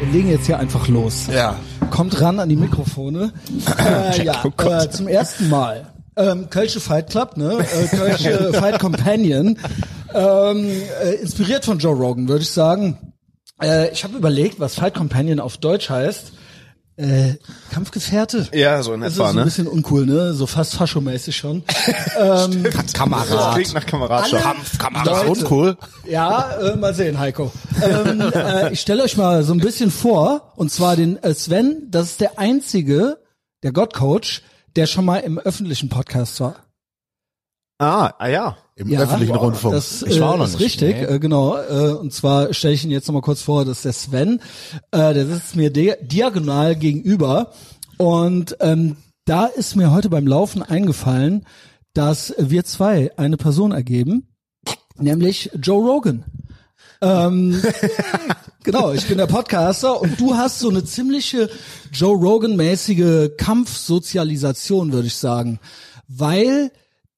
wir legen jetzt hier einfach los. Ja. Kommt ran an die Mikrofone. äh, ja, Oh Gott. äh, zum ersten Mal. Ähm, Kölsche Fight Club, ne? Äh, Kölsche Fight Companion. Ähm, äh, inspiriert von Joe Rogan, würde ich sagen. Äh, ich habe überlegt, was Fight Companion auf Deutsch heißt. Äh, Kampfgefährte? Ja, so in Das ist etwa, so ein ne? bisschen uncool, ne? So fast faschomäßig schon. Das Kamerad. klingt nach Kameradschaft. Das ist uncool. Ja, äh, mal sehen, Heiko. Ähm, äh, ich stelle euch mal so ein bisschen vor, und zwar den äh, Sven, das ist der einzige, der Gottcoach, der schon mal im öffentlichen Podcast war. Ah, ah ja. Im öffentlichen Rundfunk. Das ich war auch äh, noch ist nicht. richtig, Nee. äh, genau. Äh, und zwar stelle ich ihn jetzt nochmal kurz vor, das ist der Sven, äh, der sitzt mir di diagonal gegenüber. Und ähm, da ist mir heute beim Laufen eingefallen, dass wir zwei eine Person ergeben, nämlich Joe Rogan. Ähm, genau, ich bin der Podcaster und du hast so eine ziemliche Joe Rogan-mäßige Kampfsozialisation, würde ich sagen. Weil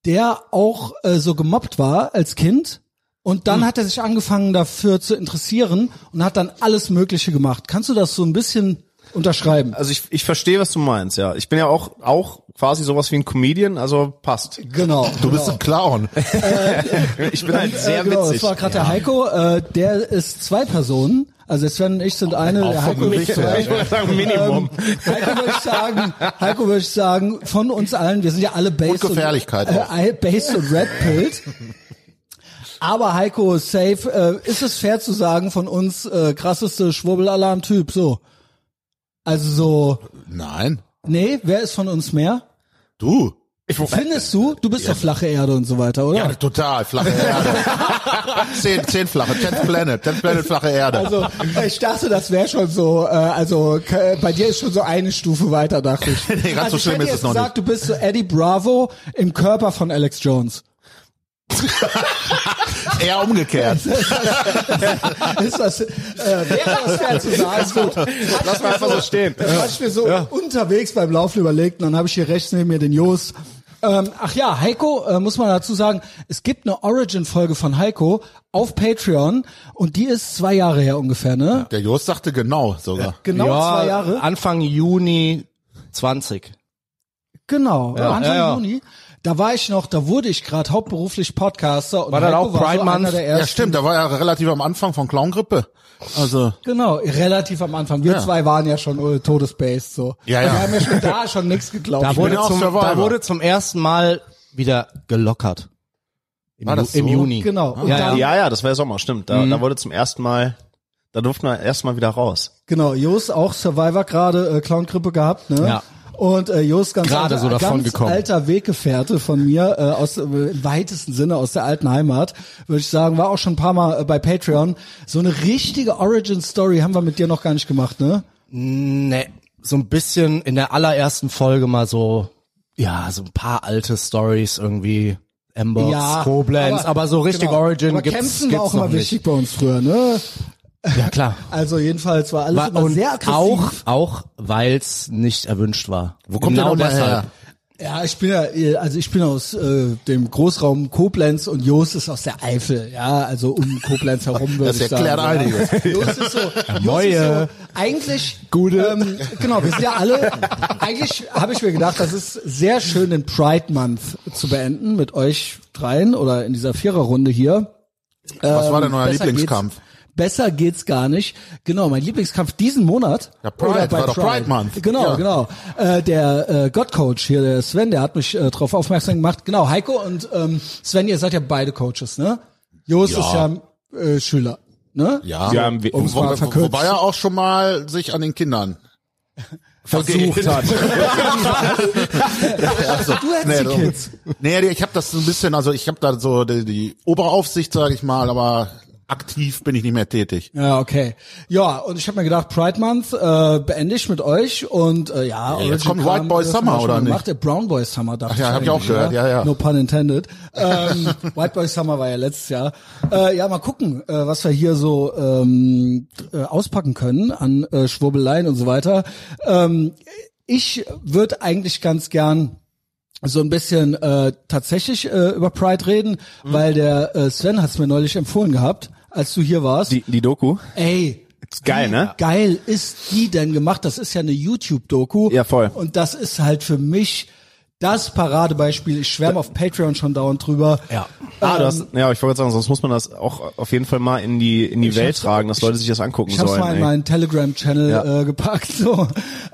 der auch äh, so gemobbt war als Kind und Hm. dann hat er sich angefangen dafür zu interessieren und hat dann alles Mögliche gemacht. Kannst du das so ein bisschen unterschreiben? Also ich, ich verstehe, was du meinst, ja. Ich bin ja auch, auch quasi sowas wie ein Comedian, also passt. Genau. Du bist ein Clown. Ich bin halt sehr äh, genau, witzig. Das war gerade der Heiko, äh, der ist zwei Personen. Also der Sven und ich sind eine, Auch der vom Heiko ist Gewicht zwei. her. Ich würde sagen, Minimum. Heiko würde ich sagen, Heiko würde ich sagen, von uns allen, wir sind ja alle based Und Gefährlichkeit auch. äh, based und red pilled. Aber Heiko, safe, äh, ist es fair zu sagen, von uns äh, krasseste Schwurbelalarm-Typ, so. Also so, Nein. nee, wer ist von uns mehr? Du. Ich, Findest du? Du bist doch flache Erde und so weiter, oder? Ja, total. Flache Erde. zehn, zehn flache. Tenth Planet. Tenth Planet, flache Erde. Also äh, ich dachte, das wäre schon so, äh, also k- äh, bei dir ist schon so eine Stufe weiter, dachte ich. Nee, ganz also so ich schlimm hätte ist es jetzt noch gesagt, du bist so Eddie Bravo im Körper von Alex Jones. Eher umgekehrt. Ist das, äh, wäre das fair zu sagen? Gut. Lass mal einfach so stehen. Das hatte ich mir so unterwegs beim Laufen überlegt und dann habe ich hier rechts neben mir den Jos. Ähm, ach ja, Heiko, äh, muss man dazu sagen, es gibt eine Origin-Folge von Heiko auf Patreon und die ist zwei Jahre her ungefähr, ne? Der Jost sagte genau sogar. Genau zwei Jahre. Anfang Juni 20. Genau, Anfang ja, ja. Juni. Da war ich noch, da wurde ich gerade hauptberuflich Podcaster und War dann Heiko auch Pride war so Month? einer der Ja, ersten. stimmt, da war er relativ am Anfang von Clowngrippe. Also, Genau, relativ am Anfang. Wir Ja. zwei waren ja schon äh, todesbased so. Ja, ja. Wir haben ja schon da schon nichts geglaubt. Da bin wurde, auch zum, da Survivor. wurde zum ersten Mal wieder gelockert. Im, War Ju- das Im so? Juni. Ah, Genau. Und Ja, dann, Ja, ja, das war ja Sommer, stimmt. Da, Mhm. da wurde zum ersten Mal, da durften wir erstmal wieder raus. Genau, Jos auch Survivor gerade äh, Clown-Grippe gehabt, ne? Ja. Und äh, Jos ganz, Gerade alter, so davon ganz gekommen. alter Weggefährte von mir, äh, aus äh, im weitesten Sinne aus der alten Heimat, würde ich sagen, war auch schon ein paar Mal äh, bei Patreon. So eine richtige Origin-Story haben wir mit dir noch gar nicht gemacht, ne? Nee, Ne, so ein bisschen in der allerersten Folge mal so, ja, so ein paar alte Stories irgendwie. Amber, Koblenz, aber, so richtig genau. Origin aber gibt's, Kämpfen gibt's war auch immer noch wichtig bei uns früher, ne? nicht. Ja, klar. Also jedenfalls war alles War, immer und sehr aggressiv. auch, auch weil's nicht erwünscht war. wo kommt genau der nochmal deshalb. her? Ja, ich bin ja, äh, also ich bin aus äh, dem Großraum Koblenz und Jos ist aus der Eifel, ja, also um Koblenz herum würde Das ich sagen. erklärt ja. einiges. Jos ist so, Jos ist so Moje. eigentlich Gute. Ähm, genau, wir sind ja alle. eigentlich habe ich mir gedacht, das ist sehr schön, den Pride Month zu beenden mit euch dreien oder in dieser Viererrunde hier. Was war denn euer Ähm, Besser Lieblingskampf? Geht's, besser geht's gar nicht. Genau, mein Lieblingskampf diesen Monat. Ja, Pride, oder bei war doch Pride Month. Genau, Ja. genau. Äh, der äh, Gott-Coach hier, der Sven, der hat mich äh, darauf aufmerksam gemacht. Genau, Heiko und ähm, Sven, ihr seid ja beide Coaches, ne? Jos Ja. ist ja äh, Schüler, ne? Ja, Ja, im We- Und wo, um's mal verkürzt. wobei er auch schon mal sich an den Kindern versucht hat. also, Du hättest die so- Kids. Nee, ich habe das so ein bisschen, also ich habe da so die, die obere Aufsicht, sage ich mal, aber aktiv bin ich nicht mehr tätig. Ja, okay. Ja, und ich habe mir gedacht, Pride Month äh, beende ich mit euch und äh, ja, jetzt Origin kommt Kram, White Boy das haben wir Summer, schon oder gemacht. Äh, Brown Boy Summer, dachte ja, ich. hab ich auch eigentlich, äh, gehört, ja, ja. No pun intended. Ähm, White Boy Summer war ja letztes Jahr. Äh, ja, mal gucken, äh, was wir hier so ähm, äh, auspacken können an äh, Schwurbeleien und so weiter. Ähm, ich würde eigentlich ganz gern so ein bisschen äh, tatsächlich äh, über Pride reden, Mhm. weil der äh, Sven hat es mir neulich empfohlen gehabt, als du hier warst. die Doku? Ey, Ist geil, ne? geil ist die denn gemacht? Das ist ja eine YouTube-Doku. Ja, voll. Und das ist halt für mich das Paradebeispiel. Ich schwärme auf Patreon schon dauernd drüber. Ähm, Ja. Ah, du hast, ja, ich wollte gerade sagen, sonst muss man das auch auf jeden Fall mal in die in die Welt hab's- tragen, dass Leute sich das angucken Ich habe es sollen. mal in ey. meinen Telegram-Channel Ja. äh, gepackt. So.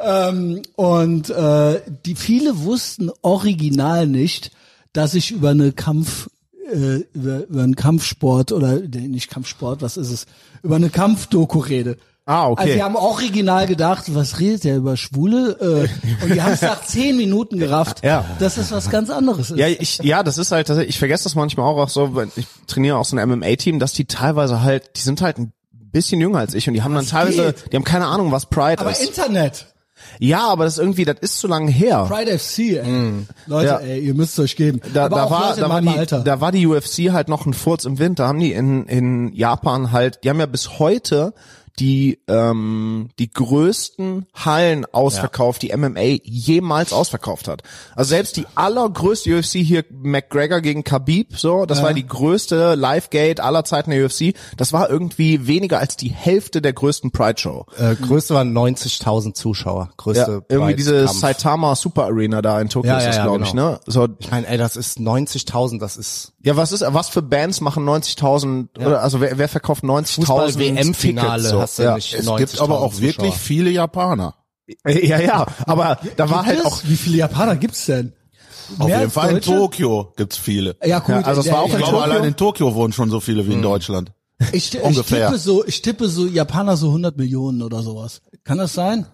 Ähm, und äh, die viele wussten original nicht, dass ich über eine Kampf äh, über, über einen Kampfsport oder nee, nicht Kampfsport, was ist es? Über eine Kampfdoku rede. Ah, okay. Also die haben original gedacht, was redet der über Schwule? Äh, und die haben es nach zehn Minuten gerafft, Ja. dass es was ganz anderes ist. Ja, ich, ja, das ist halt, tatsächlich- ich vergesse das manchmal auch, auch so, wenn ich trainiere auch so ein MMA-Team, dass die teilweise halt, die sind halt ein bisschen jünger als ich und die haben dann teilweise, geht. die haben keine Ahnung, was Pride Aber ist. Internet, Ja, aber das ist irgendwie, das ist zu lange her. Pride FC, ey. Leute, Mhm. Ja. ey, ihr müsst euch geben. Da, Aber da, auch war, Leute da, in war meinem die, Alter. da war die UFC halt noch ein Furz im Wind. Da haben die in, in Japan halt, die haben ja bis heute die ähm, die größten Hallen ausverkauft, die MMA jemals ausverkauft hat. Also selbst die allergrößte UFC hier McGregor gegen Khabib, so, das war die größte Live Gate aller Zeiten der UFC. Das war irgendwie weniger als die Hälfte der größten Pride Show. Äh, Größe waren 90.000 Zuschauer. Ja, Größte irgendwie diese Preiskampf. Saitama Super Arena da in Tokio Ja, ist ja, das, ja, glaube ich, genau. ne? So, Ich meine, ey, das ist 90.000, das ist Ja, was ist, was für Bands machen 90.000, oder, also wer, wer verkauft 90.000 Fußball-WM-Finale Tickets, so? hast du ja. nicht Es 90.000 gibt aber auch wirklich Zuschauer. viele Japaner. Ja, ja, aber da war halt Gibt es? auch, Wie viele Japaner gibt's denn? Auf Mehr jeden als Fall in Deutsche? Tokio gibt's viele. Ja, gut. Ja, also es in war der- auch ich in glaube, Tokio? allein in Tokio wohnen schon so viele wie in Deutschland. ich, ich ungefähr. tippe so, ich tippe so Japaner so 100 Millionen oder sowas. Kann das sein?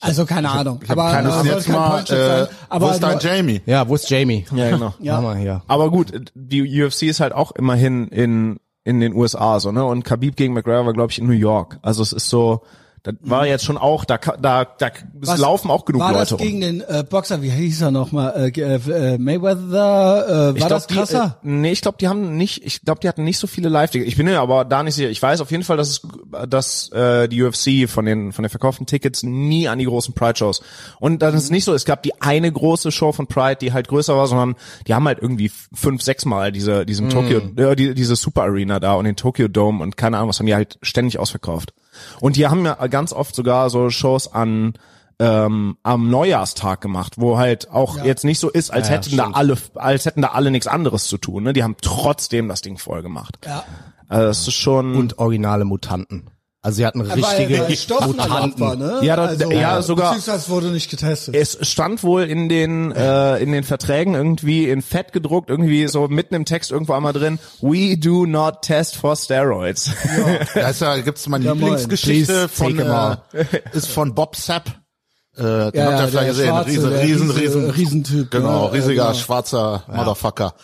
Also keine Ahnung. aber Keine Ahnung, soll jetzt kein mal, Point-Check äh, sein. wo ist dein aber Jamie? Ja, wo ist Jamie? Ja, genau. Ja. Mach mal hier. aber gut, die UFC ist halt auch immerhin in, in den USA, so, ne, und Khabib gegen McGregor war, glaube ich, in New York. Also es ist so, das war jetzt schon auch, da, ka- da, da, es was- laufen auch genug war Leute das rum. gegen den äh, Boxer, wie hieß er nochmal? Äh, äh, Mayweather, äh, war Ich das glaub, die, äh, krasser? nee, ich glaube, die haben nicht, ich glaube, die hatten nicht so viele live Ich bin mir aber da nicht sicher. Ich weiß auf jeden Fall, dass es, dass äh, die UFC von den von den verkauften Tickets nie an die großen Pride Shows. Und dann Mhm. ist es nicht so, es gab die eine große Show von Pride, die halt größer war, sondern die haben halt irgendwie fünf, sechs Mal diese Mhm. diesen Tokyo äh, die, diese Super Arena da und den Tokyo Dome und keine Ahnung, was haben die halt ständig ausverkauft. Und die haben ja ganz oft sogar so Shows an ähm, am Neujahrstag gemacht, wo halt auch jetzt nicht so ist, als ja, hätten da alle, als hätten da alle nichts anderes zu tun. Ne? Die haben trotzdem das Ding voll gemacht. ja. Also das ist schon. Und originale Mutanten. Also sie hatten richtige weil, weil Stoff Mutanten. war, ne? Ja, da- ja, sogar- Beziehungsweise wurde nicht getestet. es stand wohl in den äh, in den Verträgen irgendwie in Fett gedruckt, irgendwie so mitten im Text irgendwo einmal drin. We do not test for steroids. Da ist ja, gibt's meine Ja, moin. Lieblingsgeschichte Please von, take 'em äh, all. ist von Bob Sapp. Äh, den habt ihr ja, der vielleicht gesehen. Schwarze, riesen, der riesen, Riese- riesen, Riesentyp, Genau, ne? riesiger, Ja, genau. schwarzer Motherfucker.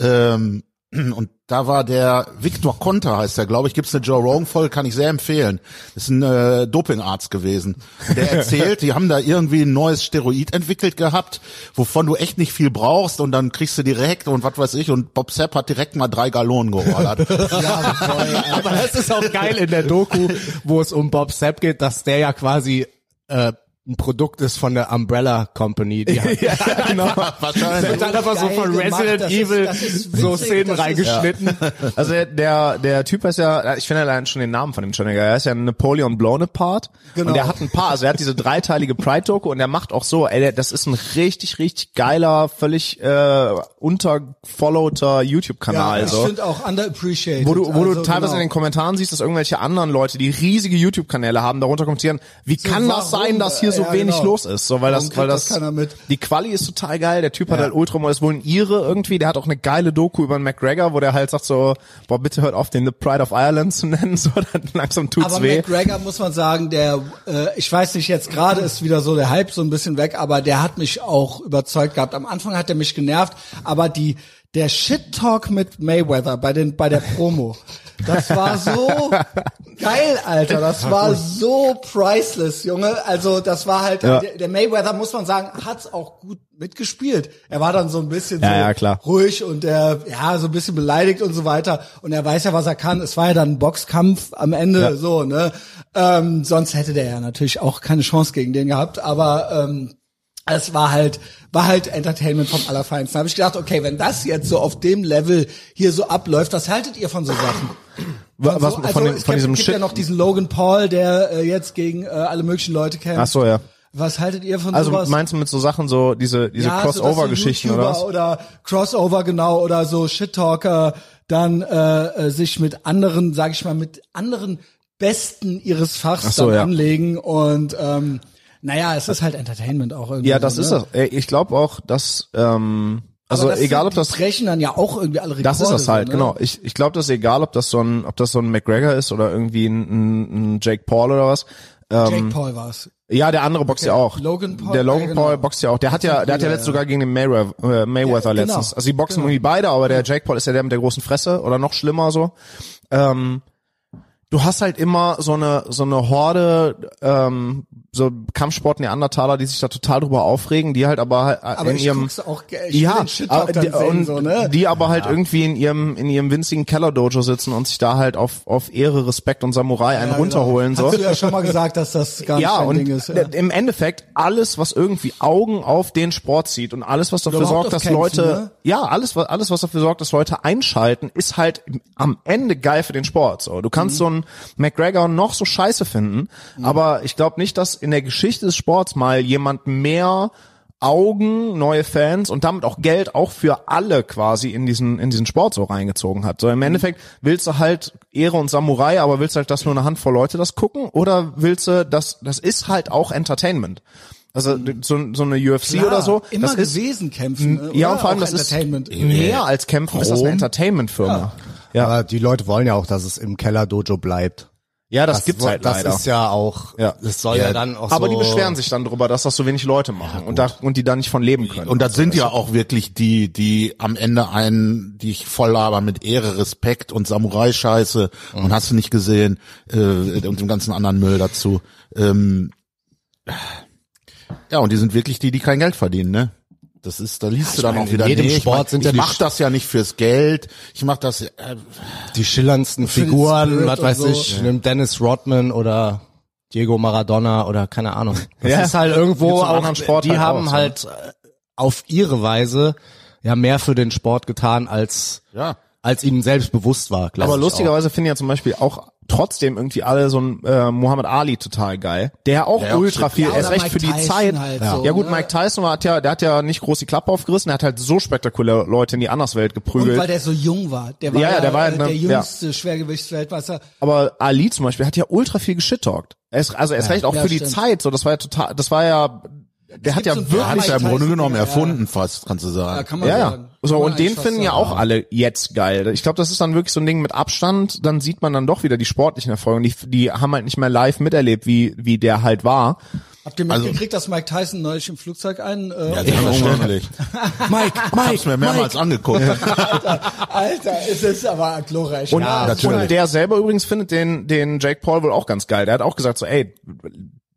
Ähm, und da war der Victor Conter heißt der, glaube ich, gibt's eine Joe Rogan Folge, kann ich sehr empfehlen. Ist ein äh, Dopingarzt gewesen. Und Der erzählt, die haben da irgendwie ein neues Steroid entwickelt gehabt, wovon du echt nicht viel brauchst und dann kriegst du direkt und was weiß ich und Bob Sepp hat direkt mal drei Gallonen geordert. ja, Aber das ist auch geil in der Doku, wo es um Bob Sapp geht, dass der ja quasi äh, ein Produkt ist von der Umbrella Company. Die hat, genau. wahrscheinlich. Und dann aber so Geil von gemacht, Resident das ist- Evil das ist witzig, so Szenen das ist- reingeschnitten. Also der- der der Typ ist ja, ich finde allein schon den Namen von dem schon geil. Er ist ja Napoleon Bonaparte Genau. und der hat ein paar, also er hat diese dreiteilige Pride Doku und er macht auch so, ey, der- das ist ein richtig richtig geiler, völlig äh, unterfollowter YouTube Kanal ja, ich so. finde auch underappreciated. Wo du, wo also, du teilweise genau. in den Kommentaren siehst, dass irgendwelche anderen Leute, die riesige YouTube-Kanäle haben, darunter kommentieren, wie kann das warum? sein, dass hier so Ja, wenig genau. los ist? So, weil Warum das, weil kriegt das das, keiner mit? die Quali ist total geil, der Typ hat halt Ultramol, ist wohl ein Ire irgendwie, der hat auch eine geile Doku über einen McGregor, wo der halt sagt so, boah, bitte hört auf, den The Pride of Ireland zu nennen, so, dann langsam tut's Aber weh. McGregor muss man sagen, der, äh, ich weiß nicht, jetzt gerade ist wieder so der Hype so ein bisschen weg, aber der hat mich auch überzeugt gehabt. Am Anfang hat er mich genervt, aber die, der Shit-Talk mit Mayweather bei den, bei der Promo, das war so geil, Alter. Das war so priceless, Junge. Also, das war halt, Ja. der, der Mayweather, muss man sagen, hat's auch gut mitgespielt. Er war dann so ein bisschen Ja, so ja, klar. ruhig und er, ja, so ein bisschen beleidigt und so weiter. Und er weiß ja, was er kann. Es war ja dann ein Boxkampf am Ende, so, ne? Ähm, sonst hätte der ja natürlich auch keine Chance gegen den gehabt, aber ähm, es war halt, war halt Entertainment vom Allerfeinsten. Da habe ich gedacht, okay, wenn das jetzt so auf dem Level hier so abläuft, was haltet ihr von so Sachen? Wa- Was, so, also von, dem, es von gibt, diesem gibt Shit. ja noch diesen Logan Paul, der äh, jetzt gegen äh, alle möglichen Leute kämpft. Ach so, ja. Was haltet ihr von Also sowas? meinst du mit so Sachen so diese diese Ja, so, dass Crossover-Geschichten so oder was? YouTuber Oder Crossover, genau, oder so Shit-Talker dann äh, äh, sich mit anderen, sag ich mal, mit anderen Besten ihres Fachs so, dann ja. anlegen und ähm, naja, es ist halt Entertainment auch irgendwie. Ja, das so, ist ne? das. Ey, Ich glaube auch, dass ähm, Aber also das egal sind- ob das Die brechen dann ja auch irgendwie alle Rekorde. Das ist das halt, so, ne? genau. Ich, ich glaube, das ist egal, ob das so ein, ob das so ein McGregor ist oder irgendwie ein, ein, ein Jake Paul oder was. genau, ähm, Jake Paul war's. Ja, der andere boxt ja auch. Logan Paul, der Logan ja, genau. Paul boxt ja auch. Der hat ja, der hat ja Brüder, letzt ja. sogar gegen den Mayweather, äh, Mayweather Ja, genau. letztens. Also die boxen irgendwie beide, aber der Jake Paul ist ja der mit der großen Fresse oder noch schlimmer so. Ähm, du hast halt immer so eine so eine Horde ähm, so Kampfsport Neandertaler, die sich da total drüber aufregen, die halt aber halt Aber in ich ihrem guck's auch, ge- ich will ja, den Shit aber Talk dann die, sehen, und so, ne? die aber halt irgendwie in ihrem in ihrem winzigen Keller Dojo sitzen und sich da halt auf auf Ehre, Respekt und Samurai genau. einen runterholen so. Hast du ja schon mal gesagt, dass das gar nicht Ja, dein und Ding ist. Ja. d- im Endeffekt alles, was irgendwie Augen auf den Sport zieht und alles, was dafür überhaupt sorgt, auf dass Kämpfen, Leute, ne? ja, alles, was, alles, was dafür sorgt, dass Leute einschalten, ist halt im- am Ende geil für den Sport. So, du Mhm. kannst so einen McGregor noch so scheiße finden, aber ich glaube nicht, dass in der Geschichte des Sports mal jemand mehr Augen, neue Fans und damit auch Geld auch für alle quasi in diesen, in diesen Sport so reingezogen hat. Mhm. So im Endeffekt willst du halt Ehre und Samurai, aber willst du halt, dass nur eine Handvoll Leute das gucken oder willst du, das, das ist halt auch Entertainment. Also so, so eine UFC Mhm. Klar, oder so, Immer das ist gewesen kämpfen. Ne? ja, oder? und vor allem, Auch das ist Entertainment. mehr als Kämpfen, das ist eine Entertainment-Firma. Ja. Aber die Leute wollen ja auch, dass es im Keller Dojo bleibt. Ja, das, Das gibt's wo- halt Das leider. ist ja auch, Ja. das soll ja, dann auch Aber so. die beschweren sich dann drüber, dass das so wenig Leute machen und, da, und die da nicht von leben können. Und das sind ja auch wirklich die, die am Ende einen, die ich voll laber mit Ehre, Respekt und Samurai-Scheiße und hast du nicht gesehen äh, und dem ganzen anderen Müll dazu. Ähm, ja, und die sind wirklich die, die kein Geld verdienen, ne? Das ist, da liest du dann meine, auch in wieder. jedem nee, Sport ich mein, sind ja ich die mach Sch- das ja nicht fürs Geld. Ich mach das. Äh, die schillerndsten den Figuren, Spirit was und weiß so. ich, nimm Dennis Rodman oder Diego Maradona oder keine Ahnung. Das Ja. ist halt Gibt's irgendwo im auch, anderen Sport die halt auch, haben so. halt äh, auf ihre Weise ja mehr für den Sport getan, als, ja. als ihnen selbst bewusst war, glaube ich. Aber lustigerweise finden ja zum Beispiel auch trotzdem irgendwie alle so ein äh, Muhammad Ali total geil, der auch Der auch ultra shit. viel, Ja, erst oder recht Mike für die Tyson Zeit. halt ja. so, ja gut, ne? Mike Tyson hat ja, der hat ja nicht groß die Klappe aufgerissen, der hat halt so spektakuläre Leute in die Anderswelt Und weil geprügelt. der so jung war. Der war Ja, ja, ja, der der, war ja, äh, ne, der ja. jüngste Schwergewichtsweltmeister. Aber Ali zum Beispiel hat ja ultra viel geshittalkt. Er ist, also erst recht auch ja, für die stimmt. Zeit, so das war ja total, das war ja, der hat gibt ja so einen wirklich Hat Mike ich ja im Grunde Tyson, genommen ja, ja. erfunden, fast kannst du sagen. Da kann man Ja, ja. sagen. So, Kann man und den eigentlich finden fast ja sagen. auch alle jetzt geil. Ich glaube, das ist dann wirklich so ein Ding mit Abstand. Dann sieht man dann doch wieder die sportlichen Erfolge. Und die, die haben halt nicht mehr live miterlebt, wie, wie der halt war. Habt ihr Also- mitgekriegt, dass Mike Tyson neulich im Flugzeug einen... Äh, ja, selbstverständlich. Mike, Mike, hab's mir mehrmals angeguckt. Alter, es ist aber glorreich. Und, Ja, und natürlich. der selber übrigens findet den, den Jake Paul wohl auch ganz geil. Der hat auch gesagt so, ey,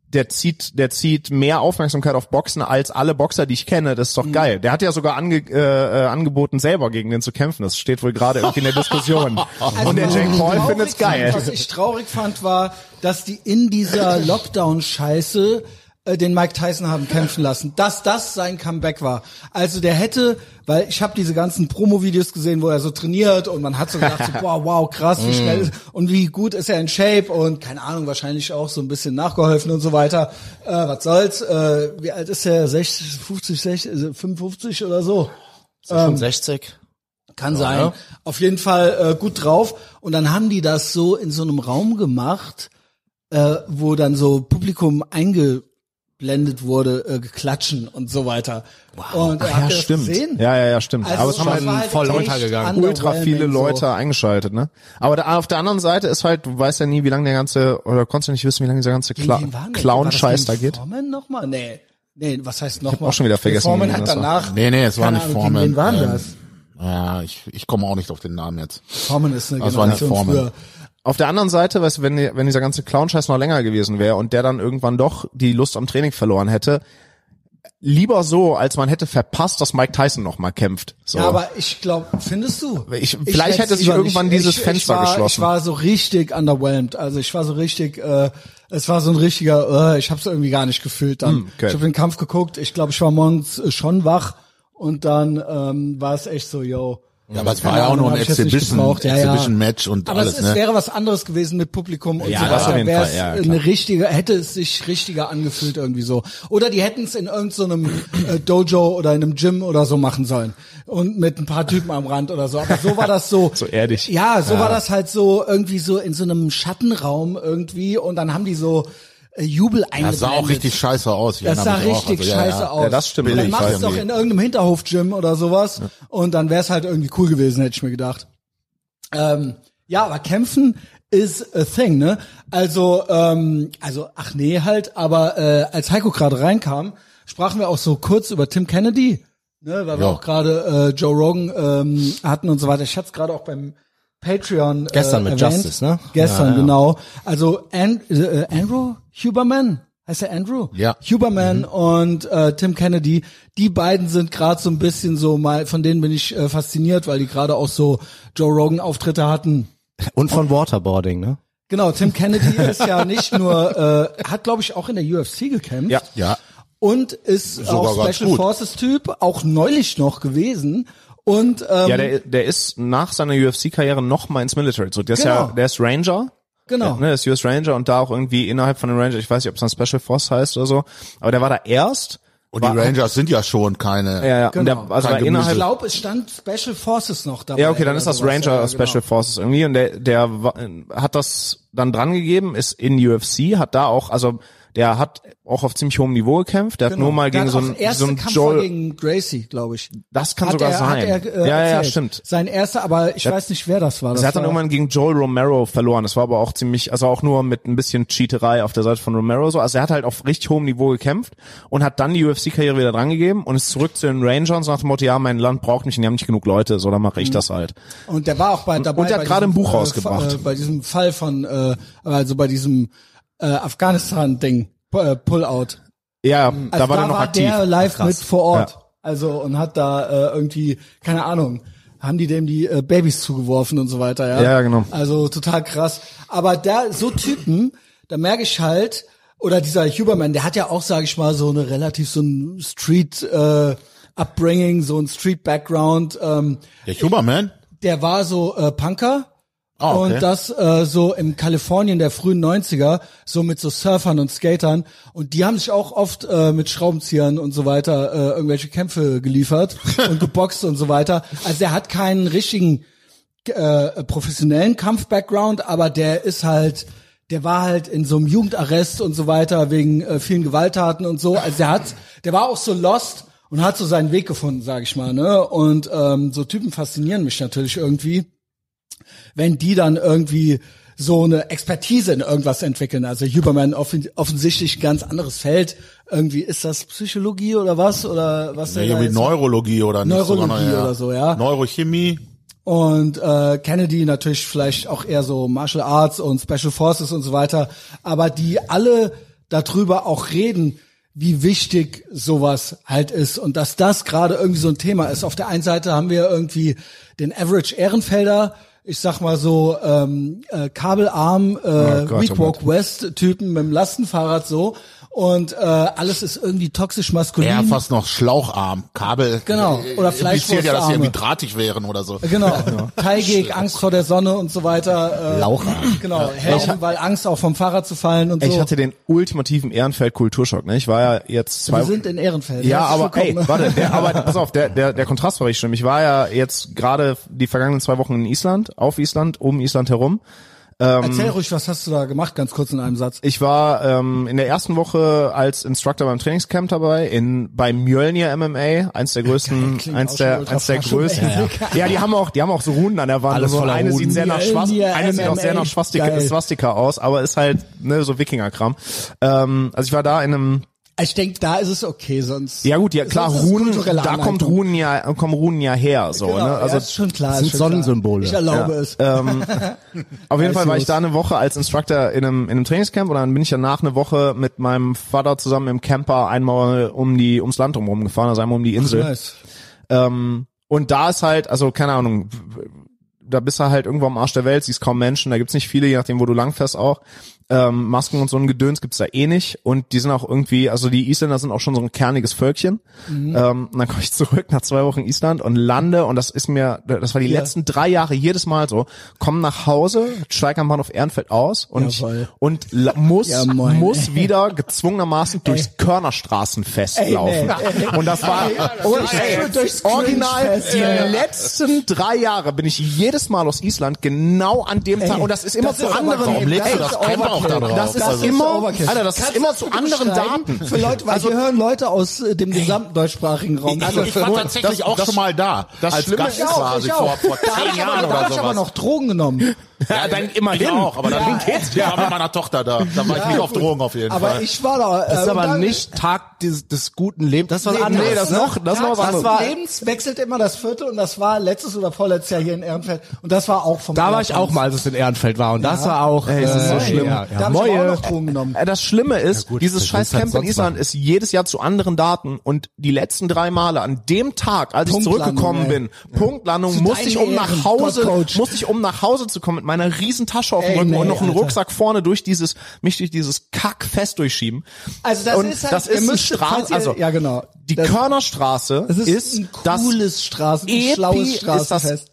der zieht, der zieht mehr Aufmerksamkeit auf Boxen als alle Boxer, die ich kenne. Das ist Mhm. doch geil. Der hat ja sogar ange, äh, äh, angeboten, selber gegen den zu kämpfen. Das steht wohl gerade irgendwie in der Diskussion. Also, und der was Jake ich Paul traurig findet's fand, geil. Was ich traurig fand, war, dass die in dieser Lockdown-Scheiße äh, den Mike Tyson haben kämpfen lassen, dass das sein Comeback war. Also der hätte, weil ich habe diese ganzen Promo-Videos gesehen, wo er so trainiert und man hat so gedacht, so, wow, wow, krass, Mm. wie schnell ist, und wie gut ist er in Shape und keine Ahnung, wahrscheinlich auch so ein bisschen nachgeholfen und so weiter. Äh, was soll's, äh, wie alt ist er, 60, 50, 60, äh, 55 oder so? schon 60. Kann sein. Auf jeden Fall äh, gut drauf. Und dann haben die das so in so einem Raum gemacht, äh, wo dann so Publikum eingeblendet wurde, äh, geklatschen und so weiter. Wow. Und, äh, habt ihr das gesehen? Ja, ja, ja, stimmt. Also Aber es das haben halt war halt voll echt runtergegangen. ultra viele underwhelming so. Leute eingeschaltet, ne? Aber da, auf der anderen Seite ist halt, du weißt ja nie, wie lange der ganze, oder konntest ja nicht wissen, wie lange dieser ganze Gegen Cla wen waren wir? War das Clown-Scheiß da gegen geht. Foreman nochmal? Nee. Nee, was heißt nochmal? auch schon wieder vergessen, Foreman wie hat das war. danach. Nee, nee, es war Keine nicht Ahnung, gegen Foreman. Wen war Ähm, das? Ja, ich, ich komme auch nicht auf den Namen jetzt. Foreman ist eine das war nicht Generation Foreman. früher. Auf der anderen Seite, weißt du, wenn, die- wenn dieser ganze Clown-Scheiß noch länger gewesen wäre und der dann irgendwann doch die Lust am Training verloren hätte, lieber so, als man hätte verpasst, dass Mike Tyson nochmal kämpft. So. Ja, aber ich glaube, findest du? Ich- vielleicht hätte hätt's sich lieber irgendwann dieses Fenster ich war, geschlossen. Ich war so richtig underwhelmed. Also ich war so richtig, äh, es war so ein richtiger, äh, ich habe es irgendwie gar nicht gefühlt dann. Hm, okay. Ich habe den Kampf geguckt, ich glaube, ich war morgens äh, schon wach und dann ähm, war es echt so, yo. Ja, aber es war Keine ja auch Ahnung, nur ein hab ich jetzt nicht Exhibition, gebraucht. Ja, ja. Exhibition Match und Aber alles, es ist, ne? wäre was anderes gewesen mit Publikum und Ja, so das auf weiter. jeden Wäre Fall, ja, es klar. eine richtige, hätte es sich richtiger angefühlt irgendwie so. Oder die hätten es in irgendeinem äh, Dojo oder in einem Gym oder so machen sollen und mit ein paar Typen am Rand oder so. Aber so war das so. So erdig. Ja, so war das halt so irgendwie so in so einem Schattenraum irgendwie und dann haben die so äh, Jubel Das eingeblendet. sah auch richtig scheiße aus. Ich Das sah erinnere mich auch. richtig Also, ja, scheiße ja. aus. Ja, das stimmt. Dann Billig machst du doch irgendwie. in irgendeinem Hinterhof-Gym oder sowas. Und dann wäre es halt irgendwie cool gewesen, hätte ich mir gedacht. Ähm, ja, aber kämpfen is a thing, ne? Also, ähm, also, ach nee, halt, aber äh, als Heiko gerade reinkam, sprachen wir auch so kurz über Tim Kennedy, ne? Weil wir Ja. auch gerade äh, Joe Rogan ähm, hatten und so weiter. Ich hatte es gerade auch beim Patreon. Gestern äh, mit erwähnt. Justice, ne? Gestern, Ah, genau. Also And, äh, Andrew Huberman. Heißt er Andrew? Ja. Huberman Mhm. und äh, Tim Kennedy, die beiden sind gerade so ein bisschen so mal, von denen bin ich äh, fasziniert, weil die gerade auch so Joe Rogan Auftritte hatten. Und von Waterboarding, ne? Genau, Tim Kennedy ist ja nicht nur, äh, hat glaube ich auch in der UFC gekämpft Ja. Ja. und ist Sogar auch ganz Special gut. Forces Typ, auch neulich noch gewesen und ähm, Ja, der, der ist nach seiner UFC-Karriere noch mal ins Military zurück. Der ist Genau. ja, der ist Ranger. Genau. Ne, der ist US Ranger und da auch irgendwie innerhalb von den Ranger, ich weiß nicht, ob es dann Special Force heißt oder so, aber der war da erst. Und die war, Rangers sind ja schon keine. Ja, ja, und Genau. der, also Kein Gemüse. war ich innerhalb glaube, es stand Special Forces noch dabei. Ja, okay, dann oder ist das sowas. Ranger Ja, genau. Special Forces irgendwie und der, der wa- hat das dann dran gegeben, ist in UFC, hat da auch, also der hat auch auf ziemlich hohem Niveau gekämpft, der hat nur mal Genau. Der hat gegen so auch einen, erste so einen Kampf war Joel, gegen Gracie, glaube ich. das kann Hat sogar er, sein. Hat er, äh, ja, ja, ja, erzählt. stimmt. Sein erster, aber ich weiß nicht, wer das war. Das Er hat dann war, irgendwann gegen Joel Romero verloren. Das war aber auch ziemlich, also auch nur mit ein bisschen Cheaterei auf der Seite von Romero so. Also er hat halt auf richtig hohem Niveau gekämpft und hat dann die UFC-Karriere wieder drangegeben und ist zurück zu den Rangers und sagt dem Motto, ja, mein Land braucht mich und die haben nicht genug Leute, so dann Mhm. mache ich das halt. und der war auch bei dabei. und der hat bei gerade diesem, ein Buch äh, rausgebracht. Fa- Äh, bei diesem Fall von, äh, also bei diesem äh, Afghanistan-Ding, P- äh, Pullout. Ja, Also da war der noch aktiv. der live Krass. mit vor Ort. Ja. Also und hat da äh, irgendwie, keine Ahnung, haben die dem die äh, Babys zugeworfen und so weiter, ja. Ja, genau. Also total krass. Aber da, so Typen, da merke ich halt, oder dieser Huberman, der hat ja auch, sage ich mal, so eine relativ so ein Street äh, Upbringing, so ein Street Background. Ähm, Der Huberman? der war so äh, Punker. Ah, okay. Und das äh, so im Kalifornien der frühen 90er, so mit so Surfern und Skatern. Und die haben sich auch oft äh, mit Schraubenziehern und so weiter äh, irgendwelche Kämpfe geliefert und geboxt und so weiter. Also er hat keinen richtigen äh, professionellen Kampf-Background, aber der ist halt, der war halt in so einem Jugendarrest und so weiter wegen äh, vielen Gewalttaten und so. Also der hat, der war auch so lost und hat so seinen Weg gefunden, sag ich mal. Ne? Und ähm, so Typen faszinieren mich natürlich irgendwie, wenn die dann irgendwie so eine Expertise in irgendwas entwickeln. Also Huberman offen, offensichtlich ein ganz anderes Feld. Irgendwie ist das Psychologie oder was oder was? der Ja, da irgendwie jetzt- Neurologie oder nicht sogar noch, Neurologie oder so, ja. Neurochemie. und äh, Kennedy natürlich vielleicht auch eher so Martial Arts und Special Forces und so weiter, aber die alle darüber auch reden, wie wichtig sowas halt ist und dass das gerade irgendwie so ein Thema ist. Auf der einen Seite haben wir irgendwie den Average Ehrenfelder, ich sag mal so ähm, äh, kabelarm, äh, Gott, Weak oh Walk West Typen mit dem Lastenfahrrad so und äh, alles ist irgendwie toxisch maskulin. Ja, fast noch Schlaucharm, Kabel. Mhm. Genau. Äh, Oder impliziert ja, dass Fleischwurstarme. sie irgendwie drahtig wären oder so. Genau. Teigig, Angst vor der Sonne und so weiter. Äh, Laucharm. Genau. Helm, weil Angst auch vom Fahrrad zu fallen und Ey, so. Ich hatte den ultimativen Ehrenfeld-Kulturschock. Ne? Ich war ja jetzt zwei Wir sind in Ehrenfeld. ja, Herzlich aber ey, willkommen. warte, der, aber pass auf, der, der, der Kontrast war richtig schlimm. Ich war ja jetzt gerade die vergangenen zwei Wochen in Island, auf Island, um Island herum. Erzähl ruhig, was hast du da gemacht, ganz kurz in einem Satz. Ich war ähm, in der ersten Woche als Instructor beim Trainingscamp dabei, in bei Mjölnir MMA, eins der größten, klingt auch eins schon der, ultra eins der fascho- größten. Ja, Ja, die haben auch, die haben auch so Runen an der Wand. Alles so voller eine Runen. sieht sehr nach Mjölnir Schwastika, eine sieht auch sehr nach MMA, Schwastika, geil. Swastika aus, aber ist halt ne, so Wikingerkram. Ähm, also ich war da in einem Ich denke, da ist es okay, sonst. Ja gut, ja klar, sonst ist es Runen, kulturelle da Aneignung. kommt Runen ja, kommen Runen ja her, so, Genau, ne? Also ja, ist schon klar. sind ist schon klar. Sonnensymbole. Ich erlaube es. auf jeden Fall war ich los. da eine Woche als Instructor in einem, in einem Trainingscamp und dann bin ich danach eine Woche mit meinem Vater zusammen im Camper einmal um die ums Land drumherum gefahren, also einmal um die Insel. Nice. Und da ist halt, also keine Ahnung, da bist du halt irgendwo am Arsch der Welt, siehst kaum Menschen, da gibt's nicht viele, je nachdem, wo du langfährst auch. Ähm, Masken und so ein Gedöns gibt's da eh nicht. Und die sind auch irgendwie, also die Isländer sind auch schon so ein kerniges Völkchen. Mhm. Ähm, und dann komme ich zurück nach zwei Wochen Island und lande, und das ist mir, das war die letzten drei Jahre jedes Mal so, komme nach Hause, steige am Bahnhof Ehrenfeld aus und, ich, Jawohl. und la- muss, Ja, moin. muss wieder gezwungenermaßen durchs Körnerstraßenfest laufen. Und das war, Und ich ich schwöre, bin durchs original Cringe-Fest, die ja, ja. letzten drei Jahre bin ich jedes Mal aus Island genau an dem Tag und das ist immer das zu ist aber- anderen. warum legst du Ey, das Camp auch da drauf? Das ist Also- immer, Overkill. Alter, das ist Kannst immer du zu anderen beschreiben Daten. Für Leute, weil hier hören Leute aus äh, dem gesamten deutschsprachigen Raum. Also ich war das- tatsächlich das- auch das- schon mal da. das als Schlimme Gast ist- quasi vor, vor da hab zehn ich aber, Jahren da hab oder ich aber sowas. noch Drogen genommen. Ja, dann immerhin. Ich auch, aber dann geht's. Ja, ich war mit meiner Tochter da. Da war ich nicht auf Drogen auf jeden Aber Fall. ich war da. Das äh, ist und aber dann- nicht Tag des, des guten Lebens. Das war Nee, anders. nee, das ne? noch- das noch was Tag des anderes. Lebens wechselt immer das Viertel und das war letztes oder vorletztes Jahr hier in Ehrenfeld und das war auch vom Da war ich auch mal, als es in Ehrenfeld war. Und das war auch äh, Ey, es ist so schlimm. Ja, Da ja. hab ich aber auch Moje. noch Drogen genommen. Äh, Das Schlimme ist, gut, dieses das scheiß ist halt Camp in sonst Island was. ist jedes Jahr zu anderen Daten und die letzten drei Male an dem Tag, als ich Punktlandung, zurückgekommen ey. bin, Punktlandung, Zu musste ich deinen um nach Ehren, Hause, Gott, Coach. musste ich um nach Hause zu kommen mit meiner riesen Tasche auf dem Ey, Rücken und nee, noch einen Alter. Rucksack vorne durch dieses, mich durch dieses Kackfest durchschieben. Also das und ist halt, das ihr ist eine müsstet, falls Straße, ihr- also, ja, genau. Die Das- Körnerstraße Das ist, ein das cooles Straßen, ein Epi schlaues ist das Straßenfest.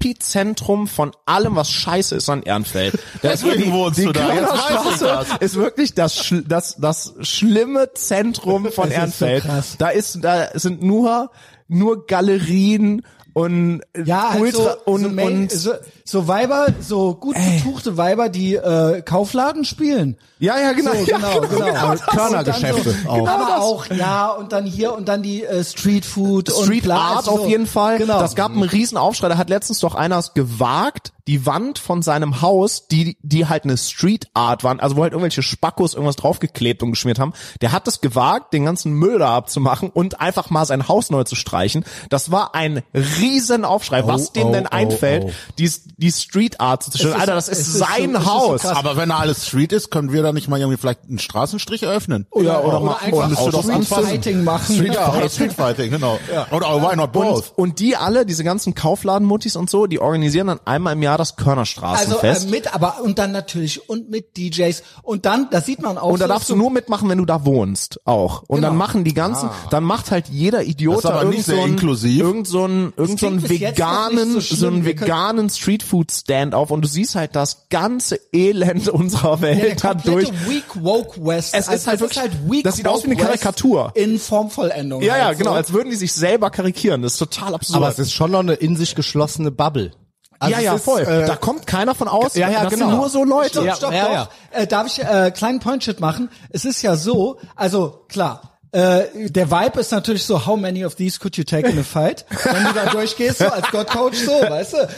Epizentrum von allem, was scheiße ist an Ehrenfeld. Deswegen wohnst du da. Jetzt weiß ich Straße das. ist wirklich das, schl- das, das schlimme Zentrum von Das ist so Ehrenfeld. krass. da ist, da sind nur, nur Galerien und Ja, halt Ultra so, und, so, Main- und so, so Weiber, so gut betuchte Weiber, die äh, Kaufladen spielen. ja, ja, genau, So, ja, genau, genau. genau. Und dann Körnergeschäfte so, auch. Genau aber das. auch, ja, und dann hier und dann die äh, Street Food und Street bla, Art also so. auf jeden Fall. Genau. Das gab einen riesen Aufschrei. Da hat letztens doch einer es gewagt, die Wand von seinem Haus, die, die halt eine Street Art waren, also wo halt irgendwelche Spackos irgendwas draufgeklebt und geschmiert haben, der hat es gewagt, den ganzen Müll da abzumachen und einfach mal sein Haus neu zu streichen. Das war ein riesen Aufschrei, was dem oh, denn oh, einfällt, oh. die, die Street Art zu zerstören. ist- Alter, das es ist, ist so- sein es ist so Haus. krass. Aber wenn da alles Street ist, können wir da nicht mal irgendwie vielleicht einen Straßenstrich eröffnen? oder, Oh oder, mal- einfach müsst ihr doch Street anfassen. Fighting machen. Street, oder Street Fighting, genau. Oder why not both? und, und die alle, diese ganzen Kaufladenmuttis und so, die organisieren dann einmal im Jahr das Also Körnerstraßenfest. äh, mit, aber und dann natürlich und mit DJs und dann, das sieht man auch. Und so, Genau. da Ah. darfst du nur mitmachen, wenn du da wohnst, auch. Und dann machen die ganzen, dann macht halt jeder Idiot Das ist da aber irgend nicht so sehr einen- inklusiv. irgend so einen, irgend so klingt einen bis jetzt noch veganen, nicht so, so schlimm. einen Wir können- veganen Streetfood-Stand auf und du siehst halt das ganze Elend unserer Ja, der Welt da durch. komplette Weak Woke West. Es ist das halt wirklich- halt Weak das sieht aus wie eine Woke West Karikatur. In Formvollendung. Ja, ja, halt so. genau, als würden die sich selber karikieren. Das ist total absurd. Aber es ist schon noch eine in sich geschlossene Bubble. Also ja, es ja, ist, voll. äh, da kommt keiner von aus. Ja, ja, das sind genau. nur so Leute. Stopp, Ja, stopp, ja, doch. ja. Äh, darf ich äh, kleinen Pointshit machen? Es ist ja so, also klar. Äh, der Vibe ist natürlich so, how many of these could you take in a fight? Wenn du da durchgehst, so als Gottcoach, so, weißt du?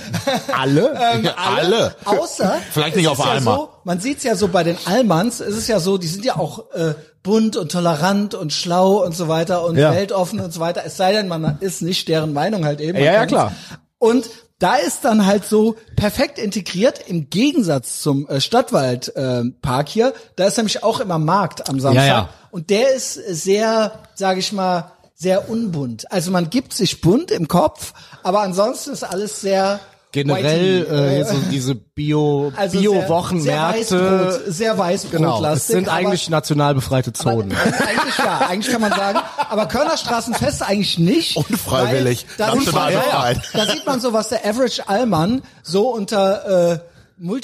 Alle? Äh, Ähm, alle. Alle. Außer. Vielleicht nicht es auf ist einmal. Ja so, man sieht's ja so bei den Allmanns, es ist ja so, die sind ja auch äh, bunt und tolerant und schlau und so weiter und Ja. weltoffen und so weiter. Es sei denn, man ist nicht deren Meinung halt eben. Man Ja, ja, kennt's. klar. Und da ist dann halt so perfekt integriert im Gegensatz zum äh, Stadtwaldpark äh, Park hier. Da ist nämlich auch immer Markt am Samstag. Ja, ja. Und der ist sehr, sage ich mal, sehr unbunt. Also man gibt sich bunt im Kopf, aber ansonsten ist alles sehr generell whitey. äh, so diese Bio also sehr- Bio sehr Wochenmärkte Weißbrot, sehr Weißbrot genau es sind aber- eigentlich national befreite Zonen eigentlich ja, eigentlich kann man sagen, aber Kölner Straßenfest eigentlich nicht. Unfreiwillig. weil Da, sieht man, National ja, ja, befreit. da sieht man so, was der Average Allmann so unter äh,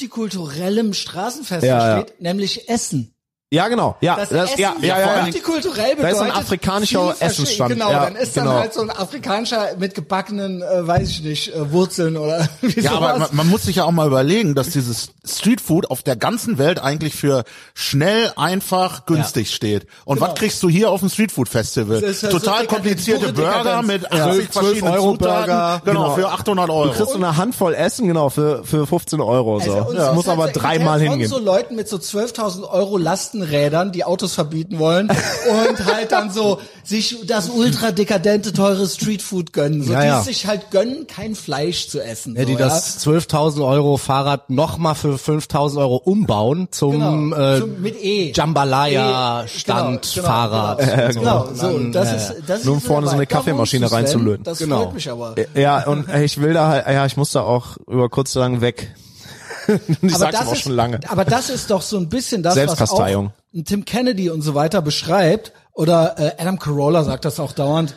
multikulturellem Straßenfest Ja, versteht, nämlich Essen. Ja, genau. Ja, Das, Essen ja, ja, ja, ja, ja. multikulturell bedeutet. Da ist ein afrikanischer viel verschieden- Essensstand, Genau, ja, dann ist genau. dann halt so ein afrikanischer mit gebackenen, äh, weiß ich nicht, äh, Wurzeln oder wie Ja, sowas. aber man, man muss sich ja auch mal überlegen, dass dieses Streetfood auf der ganzen Welt eigentlich für schnell, einfach, günstig steht. Und was kriegst du hier auf dem Streetfood Festival? Das ist ja so Total Dekadenz, komplizierte pure Burger Dekadenz. mit Ja. 80 verschiedenen 12 Euro Zutaten. Burger, genau, genau. für 800 Euro. Du kriegst so eine Handvoll Essen, genau, für, für 15 Euro, so. Also, und Das es muss ist halt aber so- ich dreimal kenn von hingehen. so Leuten mit so 12.000 Euro Lastenrädern, die Autos verbieten wollen und halt dann so sich das ultra dekadente teure Streetfood gönnen. So, Ja, die ja. es sich halt gönnen, kein Fleisch zu essen. ja, so, die das 12.000 Euro Fahrrad nochmal für 5.000 Euro umbauen zum, Genau. äh, Zum- mit E. Jambalaya E, Standfahrrad Äh, Genau, genau, genau. so, das ist, das Nur um ist vorne so eine dabei. Da Kaffeemaschine wohnst du, Sven. reinzulöten. Das Genau. freut mich aber. Ja, und ey, ich will da halt, ja, ich muss da auch über kurz oder lang weg. ich sag's das aber auch ist, schon lange. Aber das ist doch so ein bisschen das, was auch Selbstkasteiung. ein Tim Kennedy und so weiter beschreibt. Oder äh, Adam Carolla sagt das auch dauernd.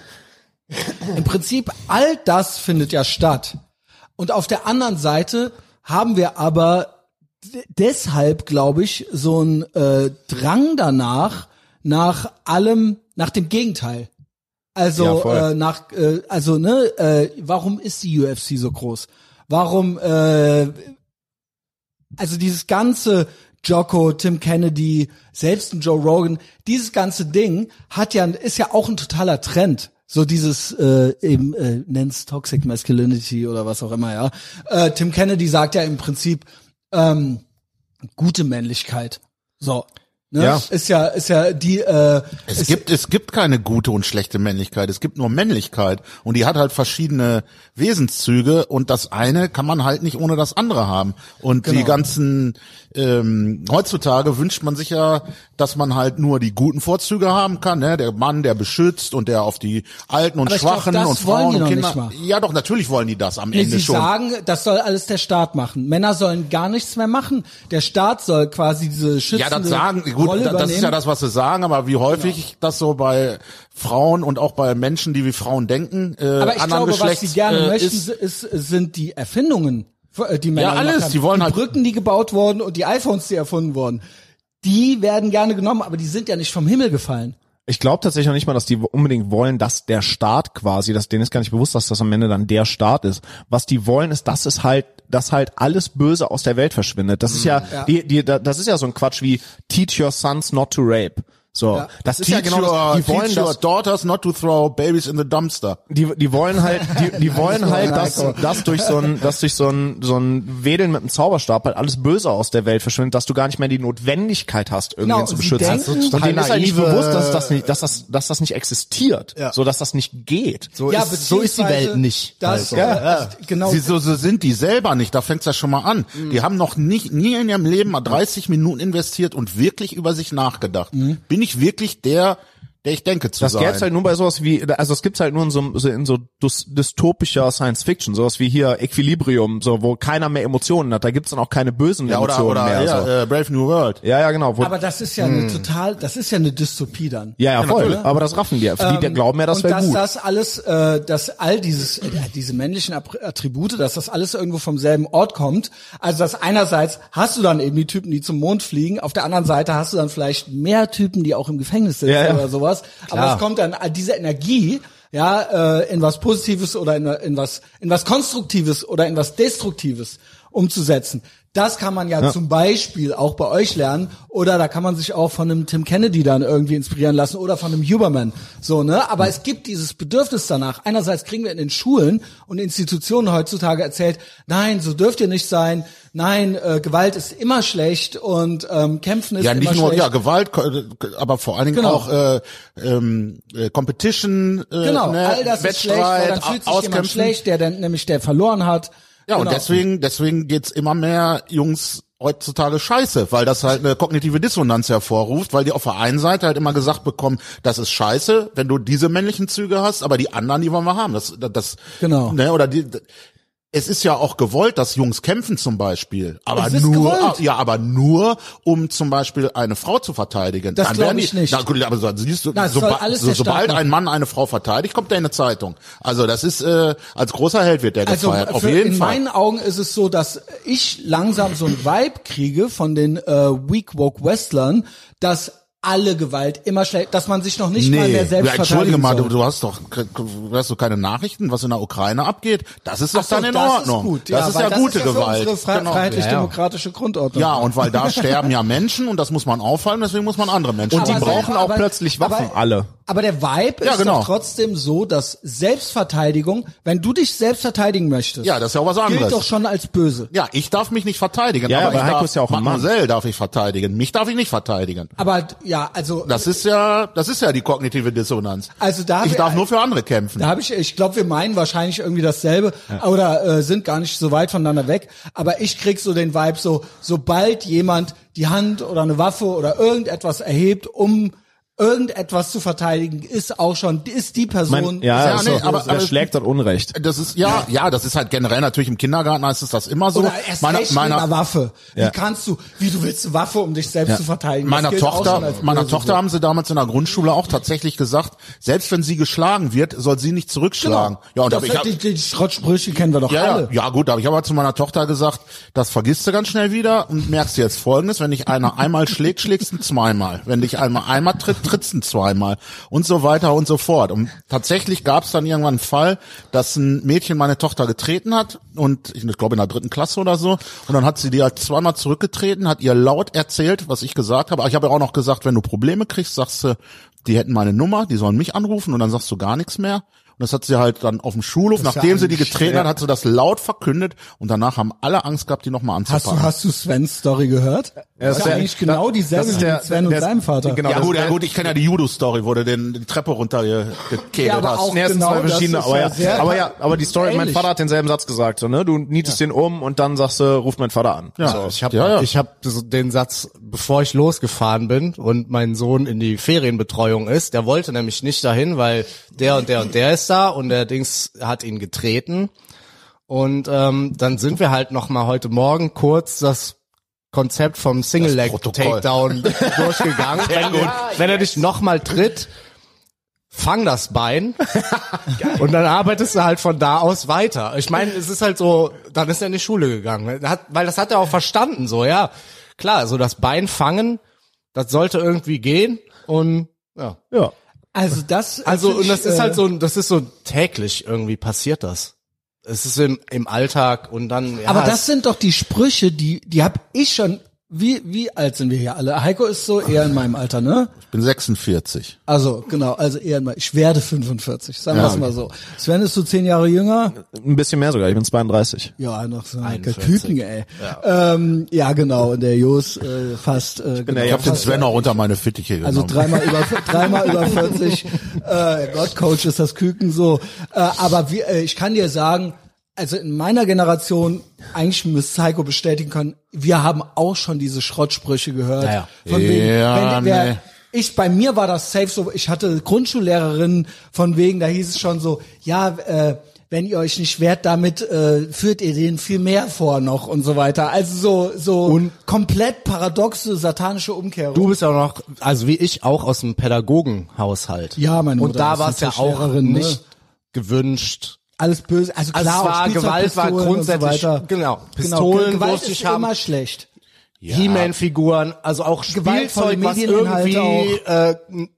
Im Prinzip, all das findet ja statt. Und auf der anderen Seite haben wir aber d- deshalb, glaube ich, so einen äh, Drang danach, nach allem, nach dem Gegenteil. Ja, Also voll. äh, nach, äh, also ne, äh, warum ist die UFC so groß? Warum äh, also dieses ganze Jocko, Tim Kennedy, selbst ein Joe Rogan, dieses ganze Ding hat ja, ist ja auch ein totaler Trend. So dieses äh, eben äh, nennt's Toxic Masculinity oder was auch immer, ja. Äh, Tim Kennedy sagt ja im Prinzip ähm, gute Männlichkeit. So. Ne? Ja. Ist ja, ist ja die äh, Es, gibt es gibt keine gute und schlechte Männlichkeit. Es gibt nur Männlichkeit und die hat halt verschiedene Wesenszüge und das eine kann man halt nicht ohne das andere haben. Und Genau. die ganzen ähm, heutzutage wünscht man sich ja, dass man halt nur die guten Vorzüge haben kann. Ne? Der Mann, der beschützt und der auf die Alten und Aber ich glaub, Schwachen das und wollen Frauen die und noch Kinder. nicht mal. Ja, doch natürlich wollen die das am Nee, Ende sie schon. sagen, das soll alles der Staat machen. Männer sollen gar nichts mehr machen. Der Staat soll quasi diese Ja, schützende das sagen, gut, Rolle da- das ist übernehmen. Genau. ja das, was sie sagen, aber wie häufig das so bei Frauen und auch bei Menschen, die wie Frauen denken, äh, Aber ich anderen glaube, was Geschlechts, sie gerne äh, möchten, ist, ist, sind die Erfindungen, äh, die Männer Ja, alles. gemacht haben. Die wollen halt- Brücken, die gebaut wurden und die iPhones, die erfunden wurden. Die werden gerne genommen, aber die sind ja nicht vom Himmel gefallen. Ich glaube tatsächlich noch nicht mal, dass die unbedingt wollen, dass der Staat quasi, dass denen ist gar nicht bewusst, dass das am Ende dann der Staat ist. Was die wollen, ist, dass es halt, dass halt alles Böse aus der Welt verschwindet. Das ist ja, Die, die, da- das ist ja so ein Quatsch wie Teach your sons not to rape. So, das ist teach ja genau your, das. Die wollen teach your das, daughters not to throw babies in the dumpster. die, die wollen halt, die, die wollen halt, dass, dass durch so ein, dass durch so ein, so ein Wedeln mit einem Zauberstab halt alles Böse aus der Welt verschwindet, dass du gar nicht mehr die Notwendigkeit hast, irgendwen Genau, zu und sie beschützen. denken- und denen ist halt nicht Naive- bewusst, dass das nicht, dass das, dass das nicht existiert. Ja. So, dass das nicht geht. So, ist, so ist die beziehungsweise Welt nicht. Das, Also. ja, genau. Mhm. Sie, so, so sind die selber nicht, da fängt's ja schon mal an. Die haben noch nicht, nie in ihrem Leben mal 30 Minuten investiert und wirklich über sich nachgedacht. Mhm. Bin ich wirklich der, der ich denke zu Das sein? gäb's halt nur bei sowas wie, also das gibt's halt nur in so, so in so dys dystopischer Science Fiction, sowas wie hier Equilibrium, so wo keiner mehr Emotionen hat. Da gibt's dann auch keine bösen ja, oder, Emotionen oder mehr. also. ja, so. äh, Brave New World. ja, ja, genau. Wo, aber das ist ja Hm. eine total, das ist ja eine Dystopie dann. ja, ja, voll. aber das raffen die. Die die glauben ja, das und wäre dass gut. das alles, äh, dass all dieses, äh, diese männlichen App- Attribute, dass das alles irgendwo vom selben Ort kommt. Also dass einerseits hast du dann eben die Typen, die zum Mond fliegen, auf der anderen Seite hast du dann vielleicht mehr Typen, die auch im Gefängnis sitzen Ja, ja. oder sowas. Aber es kommt dann äh, diese Energie ja äh, in was Positives oder in, in was in was Konstruktives oder in was Destruktives umzusetzen. Das kann man ja, zum Beispiel auch bei euch lernen oder da kann man sich auch von einem Tim Kennedy dann irgendwie inspirieren lassen oder von einem Huberman. So, ne? Hm. Aber es gibt dieses Bedürfnis danach. Einerseits kriegen wir in den Schulen und Institutionen heutzutage erzählt, nein, so dürft ihr nicht sein, nein, äh, Gewalt ist immer schlecht und ähm, Kämpfen ist Ja, immer nicht nur schlecht. ja Gewalt, ko- aber vor allen Dingen Genau. auch äh, ähm, äh, Competition, äh, Genau, ne, all das ist schlecht, weil Wettstreit, dann fühlt sich jemand Auskämpfen. schlecht, der dann nämlich der verloren hat. Ja, und Genau. deswegen deswegen geht's immer mehr Jungs heutzutage scheiße, weil das halt eine kognitive Dissonanz hervorruft, weil die auf der einen Seite halt immer gesagt bekommen, das ist scheiße, wenn du diese männlichen Züge hast, aber die anderen, die wollen wir haben. Das das Genau. ne, oder die es ist ja auch gewollt, dass Jungs kämpfen zum Beispiel, aber Es ist nur gewollt. ja, aber nur um zum Beispiel eine Frau zu verteidigen. Das Dann werden glaub ich die- nicht. Na gut, aber so, siehst du, Na, es so, soll alles so, der Staat sobald machen. ein Mann eine Frau verteidigt, kommt der in eine Zeitung. Also das ist äh, als großer Held wird der Also gefeiert. Auf für, jeden in Fall. meinen Augen ist es so, dass ich langsam so ein Vibe kriege von den äh, Weak Woke Wrestlern, dass alle Gewalt immer schlecht, dass man sich noch nicht mal mehr selbst ja, entschuldige verteidigen mal, du, soll. du hast doch du hast du keine Nachrichten, was in der Ukraine abgeht. Das ist doch Ach so, dann in das Ordnung. Ist gut, das ist weil ja gute ist so Gewalt. unsere Fre Genau. freiheitlich-demokratische Grundordnung. Ja, und weil da sterben ja Menschen und das muss man auffallen, deswegen muss man andere Menschen. und die aber- brauchen brauchen auch aber- plötzlich Waffen, aber- alle. Aber der Vibe Ja, ist genau. doch trotzdem so, dass Selbstverteidigung, wenn du dich selbst verteidigen möchtest, Ja, das ist ja auch was anderes. gilt doch schon als böse. ja, ich darf mich nicht verteidigen, Ja, ja, aber aber ich Heiko darf, ist ja auch ein Mann. Mademoiselle darf ich verteidigen. Mich darf ich nicht verteidigen. Aber ja, also Das ist ja, das ist ja die kognitive Dissonanz. Also da ich wir- darf nur für andere kämpfen. Da habe ich, ich glaube, wir meinen wahrscheinlich irgendwie dasselbe oder äh, sind gar nicht so weit voneinander weg. Aber ich krieg so den Vibe, so sobald jemand die Hand oder eine Waffe oder irgendetwas erhebt, um irgendetwas zu verteidigen, ist auch schon, ist die Person. Mein, ja, Ja, ist nee, doch so, aber- er aber- schlägt das Unrecht. Äh, Das ist ja, ja, das ist halt generell natürlich im Kindergarten heißt es das immer so. Oder erst meiner recht mit einer meiner, Waffe. Ja. Wie kannst du, wie du willst eine Waffe, um dich selbst zu verteidigen? Das meiner gilt auch schon Tochter, als meiner böse. Tochter haben sie damals in der Grundschule auch tatsächlich gesagt, selbst wenn sie geschlagen wird, soll sie nicht zurückschlagen. Ja, Genau. und das hab, ich hab, die, die Schrottsprüche kennen wir doch ja, ja, alle. ja, gut, aber ich habe halt zu meiner Tochter gesagt, das vergisst du ganz schnell wieder und merkst dir jetzt folgendes, wenn dich einer einmal schlägt, schlägst du ihn zweimal. Wenn dich einmal einmal tritt, trittst du ihn zweimal und so weiter und so fort. Und tatsächlich gab es dann irgendwann einen Fall, dass ein Mädchen meine Tochter getreten hat und ich glaube in der dritten Klasse oder so und dann hat sie die halt zweimal zurückgetreten, hat ihr laut erzählt, was ich gesagt habe. Aber ich habe ja auch noch gesagt, wenn du Probleme kriegst, sagst du, die hätten meine Nummer, die sollen mich anrufen und dann sagst du gar nichts mehr. Und das hat sie halt dann auf dem Schulhof, Das ist ja nachdem sie die eigentlich- getreten hat, hat sie das laut verkündet und danach haben alle Angst gehabt, die nochmal Hast du, anzupacken. hast du Svens Story gehört? das ist ja der- eigentlich genau dieselbe das ist wie der- mit Sven und der- seinem Vater. genau. ja das- gut, ja gut, ich kenne ja die Judo-Story, wo du den, die Treppe runtergekegelt Ja, aber hast. auch- Nee, es sind Genau, zwei das verschiedene, ist aber ja ja, sehr- aber ja, aber die Story, mein ähnlich. Vater hat denselben Satz gesagt, so, ne? Du nietest den um und dann sagst du, ruf mein Vater an. Ja. So. Ich habe Ja, ja. ich hab so den Satz, bevor ich losgefahren bin und mein Sohn in die Ferienbetreuung ist, der wollte nämlich nicht dahin, weil der und der und der ist da und der Dings hat ihn getreten. Und ähm, dann sind wir halt noch mal heute Morgen kurz das Konzept vom Single Leg Protokoll. Takedown durchgegangen. wenn, wenn er dich noch mal tritt, fang das Bein und dann arbeitest du halt von da aus weiter. Ich meine, es ist halt so, dann ist er in die Schule gegangen. Er Hat, weil das hat er auch verstanden, so, ja. Klar, so das Bein fangen, das sollte irgendwie gehen und ja. Ja. Also das, Also, und das ich, ist äh, halt so, ein- das ist so täglich irgendwie passiert das. Es ist im, im Alltag und dann, ja. Aber es- das sind doch die Sprüche, die, die hab ich schon. Wie, wie alt sind wir hier alle? Heiko ist so eher in meinem Alter, ne? Ich bin 46. Also, genau, also eher in meinem, ich werde 45, sagen Ja, wir's mal so. Sven ist so zehn Jahre jünger. Ein bisschen mehr sogar, ich bin 32. Ja, noch so ein 41. Küken, ey. Ja. Ähm, ja, genau, und der Jos äh, fast, äh, genau, der Ich habe den fast, Sven auch unter meine Fittiche genommen. also Genau. dreimal über, dreimal über 40. Äh, Gott, Coach ist das Küken so. Äh, aber wir, äh, ich kann dir sagen, also in meiner Generation, eigentlich müsste Heiko bestätigen können, wir haben auch schon diese Schrottsprüche gehört. Ja, ja. Von wegen, Ja, wenn, wer, nee. ich bei mir war das safe so. Ich hatte Grundschullehrerinnen von wegen, da hieß es schon so, ja, äh, wenn ihr euch nicht wehrt, damit äh, führt ihr denen viel mehr vor noch und so weiter. Also so so komplett paradoxe satanische Umkehrung. Du bist ja noch, also wie ich auch aus dem Pädagogenhaushalt. Ja, meine Und Mutter da ist war es ja auch Tischlehrerin, ne? nicht gewünscht. alles böse, also Also klar, es war auch Gewalt war Spielzeugpistolen und grundsätzlich so weiter. genau Ge- Pistolen Gewalt durfte ist ich haben. immer schlecht. He-Man-Figuren, also auch Gewaltvolle Spielzeug, was Medieninhalte irgendwie äh, m-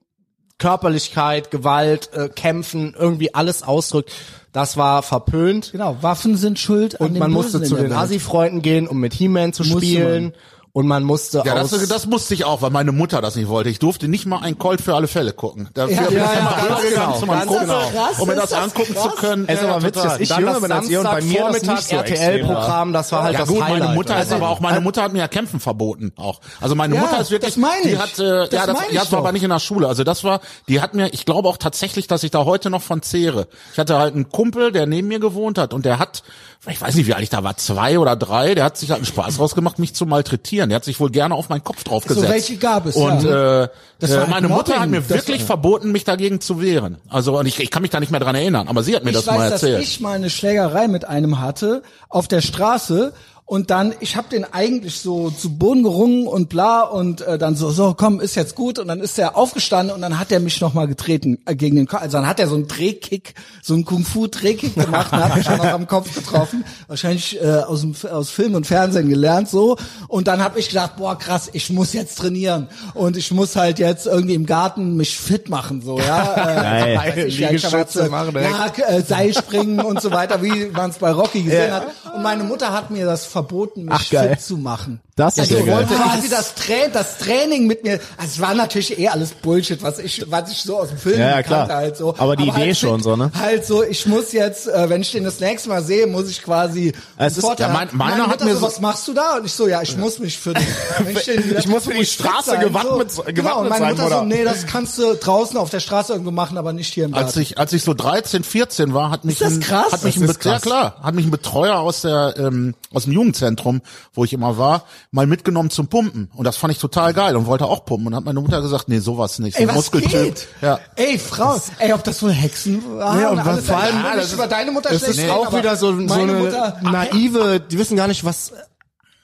Körperlichkeit, Gewalt, äh, Kämpfen, irgendwie alles ausdrückt. Das war verpönt Genau, Waffen sind schuld an und dem man Bösen musste in zu der den Welt. Asi-Freunden gehen, um mit He-Man zu Musste spielen und man musste Ja, aus das, das musste ich auch, weil meine Mutter das nicht wollte. Ich durfte nicht mal einen Colt für alle Fälle gucken. Dafür Ja, bin ich ja, immer ja, ganz rübergegangen genau, zu meinem ganz Kumpel, genau. Krass, um mir ist das, das angucken krass? zu können. Es ist aber witzig, dass ich dann jünger das bin als ihr und bei mir das Samstagvormittag nicht so extrem war. RTL-Programm, das war halt ja das gut, Highlight. meine Mutter ist Also, aber auch, meine Mutter hat mir ja Kämpfen verboten auch. Also meine Ja, Mutter ist wirklich, das meine die ich. hat, äh, Das ja, das, meine ich ja, das war doch. aber nicht in der Schule. Also das war, die hat mir, ich glaube auch tatsächlich, dass ich da heute noch von zehre. Ich hatte halt einen Kumpel, der neben mir gewohnt hat und der hat, ich weiß nicht, wie alt ich da war, zwei oder drei, der hat sich halt einen Spaß rausgemacht, mich zu malträtieren. Der hat sich wohl gerne auf meinen Kopf draufgesetzt. welche gab es, Und, ja. äh, Das äh, war meine Mutter hat Mobbing, mir das- wirklich verboten, mich dagegen zu wehren. Also, und ich, ich kann mich da nicht mehr dran erinnern, aber sie hat mir das ich weiß, mal erzählt. dass ich mal eine Schlägerei mit einem hatte auf der Straße und dann ich habe den eigentlich so zu Boden gerungen und bla und äh, dann so so komm ist jetzt gut und dann ist er aufgestanden und dann hat er mich noch mal getreten äh, gegen den Kopf. also dann hat er so einen Drehkick so einen Kung Fu Drehkick gemacht und hat mich schon noch am Kopf getroffen wahrscheinlich äh, aus dem, aus Film und Fernsehen gelernt so und dann habe ich gedacht boah krass ich muss jetzt trainieren und ich muss halt jetzt irgendwie im Garten mich fit machen so ja äh, Geil. weiß ich, ja, Liegestütze Karatze. machen, ja, Berg, äh, Seil springen und so weiter, wie man es bei Rocky gesehen hat. Und meine Mutter hat mir das verboten, mich Ach, geil. fit zu machen. Das ist ich ja geil. wollte quasi das, Tra das Training mit mir. Also es war natürlich eh alles Bullshit, was ich, was ich so aus dem Film Ja, ja, kannte klar. halt so. Aber die Idee halt, schon so, ne? Halt so, ich muss jetzt, äh, wenn ich den das nächste Mal sehe, muss ich quasi. einen Es ist- Vorteil ja, mein- haben. meiner meine hat Mutter mir so, so- was machst du da? Und ich so, ja, ich muss mich für den, wenn ich, den wieder Ich muss für die muss fit Straße sein, gewappnet- so. Genau, und gewappnet meine sein, Mutter so, oder? nee, das kannst du draußen auf der Straße irgendwo machen, aber nicht hier im Garten. Als ich, als ich so 13, 14 war, hat mich das ein, krass? hat mich Das ein ist Betreuer, klar, hat mich ein Betreuer aus der ähm, aus dem Jugendzentrum, wo ich immer war, mal mitgenommen zum Pumpen. Und das fand ich total geil und wollte auch pumpen. Und hat meine Mutter gesagt, nee, sowas nicht. So Ey, ein was Muskeltyp. geht? Ja. Ey, Frau, ey, ob das wohl Hexen waren? Ja, und was alles- vor allem- ja, das das ist- über deine Mutter Das schlecht ist reden, auch aber wieder so, so meine eine Mutter, naive, die wissen gar nicht, was,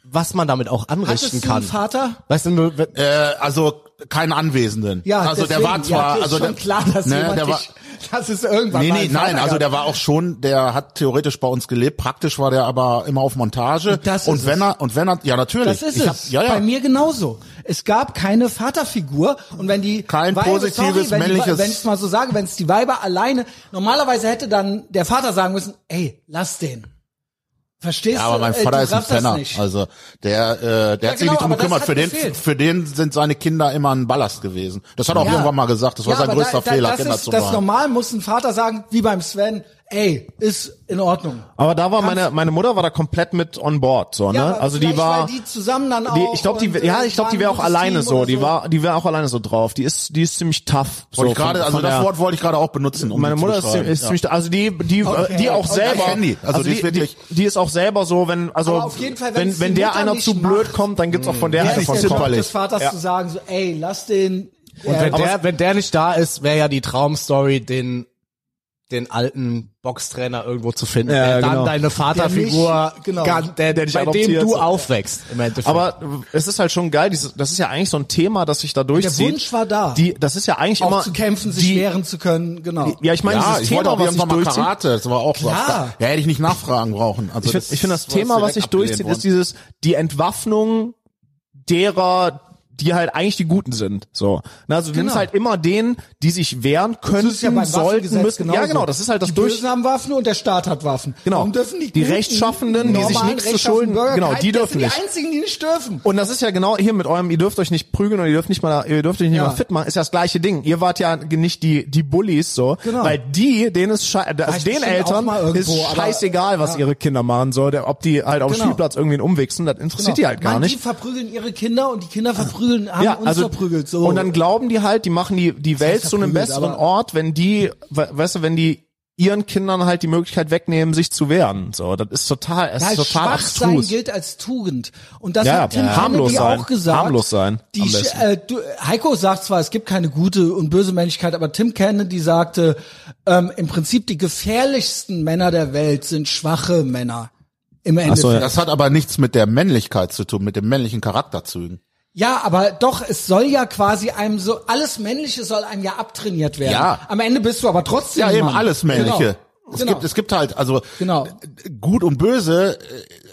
was man damit auch anrichten hattest du einen kann. Vater? Weißt du, nur, wenn- Äh, also keinen Anwesenden. Ja, also deswegen, der war zwar, ja, also ist schon der, klar, dass ne, jemand der war, dich, das ist irgendwann Nee, mal nee, ein nein, Vater also der gehabt. war auch schon, der hat theoretisch bei uns gelebt, praktisch war der aber immer auf Montage. Und das ist und wenn er, und wenn er, ja natürlich. das ist ich es. Hab, ja, ja. Bei mir genauso. Es gab keine Vaterfigur und wenn die Kein positives, wenn die- männliches- wenn ich mal so sage, wenn es die Weiber alleine normalerweise hätte dann der Vater sagen müssen, ey, lass den. Verstehst Ja, aber du? mein Ey, Vater Äh, du ist ein raffst das Penner. nicht. Also der, äh, der hat sich genau, nicht drum aber das gekümmert. hat Für den, gefehlt. für den sind seine Kinder immer ein Ballast gewesen. Das hat er auch Ja. irgendwann mal gesagt. Das war Ja, sein aber größter da, Fehler, da, das Kinder ist, zu Das machen. normal muss ein Vater sagen, wie beim Sven, ey, ist in Ordnung. Aber da war meine meine Mutter war da komplett mit on board so, ne? Ja, aber also die vielleicht, war weil die zusammen dann die, auch ich glaube die und ja, ich glaube die wäre auch irgendwann ein alleine gutes so, Team die oder so. war die wäre auch alleine so drauf. Die ist die ist ziemlich tough so Wollte ich gerade, von- also von das der- Wort wollte ich gerade auch benutzen. Um meine zu Mutter ist, beschreiben. ziemlich- ist ziemlich, also die, die, Okay. äh, die auch Okay. selber, Ich kenn die. Also die ist wirklich- die, die ist auch selber so, wenn, also, Aber auf jeden Fall, wenn wenn, es wenn, die der Mutter einer nicht zu blöd macht, kommt, dann gibt's auch von der Ja, Seite ist vom der Zipperl. Job Kopf. des Vaters zu sagen, so, ey, lass den. äh, und Ja, wenn, aber- der, wenn der nicht da ist, wäre ja die Traumstory, den, den alten Boxtrainer irgendwo zu finden, Ja, der genau. dann deine Vaterfigur, nicht- genau. gar- der, der, dich bei dem adoptiert, du so. aufwächst, im Endeffekt. Aber es ist halt schon geil, dieses, das ist ja eigentlich so ein Thema, das sich da der durchzieht. Wunsch war da, Die, das ist ja eigentlich auch immer, zu kämpfen, sich die, wehren zu können, genau. ja, ich meine, ja, dieses ich wollte Thema, auch was sich irgendwann mal durchzieht, Karate, das war auch Klar. was. Da hätte ich nicht nachfragen brauchen. Also ich finde ich find das ist Thema, was direkt sich abgelehnt durchzieht, worden. ist dieses, die Entwaffnung derer, die halt eigentlich die Guten sind. So. Na, also du nimmst halt immer den, die sich wehren können, Genau. ist ja beim sollten, Waffengesetz müssen. Ja, genauso. genau, das ist halt das die durch, Bösen haben Waffen und der Staat hat Waffen. Genau. Warum dürfen die, Die guten, Rechtschaffenden, die sich normalen, nichts zu rechtschaffenen schulden- Bürger, genau, kein- die das dürfen sind die nicht. einzigen, die nicht dürfen. Und das ist ja genau hier mit eurem, ihr dürft euch nicht prügeln oder ihr dürft nicht mal, ihr dürft euch nicht Ja. mal fit machen, ist ja das gleiche Ding. Ihr wart ja nicht die, die Bullies so, Genau. weil die, denen ist schei ich also den bestimmt auch Eltern mal irgendwo, ist aber- scheißegal, was ihre Kinder machen sollen, der- ob die halt auf dem Genau. Spielplatz irgendwen umwichsen, das interessiert die halt gar Mann, nicht. Die verprügeln ihre Kinder und die Kinder verprügeln, haben Ja, uns also verprügelt. So. und dann glauben die halt, die machen die die Welt zu einem verprügelt, besseren aber- Ort, wenn die, we weißt du, wenn die ihren Kindern halt die Möglichkeit wegnehmen, sich zu wehren. So, das ist total, es Ja, halt ist total schwach sein abstrus. gilt als Tugend. Und das Ja, hat Tim ja. Kennedy Harmlos sein. auch gesagt. Harmlos sein, Die, am Sch- besten. äh, du, Heiko sagt zwar, es gibt keine gute und böse Männlichkeit, aber Tim Kennedy sagte, ähm, im Prinzip die gefährlichsten Männer der Welt sind schwache Männer. Im Endeffekt. so, ja. Das hat aber nichts mit der Männlichkeit zu tun, mit den männlichen Charakterzügen. aber doch, es soll ja quasi einem so, alles Männliche soll einem ja abtrainiert werden. Ja. Am Ende bist du aber trotzdem. Ja, eben Mann. alles Männliche. Genau. Es, genau. Gibt, es gibt halt, also Genau. gut und böse, äh,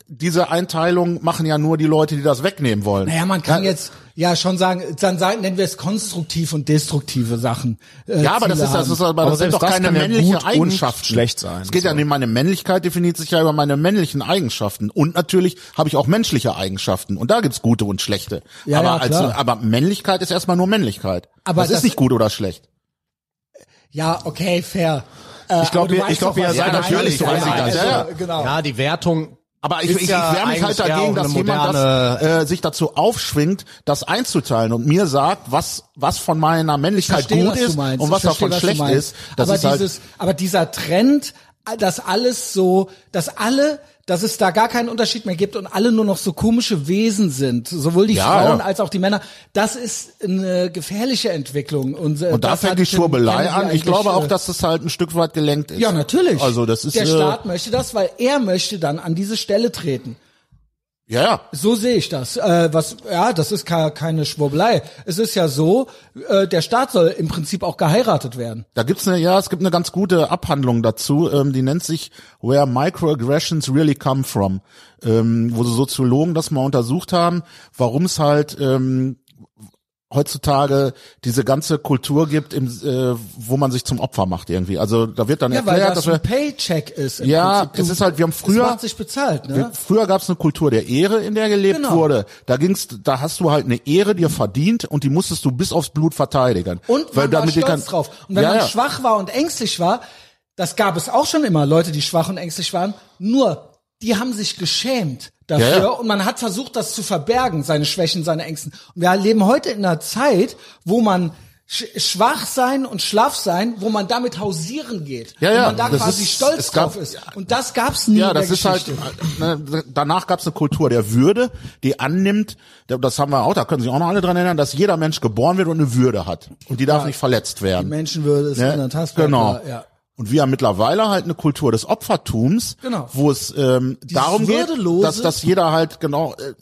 diese Einteilung machen ja nur die Leute, die das wegnehmen wollen. Naja, man kann jetzt ja schon sagen, dann sagen, nennen wir es konstruktiv und destruktive Sachen. äh, ja, aber das Ziele ist, das haben. ist aber, Aber das sind selbst doch das keine kann ja männliche gut und Eigenschaften. schlecht sein, Es geht ja so. nicht, meine Männlichkeit definiert sich ja über meine männlichen Eigenschaften. Und natürlich habe ich auch menschliche Eigenschaften. Und da gibt's gute und schlechte. Ja, aber, ja, klar. aber Männlichkeit ist erstmal nur Männlichkeit. Aber das, das- ist nicht gut oder schlecht. Ja, okay, fair. Äh, Ich glaub, aber du ihr- ich weißt glaub, doch, ihr was seid ich meine. natürlich, Ja, weiß ich also, das, ja, ja. Genau. ja, die Wertung. Aber ich, ist ich, ich ja wehre mich halt eigentlich eher auch dagegen, dass eine jemand moderne- das, äh, sich dazu aufschwingt, das einzuteilen und mir sagt, was, was von meiner Männlichkeit verstehe, Halt gut was du ist meinst. und Ich was verstehe, davon du schlecht meinst. ist. Das aber ist halt, dieses, aber dieser Trend, dass alles so, dass alle, dass es da gar keinen Unterschied mehr gibt und alle nur noch so komische Wesen sind, sowohl die Ja, Frauen ja. als auch die Männer, das ist eine gefährliche Entwicklung. Und, äh, Und da das hat fängt die Tim Schwurbelei Kennedy an. Ich eigentlich, glaube auch, äh, dass das halt ein Stück weit gelenkt ist. Ja, natürlich. Also das ist der äh, Staat möchte das, weil er möchte dann an diese Stelle treten. ja, ja. So sehe ich das. Äh, was, ja, das ist ke- keine Schwurbelei. Es ist ja so, äh, der Staat soll im Prinzip auch geheiratet werden. Da gibt's eine, ja, es gibt eine ganz gute Abhandlung dazu. Ähm, die nennt sich Where Microaggressions Really Come From, ähm, wo so Soziologen das mal untersucht haben, warum es halt ähm, heutzutage diese ganze Kultur gibt, im, äh, wo man sich zum Opfer macht irgendwie. Also da wird dann Ja, weil erklärt, das dass wir ein Paycheck ist. Im Ja, Prinzip. es ist halt, wir haben früher- Es macht sich bezahlt, ne? Früher gab's eine Kultur der Ehre, in der gelebt Genau. wurde. Da ging's, da hast du halt eine Ehre dir verdient und die musstest du bis aufs Blut verteidigen. Und man war damit die stolz kann- drauf. Und wenn ja, man ja. schwach war und ängstlich war, das gab es auch schon immer, Leute, die schwach und ängstlich waren, nur die haben sich geschämt dafür Ja, ja. und man hat versucht, das zu verbergen, seine Schwächen, seine Ängsten. Und wir leben heute in einer Zeit, wo man sch schwach sein und schlaff sein, wo man damit hausieren geht. Ja, wo ja, man da das quasi ist- stolz es gab- drauf ist. Und das gab's nie Ja, in der das ist halt, Geschichte. ne, danach gab's eine Kultur der Würde, die annimmt, das haben wir auch, da können sich auch noch alle dran erinnern, dass jeder Mensch geboren wird und eine Würde hat. Und die darf nicht verletzt werden. Menschenwürde ist Ne? in der Tasche. Genau. Ja. Und wir haben mittlerweile halt eine Kultur des Opfertums, Genau. wo es ähm, darum geht, Würdelose. dass, dass jeder halt genau äh,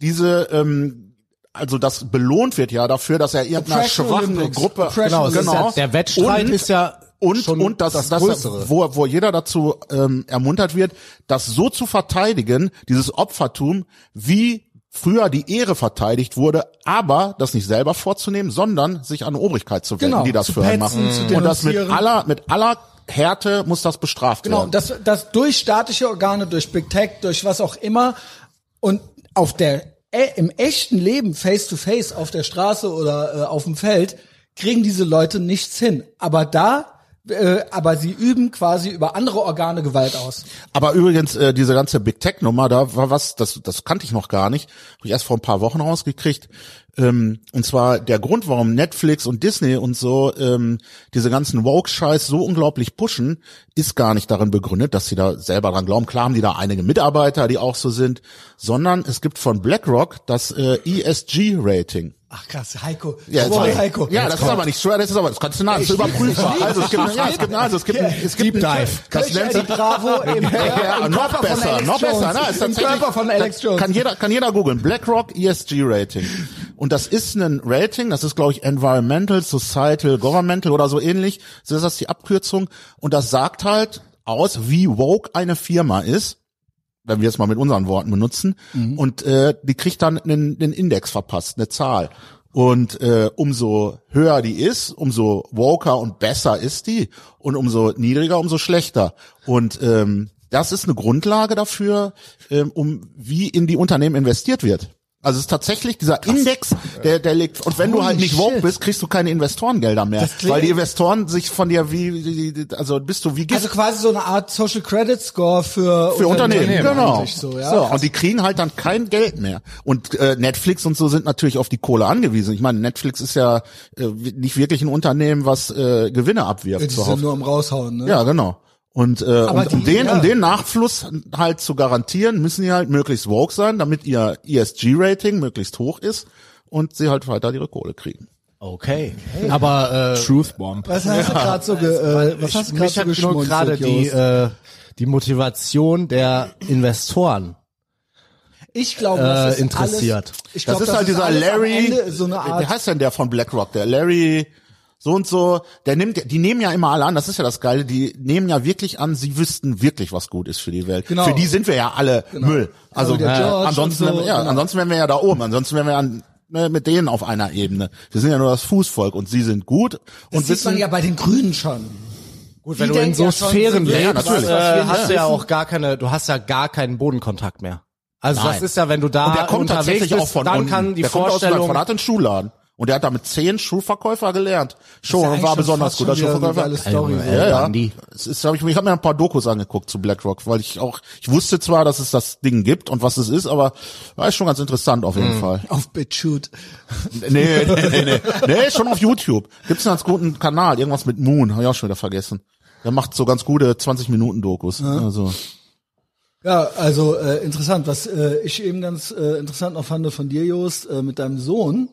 diese, ähm, also das belohnt wird ja dafür, dass er irgendeiner Oppression schwachen Olympics. Gruppe, Oppression Genau, es ist genau. ja, der Wettstreit und, ist ja und, schon und das, das, das, Größere. wo, wo jeder dazu ähm, ermuntert wird, das so zu verteidigen, dieses Opfertum, wie früher die Ehre verteidigt wurde, aber das nicht selber vorzunehmen, sondern sich an Obrigkeit zu wenden, Genau, die das zu für einen petzen, machen. zu und das mit denunzieren. aller, mit aller Härte muss das bestraft Genau, werden. und das, das durch staatliche Organe, durch Big Tech, durch was auch immer und auf der äh, im echten Leben face to face auf der Straße oder äh, auf dem Feld kriegen diese Leute nichts hin. Aber da, äh, aber sie üben quasi über andere Organe Gewalt aus. Aber übrigens, äh, diese ganze Big Tech-Nummer, da war was, das, das kannte ich noch gar nicht. Habe ich erst vor ein paar Wochen rausgekriegt. Ähm, und zwar der Grund, warum Netflix und Disney und so ähm, diese ganzen Woke-Scheiß so unglaublich pushen, ist gar nicht darin begründet, dass sie da selber dran glauben. Klar haben die da einige Mitarbeiter, die auch so sind, sondern es gibt von BlackRock das äh, ESG-Rating. Ach krass, Heiko. Ja, Sorry, sorry. Heiko. ja das ist aber nicht schwer, das ist aber, das kannst du nach, das ist überprüfbar. Also es gibt, ja, es gibt, also es gibt, es gibt, Deep Dive. das Kölsch, nennt Eddie sich Bravo im, ja, im noch Körper von besser, Alex noch Jones. besser. Na, ist Im tatsächlich- Körper von Alex kann- Jones. Kann jeder, kann jeder googeln. BlackRock ESG Rating. Und das ist ein Rating, das ist, glaube ich, Environmental, Societal, Governmental oder so ähnlich. So ist das die Abkürzung. Und das sagt halt aus, wie woke eine Firma ist wenn wir es mal mit unseren Worten benutzen. Mhm. Und äh, die kriegt dann einen, einen Index verpasst, eine Zahl. Und äh, umso höher die ist, umso woker und besser ist die. Und umso niedriger, umso schlechter. Und ähm, das ist eine Grundlage dafür, ähm, um wie in die Unternehmen investiert wird. Also es ist tatsächlich dieser Index, der, der liegt. Und wenn du Holy halt nicht woke shit. bist, kriegst du keine Investorengelder mehr. Das klingt- Weil die Investoren sich von dir wie, die- die- also bist du wie Gift Also quasi so eine Art Social Credit Score für, für Unternehmen, genau. eigentlich So, ja. so, und die kriegen halt dann kein Geld mehr. Und äh, Netflix und so sind natürlich auf die Kohle angewiesen. Ich meine, Netflix ist ja äh, wi- nicht wirklich ein Unternehmen, was äh, Gewinne abwirft. Die sind zuhauf. nur am raushauen, ne? Ja, genau. Und äh, um, die- um, den, ja. um den Nachfluss halt zu garantieren, müssen die halt möglichst woke sein, damit ihr E ESG-Rating möglichst hoch ist und sie halt weiter ihre Kohle kriegen. Okay. Aber äh, Truth Bomb. Was hast du gerade so, ge äh, was hast du grad mich so hat nur geschmunzelt, gerade die, Jost? äh, die Motivation der Investoren. ich glaube, das äh, ist interessiert. Alles, ich Das glaub, ist halt dieser alles am Larry, Ende so eine wie Art. heißt denn der von BlackRock? Der Larry so und so, der nimmt, die nehmen ja immer alle an, das ist ja das Geile, die nehmen ja wirklich an, sie wüssten wirklich, was gut ist für die Welt. Genau. Für die sind wir ja alle Müll. Also der äh, George ansonsten, und so, ja, genau. ansonsten wären wir ja da oben, ansonsten wären wir an, ne, mit denen auf einer Ebene. Wir sind ja nur das Fußvolk und sie sind gut und Das sieht man wissen, ja bei den Grünen schon. Gut, Die denken ja schon, sie Ja, lebst, natürlich. Was äh, wir hast du nicht ja wissen. auch gar keine, du hast ja gar keinen Bodenkontakt mehr. Also das Nein. ist ja, wenn du da und Ah, der kommt unterwegs tatsächlich bist, auch von dann unten. kann die der kommt aus dem Vorstellung, Land, hat einen Schuhladen. Und der hat damit zehn Schuhverkäufer gelernt. Schon, ja und eigentlich war schon besonders fast guter schon wieder eine Schuhverkäufer. geile Story, ja, so. ja. Gandhi. Es ist, hab ich ich habe mir ein paar Dokus angeguckt zu BlackRock, weil ich auch, ich wusste zwar, dass es das Ding gibt und was es ist, aber war ist schon ganz interessant auf Mhm. jeden Fall. Auf BitChute. Nee, nee, nee, nee. Nee, schon auf YouTube. Gibt's einen ganz guten Kanal, irgendwas mit Moon, habe ich auch schon wieder vergessen. Der macht so ganz gute 20 Minuten Dokus. Also, Ja, also äh, interessant. Was äh, ich eben ganz äh, interessant noch fand von dir, Jost, äh, mit deinem Sohn.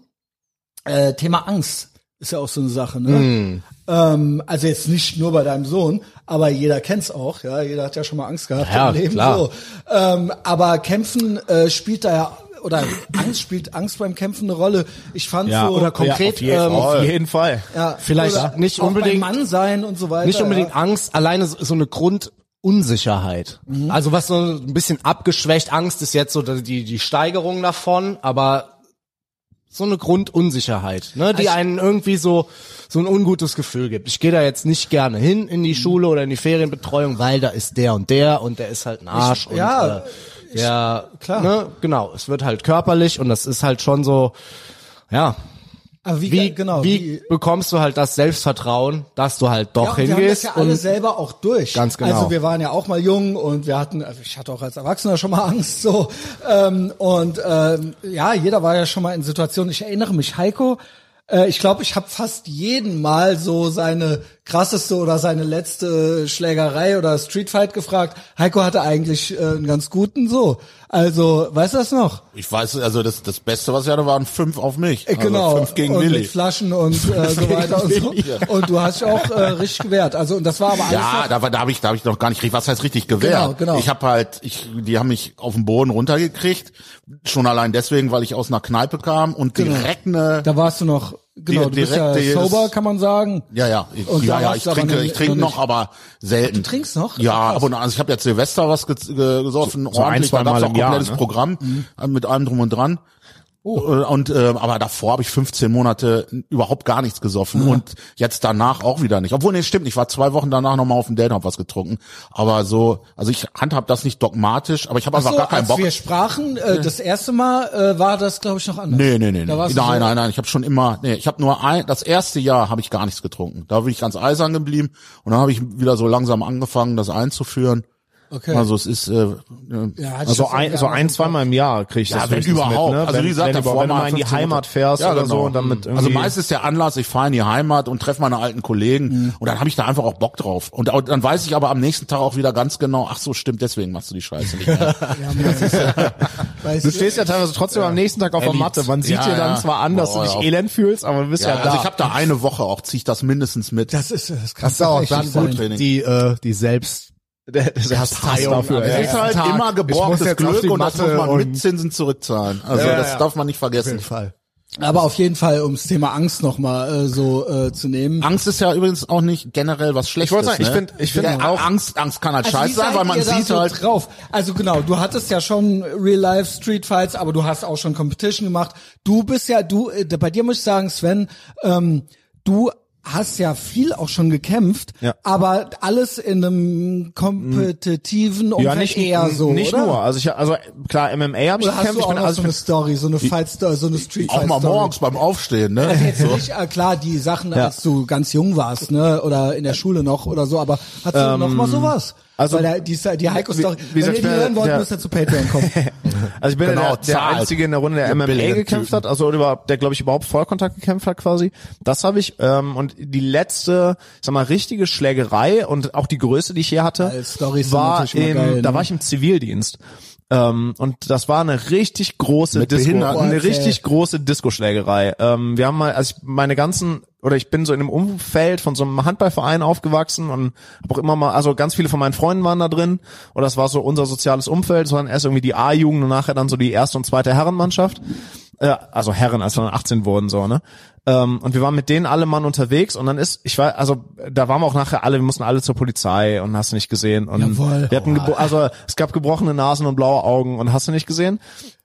Äh, Thema Angst ist ja auch so eine Sache, ne? Mhm. Ähm, also jetzt nicht nur bei deinem Sohn, aber jeder kennt's auch, ja. Jeder hat ja schon mal Angst gehabt Ja, im Leben. klar. So. Ähm, aber Kämpfen äh, spielt da ja oder Angst spielt Angst beim Kämpfen eine Rolle. Ich fand so oder konkret, ja, auf, je, ähm, auf jeden Fall. ja, vielleicht oder nicht auch unbedingt- beim Mann sein und so weiter. nicht unbedingt ja. Angst, alleine so, so eine Grundunsicherheit. Mhm. Also was so ein bisschen abgeschwächt, Angst ist jetzt so die, die Steigerung davon, aber so eine Grundunsicherheit, ne, Also die einen irgendwie so so ein ungutes Gefühl gibt. Ich gehe da jetzt nicht gerne hin in Mhm. die Schule oder in die Ferienbetreuung, weil da ist der und der und der ist halt ein Arsch und ja, äh, ja, klar. Ne, genau, es wird halt körperlich und das ist halt schon so ja, Aber wie, wie genau wie, bekommst du halt das Selbstvertrauen, dass du halt doch Ja, und wir haben das hingehst ja alle und selber auch durch. Ganz genau. Also wir waren ja auch mal jung und wir hatten, also ich hatte auch als Erwachsener schon mal Angst so. Ähm, und ähm, ja, jeder war ja schon mal in Situationen. Ich erinnere mich, Heiko Äh, ich glaube, ich habe fast jeden Mal so seine krasseste oder seine letzte Schlägerei oder Streetfight gefragt. Heiko hatte eigentlich äh, einen ganz guten so. Also, weißt du das noch? Ich weiß, also das, das Beste, was ich hatte, waren fünf auf mich. Äh, Also genau. Fünf gegen und Willi. mit Flaschen und äh, so weiter und so. Willi, ja. Und du hast dich auch äh, richtig gewehrt. Also, und das war aber alles Ja, da, war- da habe ich, da hab ich noch gar nicht richtig, was heißt richtig gewehrt. Genau, genau. Ich habe halt, ich, die haben mich auf den Boden runtergekriegt. Schon allein deswegen, weil ich aus einer Kneipe kam und direkt eine, Genau. Da warst du noch, genau, Di- du bist ja direkt jedes- sober, kann man sagen. ja, ja, ich, Und ja, da ja, warst ich du aber trinke, noch ich nicht- trinke noch noch, aber selten. du trinkst noch? Ja, Ach, krass. aber also ich habe jetzt Silvester was ge- ge- gesoffen, so ein, ordentlich, da zwei gab's Mal auch im Jahr, komplettes ne? Programm Mhm. äh, mit allem drum und dran. Oh. Äh, Und äh, aber davor habe ich 15 Monate überhaupt gar nichts gesoffen und jetzt danach auch wieder nicht. Obwohl, nee, stimmt, ich war zwei Wochen danach nochmal auf dem Date und hab was getrunken. Aber so, also ich handhab das nicht dogmatisch, aber ich habe einfach so, gar keinen als Bock. wir sprachen, äh, das erste Mal äh, war das, glaube ich, noch anders. Nee, nee, nee. nee. Da Nein, warst du so- nein, nein, ich habe schon immer, nee, ich habe nur ein das erste Jahr habe ich gar nichts getrunken. Da bin ich ganz eisern geblieben und dann habe ich wieder so langsam angefangen, das einzuführen. Okay. Also es ist äh, äh, Ja, halt hatte ich Also das irgendwie ein, so ein, anders im zweimal im Jahr kriegst du Ja, das wenn höchstens überhaupt. Mit, ne? Also wenn, wie gesagt, wenn, davor überhaupt, wenn du mal mal in die 15 Heimat Minuten. fährst Ja, oder genau. so und dann mit irgendwie Also meist ist der Anlass, ich fahre in die Heimat und treffe meine alten Kollegen Mhm. und dann habe ich da einfach auch Bock drauf. Und au- dann weiß ich aber am nächsten Tag auch wieder ganz genau, ach so, stimmt, deswegen machst du die Scheiße nicht mehr. Ja, man, das ist ja- weißt Du stehst ja teilweise trotzdem am nächsten Tag auf der Ey, die- Matte. Man sieht ja, dir dann ja. zwar an, dass Boah, du ja. dich elend fühlst, aber du bist ja, ja, da. also ich habe da eine Woche auch, ziehe ich das mindestens mit. das ist das kann Das ist auch echt dann nicht sein. gut, Training. die, äh, die selbst der, der hast Hass dafür. am Es Ja. ist nächsten halt Tag, immer ich muss geborgtes jetzt auf Glück die und das muss Matte man und- mit Zinsen zurückzahlen. Also Ja, das ja. darf man nicht vergessen. Fall. Aber auf jeden Fall, ums Thema Angst nochmal äh, so äh, zu nehmen. Angst ist ja übrigens auch nicht generell was Schlechtes. wollte sagen, ich ne? find- ich find ja, auch- Angst, Angst kann halt Also wie scheiße sein, seid weil man Also ihr da sieht so halt, drauf. Also genau, du hattest ja schon Real-Life Street Fights, aber du hast auch schon Competition gemacht. Du bist ja, du, äh, bei dir muss ich sagen, Sven, ähm, du hast ja viel auch schon gekämpft, Ja. aber alles in einem kompetitiven Umfeld Ja, nicht, eher so, nicht oder? nur. Also ich, also klar, MMA habe ich Oder hast gekämpft. du Ich auch bin noch so also eine Story, so eine Fight Story, so eine Street auch Fight mal Story? morgens beim Aufstehen, ne? Also jetzt nicht, äh, klar, die Sachen, als du ganz jung warst, ne, oder in der Schule noch oder so, aber hast du noch mal sowas? also- Weil da, die, die Heiko-Story, Wie- wie wenn gesagt, ihr die ich bin hören wollt, der- müsst ihr zu Patreon kommen. Also ich bin Genau, der, der zahlt. Einzige in der Runde, der Ihr MMA billigen gekämpft Typen. hat, also oder der, glaube ich, überhaupt Vollkontakt gekämpft hat quasi. Das habe ich. Ähm, und die letzte, ich sag mal, richtige Schlägerei und auch die Größe, die ich hier hatte, Geil, Storys sind war natürlich immer im, geil, da ne? war ich im Zivildienst. Ähm, und das war eine richtig große Mit Disco, Behinderten. eine Okay. richtig große Disco-Schlägerei. Ähm, wir haben mal, also ich meine ganzen, oder ich bin so in einem Umfeld von so einem Handballverein aufgewachsen und habe auch immer mal, also ganz viele von meinen Freunden waren da drin und das war so unser soziales Umfeld. Es waren erst irgendwie die A-Jugend und nachher dann so die erste und zweite Herrenmannschaft. Äh, also Herren, als wir dann 18 wurden, so, ne? Ähm, und wir waren mit denen alle Mann unterwegs und dann ist, ich war, also da waren wir auch nachher alle, wir mussten alle zur Polizei und hast du nicht gesehen. Und Jawohl. Ähm, Oh. wir hatten gebo- also es gab gebrochene Nasen und blaue Augen und hast du nicht gesehen.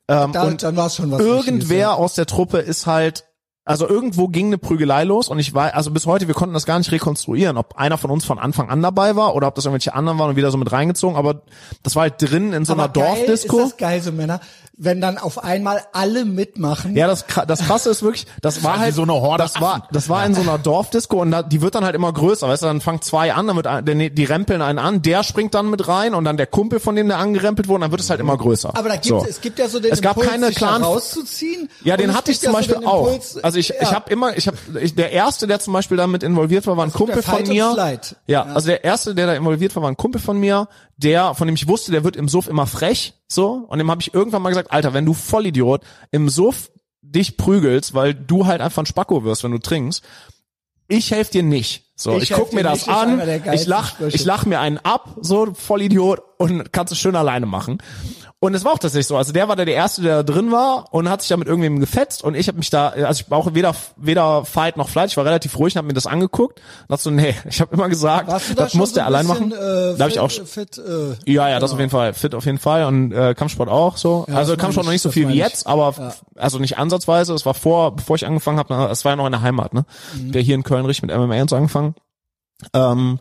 Da, dann war es schon was. Richtiges, Irgendwer ja. aus der Truppe ist halt, also irgendwo ging eine Prügelei los und ich war, also bis heute, wir konnten das gar nicht rekonstruieren, ob einer von uns von Anfang an dabei war oder ob das irgendwelche anderen waren und wieder so mit reingezogen, aber das war halt drin in so einer Aber geil, Dorfdisco. Ist das geil, so Männer, wenn dann auf einmal alle mitmachen. Ja, das, kra- das krasse ist wirklich, das war also halt so eine Horde Das war, Affen. das war in so einer Dorfdisco und da, die wird dann halt immer größer, weißt du, dann fangen zwei an, dann wird ein, der, die rempeln einen an, der springt dann mit rein und dann der Kumpel von dem, der angerempelt wurde, und dann wird es halt immer größer. Aber da gibt so. es gibt ja so den Es gab Impuls, keine sich da klaren- rauszuziehen. Ja, Und den es hatte ich gibt zum ja so Beispiel den auch. Impuls, Also ich, ich ja. habe immer, ich habe, ich, der erste, der zum Beispiel damit involviert war, war ein Kumpel gibt ja von Also Fight mir. und Flight. Ja, also der erste, der da involviert war, war ein Kumpel von mir, der, von dem ich wusste, der wird im Suff immer frech, so. Und dem habe ich irgendwann mal gesagt, Alter, wenn du Vollidiot im Suff dich prügelst, weil du halt einfach ein Spacko wirst, wenn du trinkst, ich helfe dir nicht. So, Ich ich, helf guck dir mir nicht, das ist an, einer der geilsten ich lach, Sprüche. ich lach mir einen ab, so Vollidiot, und kannst es schön alleine machen. Und es war auch tatsächlich so. Also der war der, der Erste, der da drin war und hat sich da mit irgendwem gefetzt und ich habe mich da, also ich war auch weder, weder Fight noch Flight, ich war relativ ruhig und habe mir das angeguckt und dachte so, nee, ich habe immer gesagt, Warst du da das schon muss so der ein allein bisschen, machen. Äh, da hab ich fit- auch fit, äh, ja, ja, das auf jeden Fall. Fit auf jeden Fall und äh, Kampfsport auch so. das also meine Kampfsport ich, noch nicht so das viel wie meine ich. jetzt, aber f- also nicht ansatzweise. Es war vor, bevor ich angefangen habe, es war ja noch in Mhm. der Heimat, ne? Der hier in Köln richtig mit MMA und so angefangen. Ähm,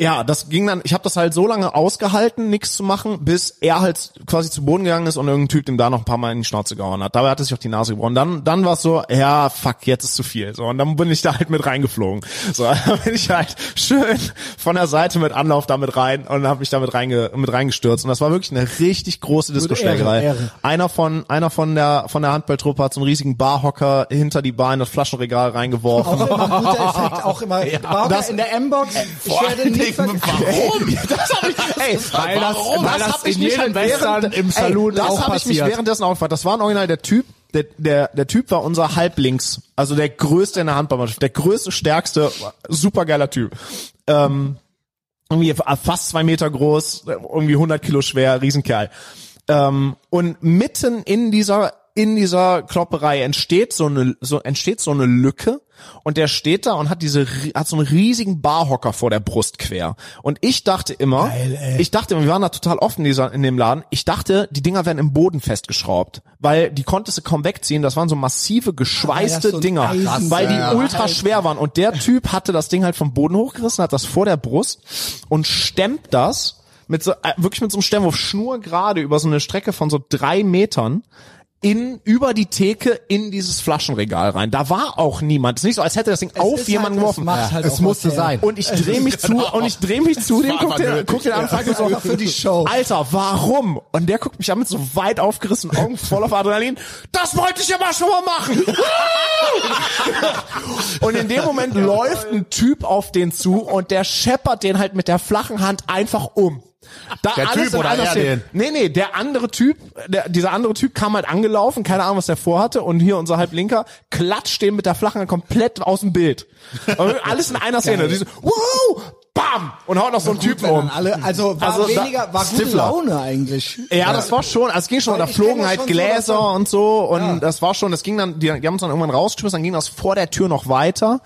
Ja, das ging dann, ich habe das halt so lange ausgehalten, nichts zu machen, bis er halt quasi zu Boden gegangen ist und irgendein Typ dem da noch ein paar Mal in die Schnauze gehauen hat. Dabei hat er sich auf die Nase gebrochen. Dann, dann war es so, ja, fuck, jetzt ist zu viel. So, und dann bin ich da halt mit reingeflogen. So, dann bin ich halt schön von der Seite mit Anlauf damit rein und habe mich damit reinge, mit reingestürzt. Und das war wirklich eine richtig große Disco-Schlägerei. Ehre. Einer von, einer von der, von der Handballtruppe hat so einen riesigen Barhocker hinter die Bar in das Flaschenregal reingeworfen. Auch immer guter Effekt, auch immer. Barker das- in der M-Box. Ich werde nie vergessen. Warum? Das hab ich, Ey, Weil das, Warum? weil das das, hab ich in mich halt jedem während- Western im Saloon Ey, das auch hab ich mich passiert. währenddessen auch gefragt. Das war ein original der Typ, der, der, der Typ war unser Halblinks, also der größte in der Handballmannschaft, der größte, stärkste, supergeiler Typ. Ähm, irgendwie fast zwei Meter groß, irgendwie 100 Kilo schwer, Riesenkerl. Ähm, und mitten in dieser in dieser Klopperei entsteht so eine so entsteht so eine Lücke und der steht da und hat diese ri- hat so einen riesigen Barhocker vor der Brust quer und ich dachte immer ich dachte immer, wir waren da total offen in dieser in dem Laden ich dachte die Dinger werden im Boden festgeschraubt weil die konntest du kaum wegziehen das waren so massive geschweißte Ah, so ein Dinger Eisen- weil die Ja. ultra schwer waren und der Typ hatte das Ding halt vom Boden hochgerissen hat das vor der Brust und stemmt das mit so äh, wirklich mit so einem Stemmwurf schnurgerade über so eine Strecke von so drei Metern in über die Theke in dieses Flaschenregal rein. Da war auch niemand. Es ist nicht so, als hätte das Ding auf ist jemanden halt- es geworfen. macht halt Es auch musste was her. sein. Und ich drehe mich zu und ich drehe mich zu dem Genau. war guck aber den, nötig. guck den an und frag mich so Einfach für die Show. Alter, warum? Und der guckt mich an mit so weit aufgerissenen Augen voll auf Adrenalin. Das wollte ich aber schon mal machen. und in dem Moment läuft ein Typ auf den zu und der scheppert den halt mit der flachen Hand einfach um. Da Der alles Typ in oder einer er Szene- den? Nee, nee, der andere Typ, der, dieser andere Typ kam halt angelaufen, keine Ahnung, was der vorhatte, und hier unser Halblinker klatscht den mit der flachen Hand komplett aus dem Bild. Und alles in einer Szene. Diese, wow, bam! Und haut noch so einen Typen Wenn dann um. alle, also war Also da- weniger, war gute Stifler. Laune eigentlich. Ja, das war schon, also es ging schon, Weil da ich flogen kenne halt schon so, dass Gläser man- und so und das war schon, das ging dann, die, die haben uns dann irgendwann rausgeschmissen, dann ging das vor der Tür noch weiter.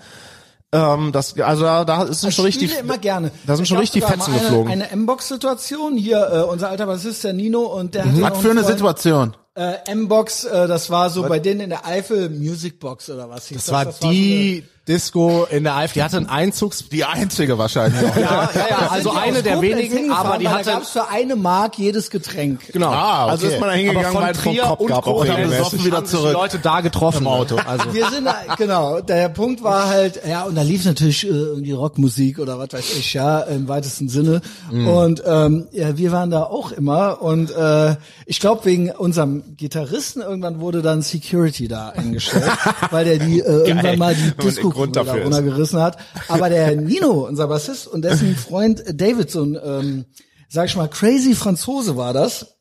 Ähm, das, also da, da ist schon richtig, Spiele immer gerne. da sind schon Ich richtig glaub, sogar Fetzen mal geflogen. Eine, eine M-Box-Situation hier, äh, unser alter Bassist, der Nino, und der hatte Was noch für einen eine Freund, Situation? Äh, M-Box, äh, das war so bei denen in der Eifel Music Box oder was. hieß Das war die Disco in der AfD. Die hatte einen Einzugs... Die einzige wahrscheinlich. Ja, ja, Da ja, sind also die aus eine der Koblenz wenigen, hingefahren, aber die weil hatte... Da gab's für eine Mark jedes Getränk. Genau. Ah, okay. Also ist man da hingegangen, Aber weil von es vom Trier Kopf und gab auch Co. haben regelmäßig. sich wieder zurück. Leute da getroffen. Im Auto. Also. Wir sind, da- genau, der Punkt war halt, ja, und da lief natürlich äh, irgendwie Rockmusik oder was weiß ich, ja, im weitesten Sinne. Mhm. Und ähm, ja, wir waren da auch immer und äh, ich glaube, wegen unserem Gitarristen irgendwann wurde dann Security da eingestellt, weil der die äh, Geil. irgendwann mal Wenn die man den disco Grund da dafür ist. runtergerissen hat. Aber der Nino, unser Bassist und dessen Freund äh, David, so ein, ähm, sag ich mal, crazy Franzose war das,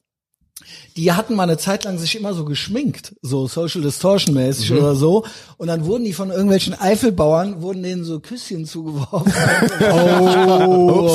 die hatten mal eine Zeit lang sich immer so geschminkt, so Social Distortion mäßig Mhm. oder so. Und dann wurden die von irgendwelchen Eifelbauern, wurden denen so Küsschen zugeworfen. oh,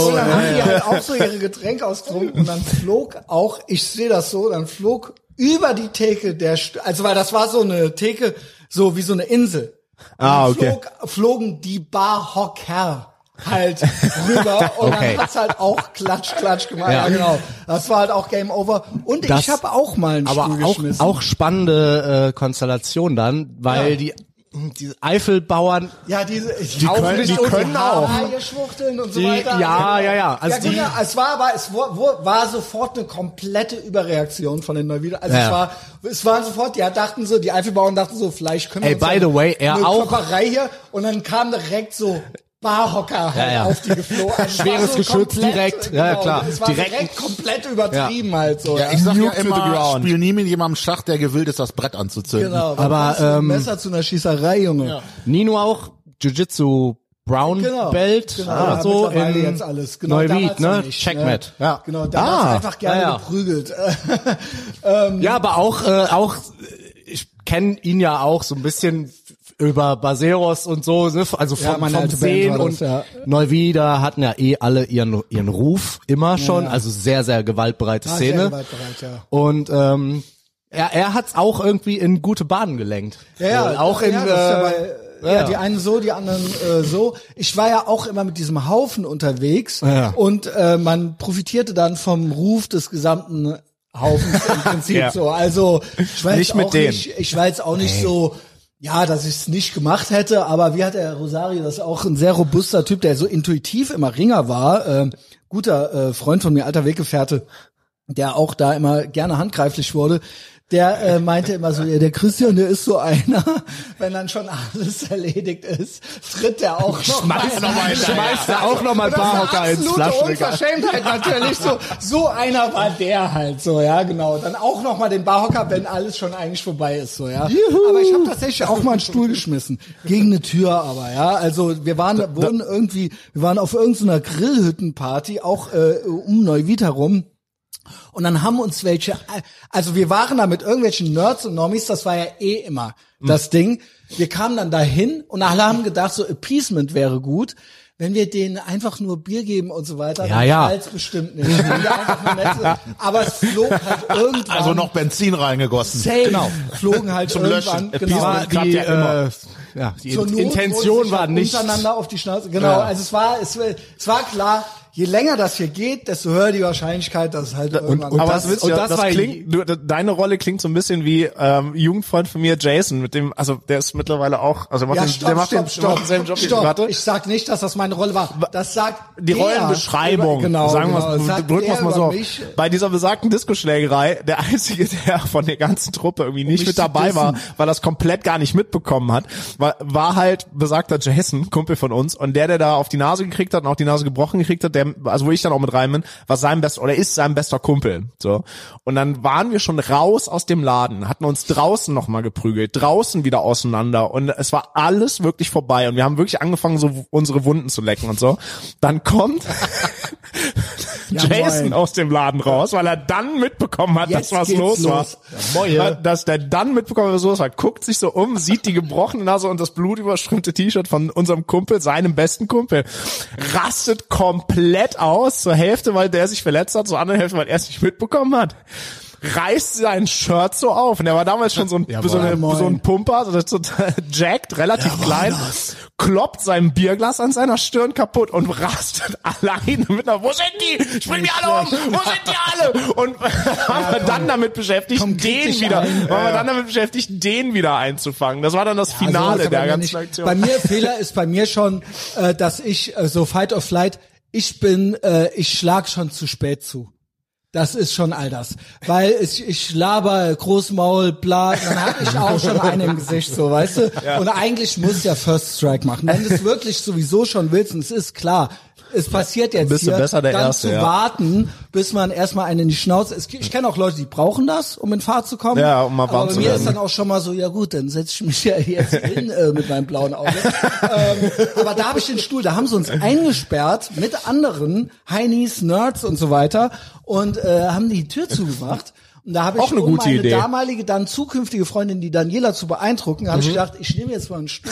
und dann haben die halt auch so ihre Getränke ausgetrunken und dann flog auch, ich sehe das so, dann flog über die Theke der, St also weil das war so eine Theke, so wie so eine Insel. Und Ah, dann okay. Flog, flogen die Barhocker halt rüber und Okay. dann hat's halt auch klatsch, klatsch gemacht. Ja. Ja. genau. Das war halt auch Game Over. Und Das- ich habe auch mal einen aber Stuhl auch, geschmissen. auch spannende äh, Konstellation dann, weil die, die Eifelbauern ja, diese, Die können- die können auch. Schwuchteln und Die- so weiter. ja, ja, ja. Also Also ja, die- genau, es war aber, es war, wo- war sofort eine komplette Überreaktion von den Neuwieder. Also Ja. es war, es waren sofort, ja, dachten so, die Eifelbauern dachten so, vielleicht können wir Ey, uns by ja the way, er eine auch. Klopperei hier und dann kam direkt so Barhocker halt ja. auf die geflogen. Also es war Schweres so Geschütz komplett- genau, direkt. Ja, ja, klar. Es war Direkt- direkt, komplett übertrieben halt so. Ja, ich sag ja Nuke to the immer, ground. spiel nie mit jemandem Schach, der gewillt ist, das Brett anzuzünden. Genau, Aber, aber ähm, ähm, Messer zu einer Schießerei, Junge. Nino auch Jiu-Jitsu Brown Genau. Belt genau. oder ja, so mittlerweile in jetzt alles. Genau, Neuwied, damals noch ne? nicht, Checkmate. Ne? Ja. Genau, da ah, Ah, einfach gerne ja, ja. geprügelt. Ja, aber auch äh, auch äh, ich kenne ihn ja auch so ein bisschen f- über Baseros und so, ne? also Ja, vom, meine vom alte Band Sehen war das, und ja. Neuwieder hatten ja eh alle ihren ihren Ruf immer schon, also sehr sehr gewaltbereite War Szene Ah, Sehr gewaltbereit, ja. und ähm, er er hat's auch irgendwie in gute Bahnen gelenkt. Ja, Äh, ja, auch in ja, äh, das ist ja bei- ja, ja. die einen so, die anderen äh, so. Ich war ja auch immer mit diesem Haufen unterwegs Ja. und äh, man profitierte dann vom Ruf des gesamten Haufens im Prinzip Ja. so. Also ich war Nicht jetzt mit auch denen. nicht, ich war jetzt auch nicht so. Ja, dass ich es nicht gemacht hätte, aber wie hat der Rosario, das ist auch ein sehr robuster Typ, der so intuitiv immer Ringer war, ähm, guter äh, Freund von mir, alter Weggefährte, der auch da immer gerne handgreiflich wurde, der äh, meinte immer so, ja, der Christian, der ist so einer, wenn dann schon alles erledigt ist, tritt der auch noch mal Schmeißt noch mal hinterher. Schmeißt er auch noch mal ein paar Hocker Ah, ins Flaschen, Digga. Unverschämtheit natürlich so. So einer war der halt so, ja, genau. Dann auch nochmal den Barhocker, wenn alles schon eigentlich vorbei ist, so, ja. Aber ich habe tatsächlich auch mal einen Stuhl geschmissen. Gegen eine Tür aber, ja. Also wir waren, wurden irgendwie, wir waren auf irgendeiner Grillhüttenparty, auch äh, um Neuwied herum. Und dann haben uns welche, also wir waren da mit irgendwelchen Nerds und Normies, das war ja eh immer Hm. das Ding. Wir kamen dann dahin und alle haben gedacht, so Appeasement wäre gut, wenn wir denen einfach nur Bier geben und so weiter. Ja, dann halt ja. knallt's bestimmt nicht. Wenn wir einfach nur nett sind. Aber es flog halt irgendwann. Also noch Benzin reingegossen. safe, genau. flogen halt Zum irgendwann. Löschen. Äh, Genau. war die, ja immer. äh, ja, die Zur Not wurde Intention sich war halt nicht. untereinander auf die Schnauze. Genau, also es war es, war- es war klar, je länger das hier geht, desto höher die Wahrscheinlichkeit, dass es halt irgendwann aber das- das, willst du und ja, das das, war- klingt, du, deine Rolle klingt so ein bisschen wie ähm, Jugendfreund von mir, Jason, mit dem, also der ist mittlerweile auch, also macht Ja, den, stopp, der macht stopp, den, stopp, der macht denselben Job, stopp. wie Warte. Ich sag nicht, dass das meine Rolle war. Das sagt die der Rollenbeschreibung, Über, genau, sagen wir genau. mal, Sagt drücken wir der es mal so über auf. mich, Bei dieser besagten Diskoschlägerei, der einzige, der von der ganzen Truppe irgendwie nicht mich mit zu dabei war, dissen. weil das komplett gar nicht mitbekommen hat, war, war halt besagter Jason, Kumpel von uns, und der, der da auf die Nase gekriegt hat und auch die Nase gebrochen gekriegt hat, der, also wo ich dann auch mit rein bin, war sein bester, oder ist sein bester Kumpel, so. Und dann waren wir schon raus aus dem Laden, hatten uns draußen nochmal geprügelt, draußen wieder auseinander, und es war alles wirklich vorbei, und wir haben wirklich angefangen, so unsere Wunden zu lecken und so. Dann kommt, Jason moin. aus dem Laden raus, weil er dann mitbekommen hat, Jetzt dass was geht's los, los. war. Weil- Dass der dann mitbekommen hat, was los war. Guckt sich so um, sieht die gebrochene Nase und das blutüberströmte T-Shirt von unserem Kumpel, seinem besten Kumpel. Rastet komplett aus, zur Hälfte, weil der sich verletzt hat, zur anderen Hälfte, weil er es nicht mitbekommen hat. Reißt sein Shirt so auf. Und er war damals schon so ein, so, eine, moin. so ein Pumper, also so total jacked, relativ klein, kloppt sein Bierglas an seiner Stirn kaputt und rastet alleine mit einer, wo sind die? Ich bring die alle um! Wo sind die alle? Und waren wir dann damit beschäftigt, komm, krieg den dich wieder, ein. waren wir dann damit beschäftigt, den wieder einzufangen. Das war dann das Also, das Finale kann der man ja ganzen nicht- Aktion. Bei mir Fehler ist bei mir schon, äh, dass ich äh, so Fight or Flight, ich bin, äh, ich schlag schon zu spät zu. Das ist schon all das. Weil ich, ich laber, Großmaul, bla, und dann hab ich auch schon einen im Gesicht, so, weißt du? Und eigentlich muss ja First Strike machen. Wenn du es wirklich sowieso schon willst, und es ist klar, es passiert jetzt Bist du hier, besser der dann Erste, zu ja. warten, bis man erstmal einen in die Schnauze, es, ich kenne auch Leute, die brauchen das, um in Fahrt zu kommen. Ja, um mal warm Aber bei zu mir werden. ist dann auch schon mal so, ja gut, dann setze ich mich ja jetzt hin äh, mit meinem blauen Auge. ähm, aber da habe ich den Stuhl, da haben sie uns eingesperrt mit anderen Heinis, Nerds und so weiter und äh, haben die Tür zugemacht. Und da habe ich, Auch eine um gute meine Idee. damalige, dann zukünftige Freundin, die Daniela, zu beeindrucken, habe ich Mhm. gedacht, ich nehme jetzt mal einen Stuhl.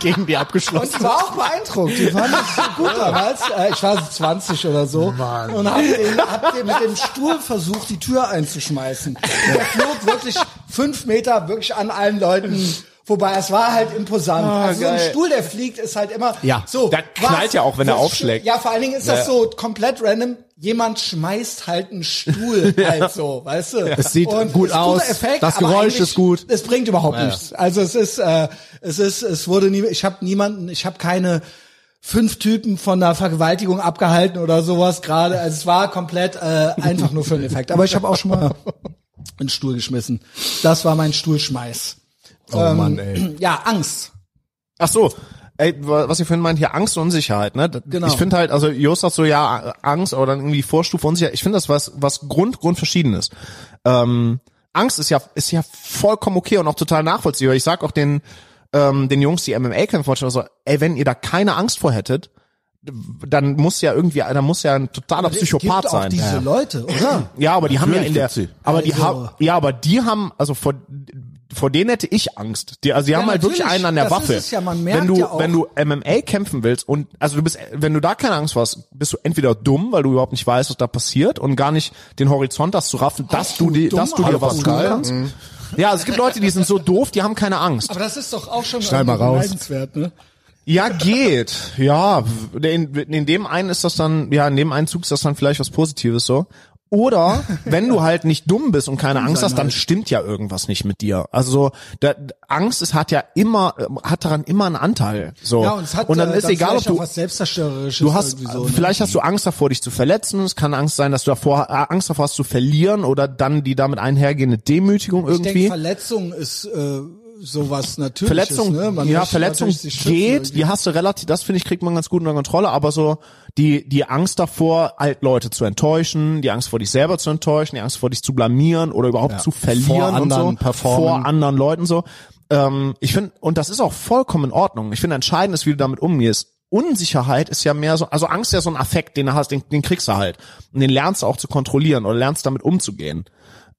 gegen die Und abgeschlossen. die war auch beeindruckt. Die fand das so gut damals. Äh, ich war so 20 oder so. Mann. Und hab den, hab den mit dem Stuhl versucht, die Tür einzuschmeißen. Und der flog wirklich fünf Meter wirklich an allen Leuten. Wobei es war halt imposant. also so ein Ah, geil. Stuhl, der fliegt, ist halt immer Ja, so. der knallt ja auch, wenn er das- aufschlägt. Ja, vor allen Dingen ist das so komplett random. Jemand schmeißt halt einen Stuhl halt so, weißt du? Es sieht Und gut ist guter aus, das aber Geräusch eigentlich- ist gut. es bringt überhaupt nichts. Also es ist, äh, es ist, es wurde nie, ich habe niemanden, ich habe keine fünf Typen von einer Vergewaltigung abgehalten oder sowas gerade. Also es war komplett äh, einfach nur für den Effekt. Aber ich habe auch schon mal einen Stuhl geschmissen. Das war mein Stuhlschmeiß. Ähm, Oh Mann, ey. Ja, Angst. Ach so. Ey, wa- was ihr vorhin meint, hier Angst und Unsicherheit, ne? D- Genau. Ich finde halt, also Jost sagt so, ja, A- Angst oder dann irgendwie Vorstufe Unsicherheit. Ich finde das was, was Grund, grundverschieden ist. Ähm, Angst ist ja, ist ja vollkommen okay und auch total nachvollziehbar. Ich sag auch den, ähm, den Jungs, die MMA kämpfen, wollen, so, ey, wenn ihr da keine Angst vor hättet, d- dann muss ja irgendwie, dann muss ja ein totaler Psychopath Gibt auch sein. diese Leute, oder? Ja, aber die haben ja in der, gibt's sie. aber die Also- haben, ja, aber die haben, also vor, vor denen hätte ich Angst. Die, also die haben halt wirklich natürlich. einen an der Das Waffe. ist es ja, man merkt wenn du, ja auch. wenn du MMA kämpfen willst und, also du bist, wenn du da keine Angst vor hast, bist du entweder dumm, weil du überhaupt nicht weißt, was da passiert und gar nicht den Horizont hast zu raffen, dass du, die, dass du dir Hallo, was tun Pascal. kannst. Ja, es gibt Leute, die sind so doof, die haben keine Angst. Aber das ist doch auch schon Schneid mal irgendwie raus. beneidenswert, ne? Ja, geht. Ja, in, in dem einen ist das dann, ja, in dem einen Zug ist das dann vielleicht was Positives so. Oder wenn du halt nicht dumm bist und keine Angst hast, dann stimmt ja irgendwas nicht mit dir. Also so, da, Angst ist, hat ja immer, äh, hat daran immer einen Anteil. So. Ja, und es hat dann äh, ist egal, ob vielleicht auch du was selbstzerstörerisches Du hast, irgendwie so, ne? vielleicht hast du Angst davor, dich zu verletzen. Es kann Angst sein, dass du davor äh, Angst davor hast zu verlieren oder dann die damit einhergehende Demütigung Ich denke, irgendwie. Verletzung ist äh, sowas natürlich. Verletzung, ne? Man ja, möchte Verletzung natürlich sich schützen geht, irgendwie. die hast du relativ, das finde ich, kriegt man ganz gut unter Kontrolle, aber so die, die Angst davor, alt Leute zu enttäuschen, die Angst vor dich selber zu enttäuschen, die Angst vor dich zu blamieren oder überhaupt zu verlieren Vor und so, anderen performen. vor anderen Leuten so. Ähm, ich finde, und das ist auch vollkommen in Ordnung. Ich finde, entscheidend ist, wie du damit umgehst. Unsicherheit ist ja mehr so, also Angst ist ja so ein Affekt, den du hast, den, den kriegst du halt. Und den lernst du auch zu kontrollieren oder lernst damit umzugehen.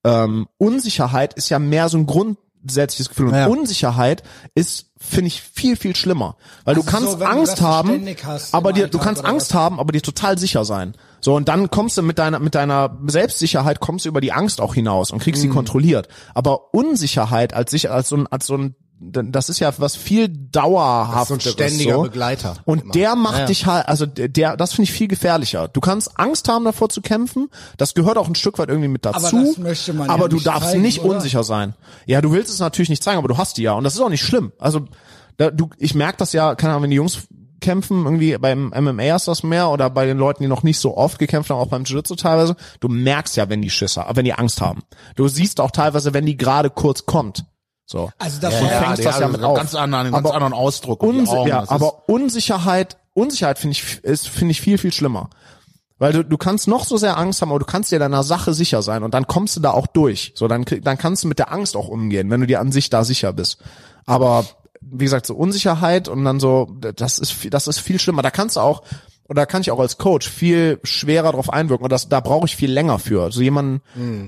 Ähm, Unsicherheit ist ja mehr so ein grundsätzliches Gefühl. Und Ja. Unsicherheit ist, finde ich, viel, viel schlimmer. Weil du Also kannst so, wenn du Angst das haben, ständig hast im aber dir, du Alltag kannst oder Angst haben, aber dir total sicher sein. So, und dann kommst du mit deiner, mit deiner Selbstsicherheit, kommst du über die Angst auch hinaus und Mhm. kriegst sie kontrolliert. Aber Unsicherheit als sich, als so ein, als so ein, das ist ja was viel dauerhafteres. Das ist so ein ständiger so. Begleiter. Und Immer. der macht Ja. dich halt, also der, der das finde ich viel gefährlicher. Du kannst Angst haben, davor zu kämpfen. Das gehört auch ein Stück weit irgendwie mit dazu Aber zu, das möchte man aber ja du nicht darfst zeigen, nicht oder? unsicher sein. Ja, du willst es natürlich nicht zeigen, aber du hast die ja und das ist auch nicht schlimm. Also da, du, ich merke das ja, keine Ahnung, wenn die Jungs kämpfen, irgendwie beim MMA ist das mehr oder bei den Leuten, die noch nicht so oft gekämpft haben, auch beim Jiu-Jitsu teilweise, du merkst ja, wenn die Schisse, wenn die Angst haben. Du siehst auch teilweise, wenn die gerade kurz kommt. So. Also das Du war- fängst die das hat ja einen mit auf. ganz anderen, einen ganz Aber anderen Ausdruck. und die Unsi Augen, ja, das ist- aber Unsicherheit, Unsicherheit finde ich, ist, finde ich viel, viel schlimmer. Weil du, du kannst noch so sehr Angst haben, aber du kannst dir deiner Sache sicher sein und dann kommst du da auch durch. So, dann, krieg- dann kannst du mit der Angst auch umgehen, wenn du dir an sich da sicher bist. Aber, wie gesagt, so Unsicherheit und dann so, d- das ist, viel- das ist viel schlimmer. Da kannst du auch, oder da kann ich auch als Coach viel schwerer drauf einwirken und das, da brauche ich viel länger für. So jemanden,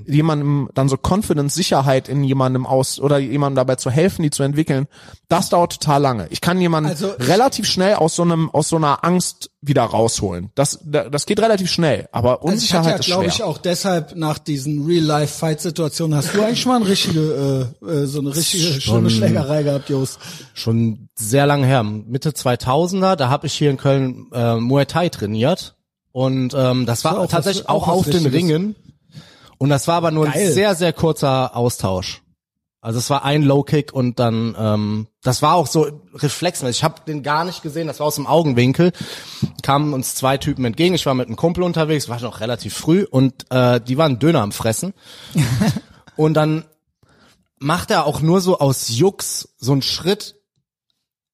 jemandem dann so Confidence, Sicherheit in jemandem aus, oder jemandem dabei zu helfen, die zu entwickeln, das dauert total lange. Ich kann jemanden Also- relativ schnell aus so einem aus so einer Angst wieder rausholen. Das da- das geht relativ schnell, aber Also ich hatte ja, Unsicherheit glaube ist ich, schwer. auch deshalb nach diesen Real-Life-Fight-Situationen hast du eigentlich schon mal eine richtige, äh, äh, so eine richtige schlimme Schlägerei gehabt, Jost. schon sehr lange her, Mitte 2000er, da habe ich hier in Köln äh, Muay Thai trainiert und ähm, das war auch was- tatsächlich auch was auch, auf den Richtiges. Ringen und das war aber nur Geil. ein sehr sehr kurzer Austausch. Also es war ein Low Kick und dann ähm, das war auch so reflexmäßig. Ich habe den gar nicht gesehen, das war aus dem Augenwinkel. Kamen uns zwei Typen entgegen. Ich war mit einem Kumpel unterwegs, war noch relativ früh und äh, die waren Döner am fressen. und dann macht er auch nur so aus Jux so einen Schritt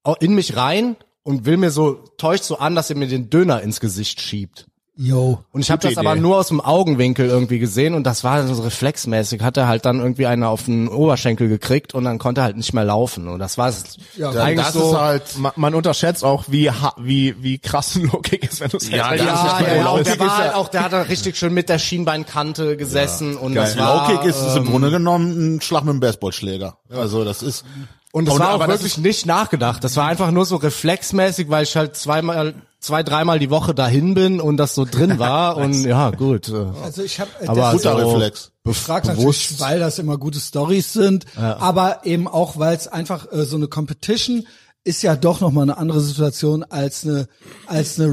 au- in mich rein und will mir so, täuscht so an, dass er mir den Döner ins Gesicht schiebt. Yo. Und ich habe Gute das aber Idee. nur aus dem Augenwinkel irgendwie gesehen und das war so reflexmäßig, hat er halt dann irgendwie einer auf den Oberschenkel gekriegt und dann konnte er halt nicht mehr laufen und das war es. Ja, dann, eigentlich das so- ist halt, Man, Also man unterschätzt auch, wie ha- wie wie krass ein Low-Kick ist, wenn du es Ja, ja, ja, und der Low-Kick ist war halt ja- auch, der hat dann richtig schön mit der Schienbeinkante gesessen und das Low war Kick ist, ist im Grunde genommen ein Schlag mit einem Baseballschläger. Also das ist Und das war auch aber wirklich nicht nachgedacht. Das war einfach nur so reflexmäßig, weil ich halt zweimal, zwei, dreimal die Woche dahin bin und das so drin war. und ja, gut. äh, Also ich habe äh, Aber deshalb- guter Also, Reflex. Frag natürlich, weil das immer gute Stories sind, aber eben auch, weil es einfach äh, so eine Competition ist ja doch nochmal eine andere Situation als eine als eine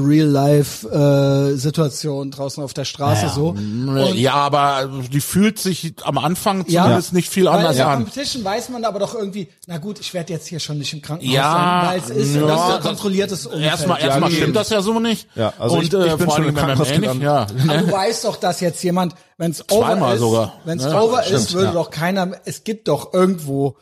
Real-Life-Situation draußen auf der Straße so. ja, aber die fühlt sich am Anfang Ja. zumindest nicht viel Weil anders in der an. Competition weiß man aber doch irgendwie, na gut, ich werde jetzt hier schon nicht im Krankenhaus sein, Ja, weil es ist ja, das ist ein das- kontrolliertes Umfeld. Erstmal, Ja, erstmal nee. stimmt das ja so nicht. Ja, also und ich- ich äh, bin vor schon Also allem im beim MMA nicht. Krankenhaus Ja. Aber du weißt doch, dass jetzt jemand, wenn es over Ne? Zweimal ist, sogar. wenn's Ja, over stimmt, ist, würde ja. doch keiner, es gibt doch irgendwo,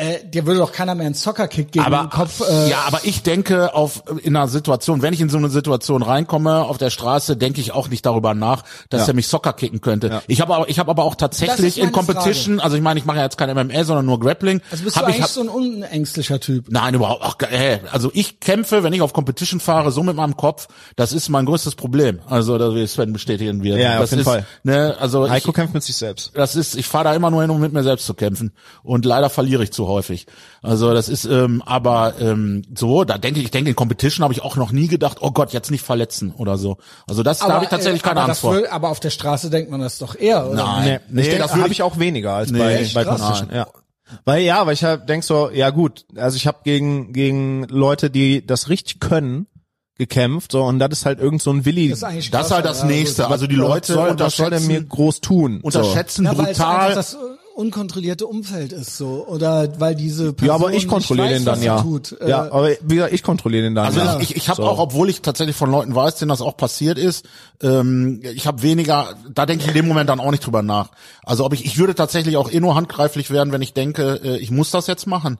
äh, dir würde doch keiner mehr einen Soccerkick gegen den Aber, Kopf. Äh, ja, aber ich denke auf, in einer Situation, wenn ich in so eine Situation reinkomme, auf der Straße, denke ich auch nicht darüber nach, dass er mich Soccer kicken könnte. Ich habe aber, ich habe aber auch Das ist tatsächlich meine in Competition, also ich meine, ich mache ja jetzt kein MMA, sondern nur Grappling. also bist du hab eigentlich ich, hab, so ein unängstlicher Typ. Nein, überhaupt. Ach, ey, also ich kämpfe, wenn ich auf Competition fahre, so mit meinem Kopf. Das ist mein größtes Problem. Also da will Sven bestätigen wir. Ja, das auf jeden ist, Fall. Ne, also ich, Heiko kämpft mit sich selbst. das ist, ich fahre da immer nur hin, um mit mir selbst zu kämpfen. Und leider verliere ich zu häufig. Also das ist, ähm, aber ähm, so, da denke ich, ich denke in Competition habe ich auch noch nie gedacht, oh Gott, jetzt nicht verletzen oder so. Also das, da habe ich tatsächlich äh, keine aber Angst das vor. will- aber auf der Straße denkt man das doch eher, oder? Nein, Nee, ich denke, das würd habe ich auch weniger als bei, Echt? bei Krass. Competition. Ja. Weil ja, weil ich halt denk so, ja gut, also ich habe gegen gegen Leute, die das richtig können, gekämpft, so, und das ist halt irgend so ein Willi. Das ist eigentlich Das ist halt das Nächste. Also die Leute soll, was soll der mir unterschätzen, groß tun? unterschätzen ja, weil es einfach brutal. das äh, unkontrollierte Umfeld ist so oder weil diese Person Ja, aber ich nicht kontrolliere Also weiß, den dann was sie ja. Tut. Äh, ja, aber wie gesagt, ich kontrolliere den dann. Also ja. ich, ich, ich habe auch, obwohl ich tatsächlich von Leuten weiß, denen das auch passiert ist, ähm, ich habe weniger, da denke ich in dem Moment dann auch nicht drüber nach. Also ob ich, ich würde tatsächlich auch eh nur handgreiflich werden, wenn ich denke, äh, ich muss das jetzt machen.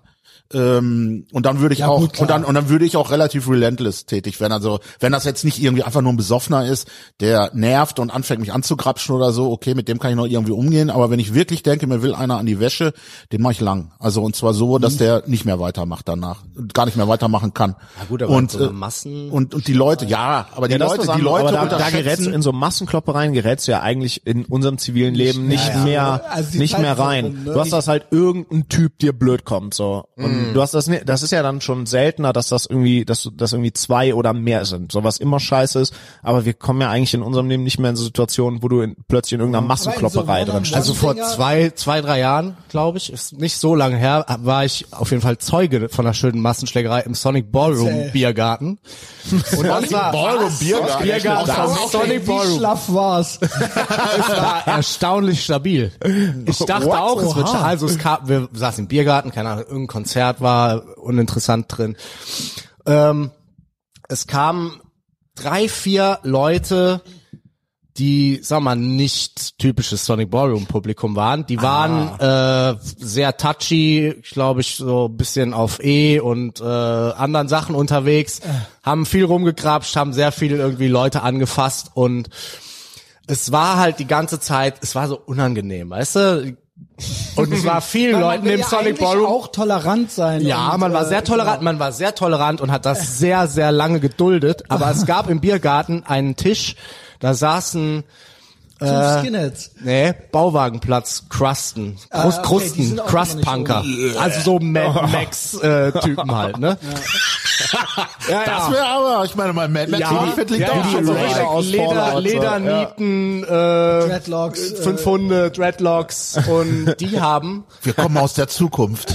Ähm, und dann würde ich auch gut, klar. und dann und dann würde ich auch relativ relentless tätig werden. Also wenn das jetzt nicht irgendwie einfach nur ein Besoffener ist, der nervt und anfängt mich anzugrapschen oder so, okay, mit dem kann ich noch irgendwie umgehen. Aber wenn ich wirklich denke, mir will einer an die Wäsche, den mache ich lang. Also und zwar so, dass der nicht mehr weitermacht danach, und gar nicht mehr weitermachen kann. Ja gut, aber und, in so einer äh, Massen- und und die Leute, ja, aber die Ja, das ist Leute, was die anderes, Leute aber da, da gerätst du unterschätzen. in so Massenkloppereien, gerätst du ja eigentlich in unserem zivilen Leben nicht ja. mehr, Also die nicht Zeit mehr ist rein. rum, ne? Du hast das halt irgendein Typ dir blöd kommt, so. Mhm. Und du hast das, ni- das ist ja dann schon seltener, dass das irgendwie, dass du- dass irgendwie zwei oder mehr sind, so was immer scheiße ist. Aber wir kommen ja eigentlich in unserem Leben nicht mehr in Situationen, wo du in, plötzlich in irgendeiner Massenklopperei Mhm. Aber in so One-on-One- drin stehst. Also vor Dinger- zwei, zwei, drei Jahren, glaube ich, ist nicht so lange her, war ich auf jeden Fall Zeuge von einer schönen Massenschlägerei im Sonic Ballroom Erzähl. Biergarten. Und das war Ballroom Biergarten. Biergarten Das vom ist Auch Sonic Wie Ballroom. schlaff war's. Es war erstaunlich stabil. Ich dachte What? auch, es wird Oha. also es kam, wir saßen im Biergarten, keine Ahnung, irgendein Konzert war uninteressant drin. Ähm, es kamen drei, vier Leute, die, sag mal, nicht typisches Sonic Ballroom Publikum waren. Die waren Ah. äh, sehr touchy, glaube ich, so ein bisschen auf E und äh, anderen Sachen unterwegs, Äh. haben viel rumgegrapscht, haben sehr viel irgendwie Leute angefasst und es war halt die ganze Zeit, es war so unangenehm, weißt du? Und es war vielen Man Leuten will im ja Sonic eigentlich Ballroom auch tolerant sein. ja, und, man war äh, sehr tolerant, man war sehr tolerant und hat das sehr, sehr lange geduldet. Aber es gab im Biergarten einen Tisch, da saßen, Äh, Fünf Skinheads. nee, Bauwagenplatz, Krusten, Krust, Ah, okay, die Krusten, sind auch immer nicht Crustpunker. Also so Mad Max äh, Typen halt, ne? Ja, Das wäre aber, ich meine, mein Mad Max Ja, ja, liegt ja, auch ja, schon so so richtig weit. aus Leder, Fallout, so, ja. Ledernieten, äh, Dreadlocks, äh, fünf Hunde, Dreadlocks und die haben Wir kommen aus der Zukunft.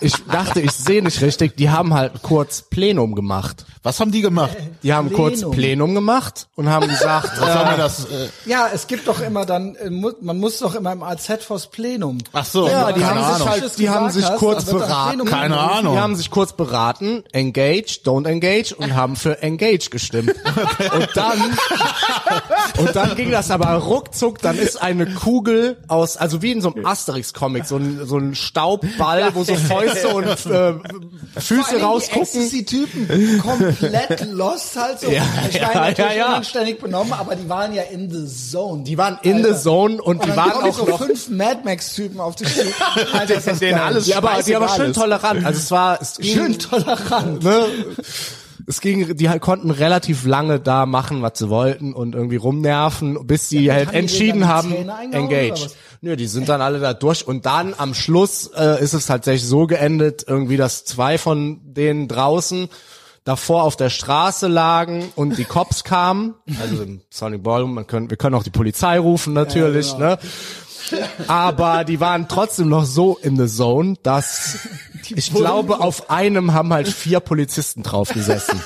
ich dachte, ich sehe nicht richtig, die haben halt kurz Plenum gemacht. Was haben die gemacht? Die haben kurz Plenum. Plenum gemacht und haben gesagt, Was haben äh, wir das? Äh, Ja, es gibt doch immer dann, äh, mu- man muss doch immer im AZ vors Plenum. ach so, Ja, keine die haben Ahnung. sich halt, die haben sich Gesagt hast, kurz das wird am beraten. Plenum Keine gemacht. Ahnung. Die haben sich kurz beraten, engage, don't engage und haben für engage gestimmt. Und dann, und dann ging das aber ruckzuck, dann ist eine Kugel aus, also wie in so einem Asterix-Comic, so ein, so ein Staubball, wo so Fäuste und äh, Vor allen Füße Dingen rausgucken. Die Ecstasy-Typen komplett lost halt so. Ja, ich ja, war natürlich ja, ja. unanständig benommen, aber die waren ja in the zone. Die waren in the zone und, die dann waren kommen auch so noch fünf Mad Max-Typen auf dich zu. Alter, ist das Denen geil. alles Ja, aber die aber scheißegal schön ist. tolerant. Also es war es ging, Schön tolerant. Ne? Es ging, die halt konnten relativ lange da machen, was sie wollten und irgendwie rumnerven, bis sie haben halt die denen entschieden dann die haben, Zähne eingehauen oder engaged. was? Nö, die sind dann alle da durch und dann am Schluss äh, ist es tatsächlich so geendet, irgendwie, dass zwei von denen draußen davor auf der Straße lagen und die Cops kamen, also im Sonic Ballroom, man können, wir können auch die Polizei rufen natürlich, genau. ne? aber die waren trotzdem noch so in the zone, dass ich glaube, auf einem haben halt vier Polizisten draufgesessen.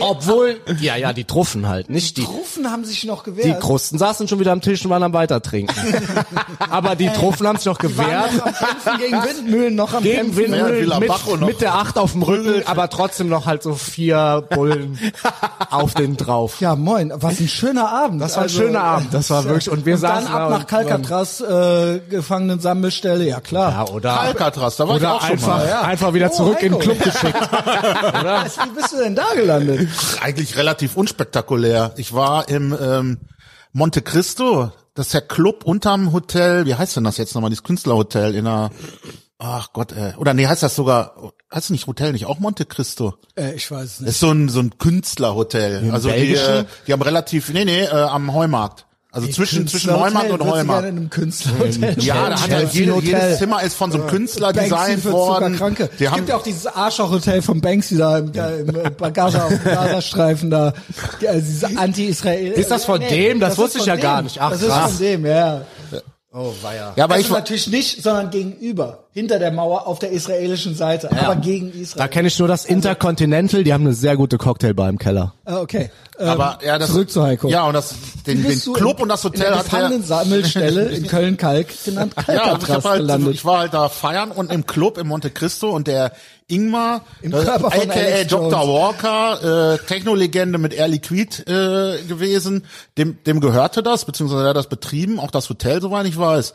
Obwohl, ja, ja, die Truffen halt, nicht die. Rufen haben sich noch Die gewehrt. Krusten saßen schon wieder am Tisch und waren am Weitertrinken. Aber die Truffen haben sich noch waren noch gewehrt. am Kämpfen gegen Windmühlen, noch am Gegen Kämpfen. Windmühlen Villa Bacho mit, noch. mit der Acht auf dem Rücken, aber trotzdem noch halt so vier Bullen auf den drauf. Ja, moin. Was ein schöner Abend. also, äh, Das war ein schöner Abend, das war wirklich- und wir saßen dann da ab und- nach Calcatras, äh, Gefangenensammelstelle, ja klar. Ja, oder Alcatraz, da war ich halt oder auch schon einfach, mal. einfach wieder Oh, zurück in den Heiko. Club geschickt. Ja. Wie bist du denn da gelandet? Eigentlich relativ unspektakulär. Ich war im ähm, Monte Cristo, das ist der Club unterm Hotel, wie heißt denn das jetzt nochmal, dieses Künstlerhotel in einer, ach Gott, ey. oder nee, heißt das sogar, heißt nicht Hotel, nicht auch Monte Cristo? Äh, ich weiß es nicht. Das ist so ein, so ein Künstlerhotel. also die, Belgischen? äh, die haben relativ, nee, nee, äh, am Heumarkt. Also zwischen, zwischen Neumarkt und Neumann. Heumarkt. in einem Künstlerhotel. Ja, da hat ja halt Chelsea jede, jedes Hotel. Zimmer ist von so einem Künstler Banksy designt für worden. Zuckerkranke. Die es haben, gibt ja auch dieses Arschloch-Hotel von Banksy da im, da im äh, Gaza, auf dem Gazastreifen da. Ja, Also diese Anti-Israel. Ist das von dem? Das wusste ich ja gar nicht. Ach, das ist krass. von dem, ja. Oh, weia. Ja, aber also ich war, natürlich nicht, sondern gegenüber, hinter der Mauer auf der israelischen Seite, aber gegen Da Israel. kenne ich nur das Intercontinental, die haben eine sehr gute Cocktailbar im Keller. Ah, okay. Ähm, aber ja, das, zurück zu Heiko. Ja, und das, den, den Bist du Club in- und das in Hotel der hat er, Gefangenensammelstelle in Köln-Kalk, genannt Ja, und ich, Kalkatras hab halt, gelandet. ich war halt da feiern und im Club in Monte Cristo und der Ingmar, Im äh, Körper von aka Alex Dr. Jones. Walker, äh, Technolegende mit Air Liquid äh, gewesen, dem, dem gehörte das, beziehungsweise er hat das betrieben, auch das Hotel, soweit ich weiß.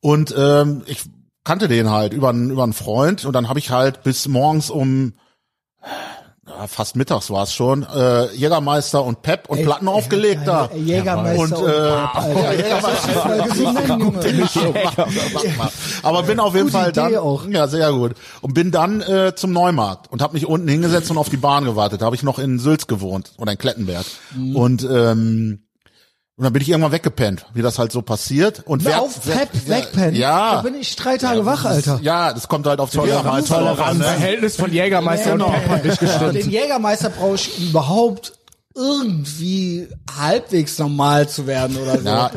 Und ähm, ich kannte den halt über, einen- über einen Freund und dann habe ich halt bis morgens um ja, fast mittags war es schon, äh, Jägermeister und Pep und Platten aufgelegt da. Ey, äh, Jägermeister Und, und, äh, Pep, Alter. Jägermeister. Das soll ich mal gesungen haben, Junge. Aber bin auf jeden Gute Fall Idee dann auch. ja sehr gut und bin dann äh, zum Neumarkt und habe mich unten hingesetzt und auf die Bahn gewartet. Da habe ich noch in Sülz gewohnt oder in Klettenberg Mhm. und ähm, und dann bin ich irgendwann weggepennt, wie das halt so passiert. Und wer, Auf wer- Pep wegpennen. Ja. Da bin ich drei Tage wach, Alter. ja, das kommt halt auf die Jägermeister drauf an. Ne? Verhältnis von Jägermeister Genau. und Pep hat nicht Aber gestimmt. Den Jägermeister brauche ich überhaupt irgendwie halbwegs normal zu werden oder so. ne? Ja,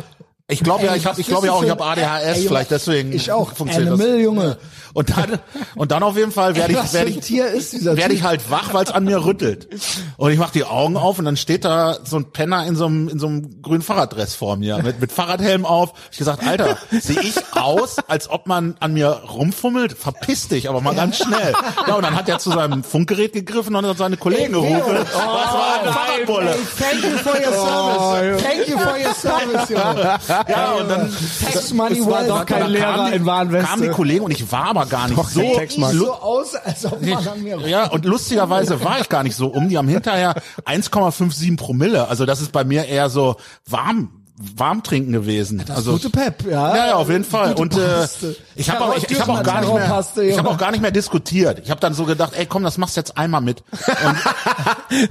ich glaube ja, Ey, ich habe, was ich glaube ja bist auch, du ich für habe ein- Ey, ADHS, Junge, vielleicht deswegen ich auch. funktioniert Animal, das. Junge. Und dann, und dann auf jeden Fall werde ich, Was für werde ein ich, Tier ist dieser werde Typ? ich halt wach, weil es an mir rüttelt. Und ich mache die Augen auf und dann steht da so ein Penner in so einem, in so einem grünen Fahrraddress vor mir mit, mit Fahrradhelm auf. Ich gesagt, Alter, sehe ich aus, als ob man an mir rumfummelt? Verpiss dich, aber mal ganz schnell. Ja, und dann hat er zu seinem Funkgerät gegriffen und hat seine Kollegen Ey, Theo. Oh. gerufen. Was war eine Fahrradbulle? Oh. Thank you for your service. Thank you for your service, Junge. Ja, und dann Tax money das war well. doch kein dann Lehrer kamen die- in Warnweste. Kamen die Kollegen und ich war aber gar nicht so. Sehe ich lu- so aus, als ob man an mir ja, und lustigerweise war ich gar nicht so um. Die haben hinterher 1,57 Promille. Also das ist bei mir eher so warm, warm trinken gewesen. also Gute Pep, ja. ja, ja, auf jeden Fall. Und äh, Paste. ich habe Ja, auch, aber ich, ich hab auch Dürrenmatt- gar nicht Rohrpaste, mehr, ich Junge. habe auch gar nicht mehr diskutiert. Ich habe dann so gedacht, ey, komm, das machst du jetzt einmal mit.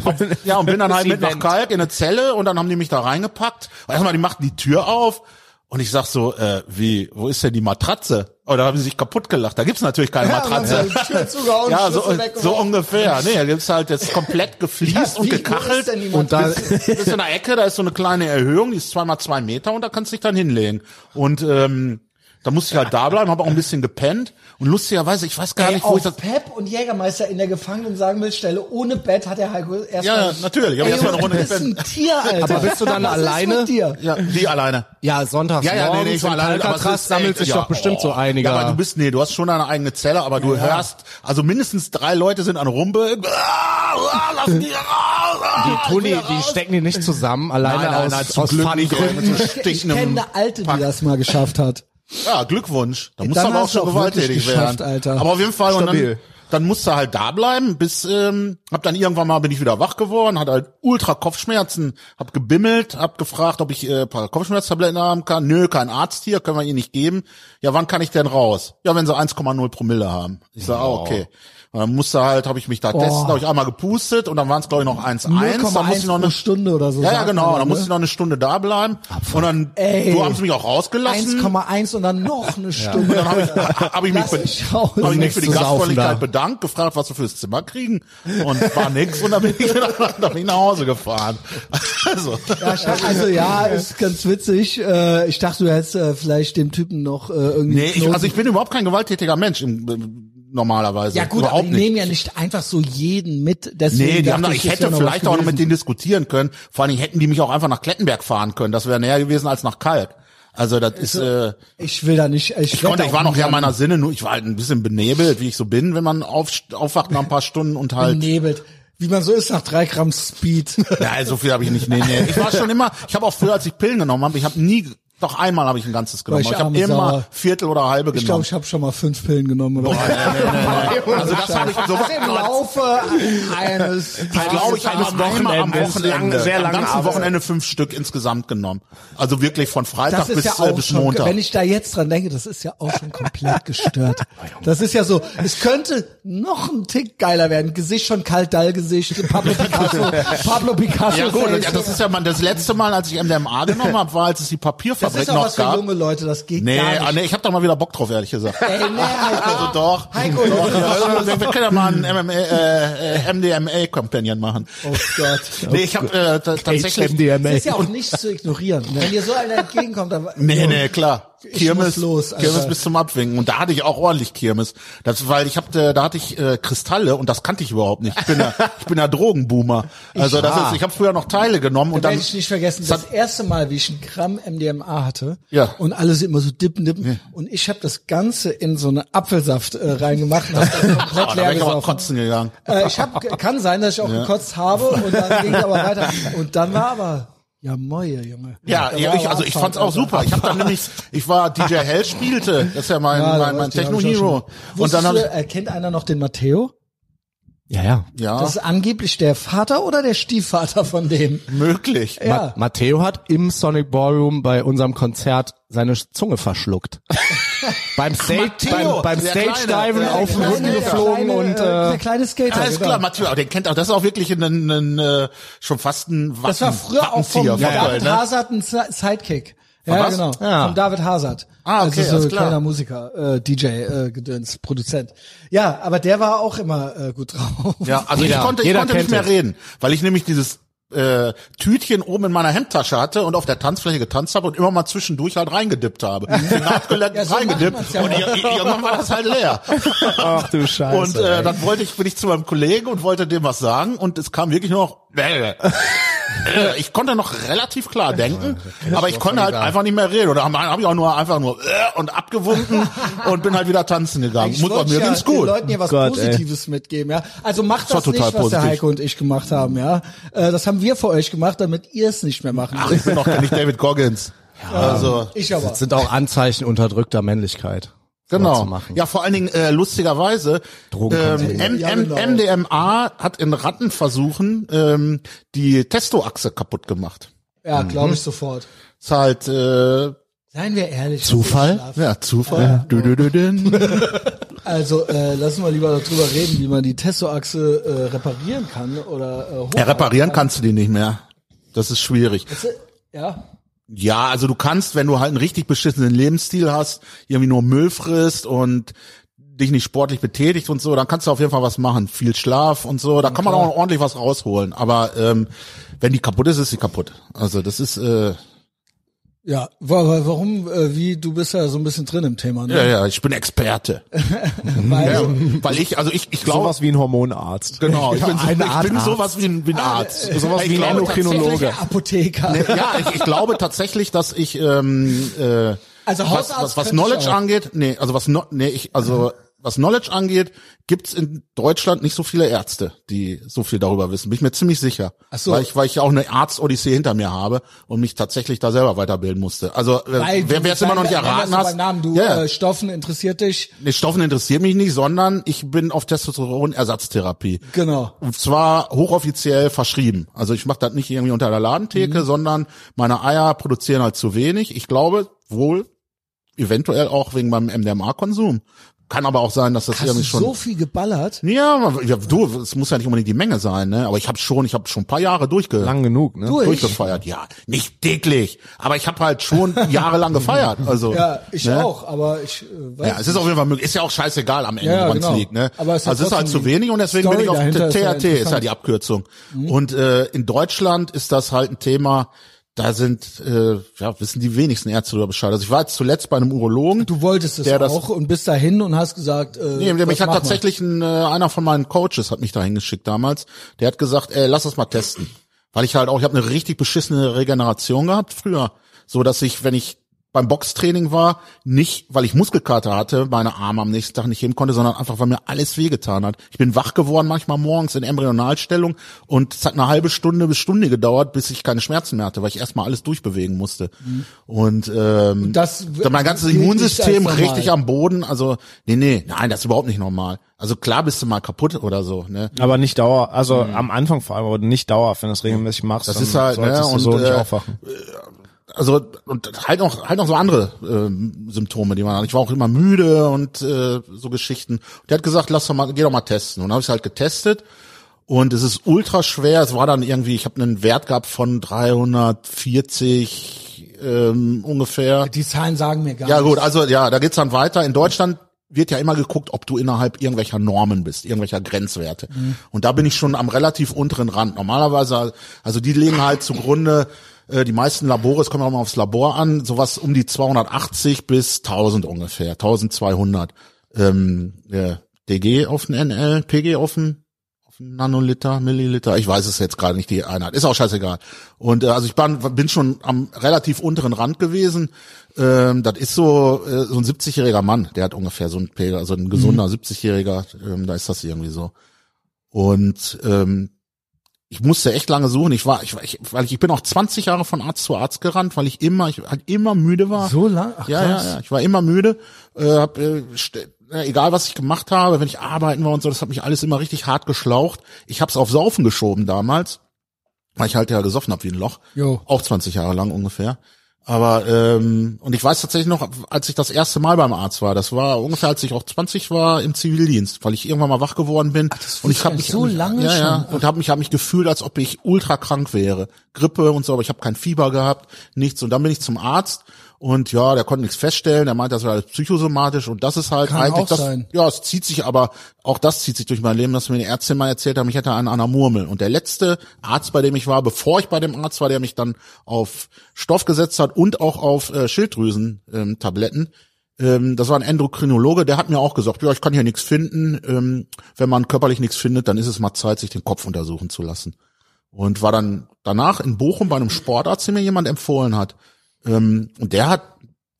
Und, ja, und bin dann halt mit nach Kalk in eine Zelle und dann haben die mich da reingepackt. Und erstmal, die machten die Tür auf und ich sag so, äh, wie, wo ist denn die Matratze? Oder haben sie sich kaputt gelacht? Da gibt's natürlich keine Ja, Matratze. man hat die Tür zugehauen, ja, so, Schlüssel weg und so raus. ungefähr. Nee, da gibt's halt jetzt komplett gefliest Wie und hoch gekachelt. ist denn die Und da, Das ist in der Ecke, da ist so eine kleine Erhöhung, die ist zweimal zwei Meter und da kannst du dich dann hinlegen. Und ähm, da musste ich halt da bleiben, habe auch ein bisschen gepennt. Und lustigerweise, ich weiß gar Ey, nicht, wo auf ich das. Pep und Jägermeister in der Gefangenen-Sagenbildstelle ohne Bett hat der Heiko erstmal. Ja, natürlich, aber Ey, erstmal eine Junge, Runde Du bist ein Tier, Alter. Aber bist du dann Was ist alleine? Mit dir? Ja, die alleine. ja, sonntags Ja, ja, nee, nee, morgens ich war in alleine. aber es Alcatraz ist sammelt echt- sich ja, doch bestimmt oh. so einiger. Ja, aber du bist, nee, du hast schon eine eigene Zelle, aber du hörst, also mindestens drei Leute sind an Rumbe. Ah, ah, lass die raus! Ah, die tun die, ich will die raus. stecken die nicht zusammen, alleine Nein, nein, aus, nein, zum aus Glück nicht, ey, Fadengründen. mit so Ich kenne stinkendem eine Alte, die das mal geschafft hat. Ja, Glückwunsch. Da musst du dann aber auch hast du schon auch gewalttätig wirklich geschafft, werden. Alter. Aber auf jeden Fall, und dann, Stabil. dann musst du halt da bleiben, bis, ähm, hab dann irgendwann mal, bin ich wieder wach geworden, hatte halt ultra Kopfschmerzen, hab gebimmelt, hab gefragt, ob ich äh, ein paar Kopfschmerztabletten haben kann. Nö, kein Arzt hier, können wir ihr nicht geben. Ja, wann kann ich denn raus? Ja, wenn sie 1,0 Promille haben. Ich sag, ah, okay. Und dann musste halt, habe ich mich da testen, habe ich einmal gepustet und dann waren es glaube ich noch 1,1. Dann musste ich 0,1 pro noch eine Stunde oder so. ja, ja, sagt genau. man, Dann ne? Ah, musste ich noch eine Stunde da bleiben. Und dann, Ey. du haben sie mich auch rausgelassen. 1,1 und dann noch eine Stunde. Dann habe ich, hab ich mich, Lass be- mich raus. hab ich mich Nix für die zu saufen Gastfreundlichkeit da. bedankt, gefragt, was wir fürs Zimmer kriegen. Und war nix. Und dann bin ich, dann bin ich nach Hause gefahren. Also, Ja, ich- also ja, ist ganz witzig. Äh, Ich dachte, du hättest äh, vielleicht dem Typen noch äh, irgendwie. nee, ich, Knoten- also ich bin überhaupt kein gewalttätiger Mensch im, äh, normalerweise. ja gut, aber überhaupt die nicht. nehmen ja nicht einfach so jeden mit. Deswegen Nee, die dachte haben da, ich ist ich ja hätte noch was vielleicht auch noch gewesen. mit denen diskutieren können. Vor allen Dingen hätten die mich auch einfach nach Klettenberg fahren können. Das wäre näher gewesen als nach Kalk. Also das ist, äh, Ich will da nicht. Ich, Ich konnte, ich war noch ja meiner Sinne, nur ich war halt ein bisschen benebelt, wie ich so bin, wenn man auf, aufwacht nach ein paar Stunden und halt. Nebelt. Wie man so ist nach drei Gramm Speed. Nein, so viel habe ich nicht. Nee, nee. Ich war schon immer, ich habe auch früher, als ich Pillen genommen habe, ich habe nie, doch einmal habe ich ein ganzes genommen. Welche aber Ich habe arme immer Sau. Viertel oder halbe Ich glaube, genommen. ich habe schon mal fünf Pillen genommen oder so. also das habe ich so Im Laufe eines Ich glaube, ich habe eines einmal am Wochenendes, Wochenende, lang- sehr am langen ganzen Abend. Wochenende fünf Stück insgesamt genommen. Also wirklich von Freitag das ist bis, ja äh, auch bis schon, Montag. wenn ich da jetzt dran denke, das ist ja auch schon komplett gestört. Das ist ja so, es könnte noch ein Tick geiler werden. Gesicht schon kalt, dall Gesicht, Pablo Picasso, Pablo Picasso. ja gut, Face. ja, das ist ja mal das letzte Mal, als ich MDMA genommen habe, war, als es die Das Papierfabrik ist auch noch was für gab. junge Leute, das geht Nee, gar nicht. ah, nee, ich habe da mal wieder Bock drauf, ehrlich gesagt. Ey, nee, Heiko. Also doch. Heiko, doch. das ist Ja, also, wir können ja mal einen MMA, äh, äh, MDMA-Companion machen. Oh Gott. Nee, ich habe äh, ta- tatsächlich... Das HMDMA. ist ja auch nicht zu ignorieren. Wenn dir so einer entgegenkommt, dann... Nee, nee, klar. ich muss Kirmes, los, Alter. Kirmes bis zum Abwinken. Und da hatte ich auch ordentlich Kirmes. Das, weil ich habe, da hatte ich äh, Kristalle und das kannte ich überhaupt nicht. Ich bin ja, ich bin ja Drogenboomer. Also das ist, ich habe früher noch Teile genommen und Werde dann Ah, ich nicht vergessen, das erste Mal, wie ich einen Gramm MDMA hatte Ja. und alle sind immer so dippen, dippen und ich habe das Ganze in so eine Apfelsaft äh, reingemacht und hab das oh, komplett da leer bin ich aber gesaufen. kotzen gegangen. Äh, ich hab, kann sein, dass ich auch gekotzt habe und dann ging aber weiter. Und dann war aber, ja moje, Junge. Ja, Da ja war ich, aber also ich Abfahrt, fand's auch Alter. super. Ich habe dann nämlich, ich war DJ Hell spielte, das ist ja mein, Ja, da mein, war mein ich, die Techno hab ich auch Hero. schon. Und dann hab Wusstest du, ich, äh, kennt einer noch den Matteo? Ja, ja. ja, Das ist angeblich der Vater oder der Stiefvater von dem. möglich. Ja. Ma Matteo hat im Sonic Ballroom bei unserem Konzert seine Zunge verschluckt. beim Stage, Matteo, beim, beim der Stage Diven Kleine. Ja, auf den der Rücken Kleine, der geflogen kleine, und äh, äh, der kleine Skater. Alles klar, genau. Matthieu, aber den kennt auch, das ist auch wirklich ein, ein, ein äh, schon fast ein Wappen, Das war früher auch vom Wappenzieher David Köln, ne? Hazard ein Sa- Sidekick. Ja, was? genau. Ja. Von David Hazard. Ah, okay, also so alles ein klar. kleiner Musiker, äh, DJ, äh, Gedöns, Produzent. Ja, aber der war auch immer äh, gut drauf. Ja, also Jeder- ich konnte, ich jeder konnte nicht kennt mehr es. reden, weil ich nämlich dieses äh, Tütchen oben in meiner Hemdtasche hatte und auf der Tanzfläche getanzt habe und immer mal zwischendurch halt reingedippt habe. Den abgelenkt Mhm. Ja, so macht man's reingedippt ja und auch. ir- ir- irgendwann war das halt leer. ach du Scheiße. Und Also, äh, dann wollte ich, bin ich zu meinem Kollegen und wollte dem was sagen und es kam wirklich nur noch. Ich konnte noch relativ klar denken, aber ich konnte halt einfach nicht mehr reden. Oder habe hab ich auch nur einfach nur äh, und abgewunken und bin halt wieder tanzen gegangen. Ich Muss, wollte mir ja ging's den gut. Leuten hier was Gott, ey. Positives mitgeben, ja. Also macht das, war nicht, was total der positiv. Heiko und ich gemacht haben, ja. Äh, das haben wir für euch gemacht, damit ihr es nicht mehr machen Ach, müsst. ich bin doch nicht David Goggins. Also Ich aber. das sind auch Anzeichen unterdrückter Männlichkeit. sowas zu Genau. machen. Ja, vor allen Dingen äh, lustigerweise, ähm, Drogenkonsum. M Ja, M genau. MDMA hat in Rattenversuchen ähm, die Testoachse kaputt gemacht. Ja, glaube Mhm. ich sofort. Ist halt äh, Seien wir ehrlich. Zufall? Schlaf- ja Zufall. Du, du, du, du. Also äh, lassen wir lieber darüber reden, wie man die Tessoachse äh, reparieren kann oder äh, hochhalten Ja, reparieren kannst du die nicht mehr. Das ist schwierig. kann. Ja. Ja, also du kannst, wenn du halt einen richtig beschissenen Lebensstil hast, irgendwie nur Müll frisst und dich nicht sportlich betätigt und so, dann kannst du auf jeden Fall was machen. Viel Schlaf und so, da kann man auch ordentlich was rausholen. Aber ähm, wenn die kaputt ist, ist sie kaputt. Also das ist äh, Ja, wa- wa- warum, äh, wie, du bist ja so ein bisschen drin im Thema, ne? Ja, ja, ich bin Experte. Weil, Ja, weil ich, also ich, ich glaube, Sowas wie ein Hormonarzt. genau, ich bin, so, eine ich Art bin Arzt. sowas wie ein, wie ein Arzt. sowas Ich wie ein glaube Endokrinologe. Der Apotheker. tatsächlich- Ja, ich, ich glaube tatsächlich, dass ich, ähm, äh, Also was, Hausarzt was, was könnte ich Knowledge auch. angeht, nee, also was, no, nee, ich, also, was Knowledge angeht, gibt's in Deutschland nicht so viele Ärzte, die so viel darüber wissen. Bin ich mir ziemlich sicher. Ach so. Weil ich, weil ich ja auch eine Arzt-Odyssee hinter mir habe und mich tatsächlich da selber weiterbilden musste. Also, äh, Weil, wer wer es immer noch nicht wenn- wenn das erraten so hast. beim Namen, du, ja, ja. äh, Stoffen interessiert dich. Nee, Stoffen interessieren mich nicht, sondern ich bin auf Testosteronersatztherapie. Genau. Und zwar hochoffiziell verschrieben. Also ich mache das nicht irgendwie unter der Mhm. Ladentheke, sondern meine Eier produzieren halt zu wenig. Ich glaube wohl eventuell auch wegen meinem MDMA-Konsum. Kann aber auch sein, dass das Hast du irgendwie schon. so viel geballert? ja, aber- ja, du, es muss ja nicht unbedingt die Menge sein, ne? Aber ich habe schon, ich habe schon ein paar Jahre durchge Lang genug, ne? Du, ich, durchgefeiert. Ja, nicht täglich, aber ich habe halt schon jahrelang gefeiert. Also ja, ich ne? auch, aber ich äh, weiß Ja, es ist auf jeden Fall möglich. Ist ja auch scheißegal am Ende, Ja, ja, woran genau. es liegt. Ne? Aber es ist ja also es ist halt trotzdem zu wenig und deswegen die bin ich auf Story dahinter ist ja TRT, ist ja interessant. Mhm. die Abkürzung. Und äh, in Deutschland ist das halt ein Thema, da sind, äh, ja, wissen die wenigsten Ärzte darüber Bescheid. Also ich war jetzt zuletzt bei einem Urologen. Du wolltest es Der das- auch und bist dahin und hast gesagt, äh, Nee, das mich hat mach mal. tatsächlich ein, äh, einer von meinen Coaches hat mich da hingeschickt damals. Der hat gesagt, ey, lass das mal testen. Weil ich halt auch, ich habe eine richtig beschissene Regeneration gehabt früher. So dass ich, wenn ich beim Boxtraining war, nicht, weil ich Muskelkater hatte, meine Arme am nächsten Tag nicht heben konnte, sondern einfach, weil mir alles wehgetan hat. Ich bin wach geworden manchmal morgens in Embryonalstellung und es hat eine halbe Stunde bis Stunde gedauert, bis ich keine Schmerzen mehr hatte, weil ich erstmal alles durchbewegen musste. Und, ähm, das mein ganzes gilt nicht Immunsystem als normal. richtig am Boden, also nee, nee, nein, das ist überhaupt nicht normal. Also klar bist du mal kaputt oder so, ne? Aber nicht dauer, also am Anfang vor allem, aber nicht dauerhaft, wenn du es regelmäßig machst. Das Mhm. ist halt, ne, solltest du und, so nicht äh, aufwachen. Also und halt noch halt noch so andere ähm, Symptome, die man hat. Ich war auch immer müde und äh, so Geschichten. Und der hat gesagt, lass doch mal, geh doch mal testen. Und dann habe ich halt getestet und es ist ultra schwer. Es war dann irgendwie, ich habe einen Wert gehabt von 340 ähm, ungefähr. Die Zahlen sagen mir gar Ja nichts. gut, also ja, da geht's dann weiter. In Deutschland wird ja immer geguckt, ob du innerhalb irgendwelcher Normen bist, irgendwelcher Grenzwerte. Und da bin ich schon am relativ unteren Rand. Normalerweise, also die legen halt zugrunde, Äh, die meisten Labore, es kommt auch mal aufs Labor an, sowas um die 280 bis 1000 ungefähr, 1200. Ähm, äh, DG auf den NL, PG auf den Nanoliter, Milliliter, ich weiß es jetzt gerade nicht, die Einheit. Ist auch scheißegal. Und äh, also ich bin, bin schon am relativ unteren Rand gewesen. Ähm, das ist so, äh, so ein 70-jähriger Mann, der hat ungefähr so ein Pegel, also ein gesunder 70-jähriger, ähm, da ist das irgendwie so. Und ähm, ich musste echt lange suchen. Ich war, ich, war- ich, weil ich, ich bin auch 20 Jahre von Arzt zu Arzt gerannt, weil ich immer, ich halt immer müde war So lang? Ach, ja, ja, krass. ja. Ich war immer müde. Äh, hab, äh, st- äh, egal, was ich gemacht habe, wenn ich arbeiten war und so, das hat mich alles immer richtig hart geschlaucht. Ich hab's auf Saufen geschoben damals, weil ich halt ja gesoffen hab wie ein Loch. Jo. Auch 20 Jahre lang ungefähr. Aber, ähm, und ich weiß tatsächlich noch, als ich das erste Mal beim Arzt war, das war ungefähr, als ich auch 20 war im Zivildienst, weil ich irgendwann mal wach geworden bin. und ich habe mich so mich, lange ja, ja, schon. und habe mich, hab mich gefühlt, als ob ich ultra krank wäre. Grippe und so, aber ich habe kein Fieber gehabt, nichts. Und dann bin ich zum Arzt und ja, der konnte nichts feststellen. Der meinte, das wäre alles psychosomatisch und das ist halt Kann eigentlich auch das. sein. Ja, es zieht sich aber, auch das zieht sich durch mein Leben, dass mir die Ärzte mal erzählt haben, ich hätte einen an der Murmel. Und der letzte Arzt, bei dem ich war, bevor ich bei dem Arzt war, der mich dann auf Stoff gesetzt hat und auch auf äh, Schilddrüsen-Tabletten, ähm, Tabletten, ähm, das war ein Endokrinologe, der hat mir auch gesagt, ja, ich kann hier nichts finden. Ähm, wenn man körperlich nichts findet, dann ist es mal Zeit, sich den Kopf untersuchen zu lassen. Und war dann danach in Bochum bei einem Sportarzt, den mir jemand empfohlen hat. Ähm, und der hat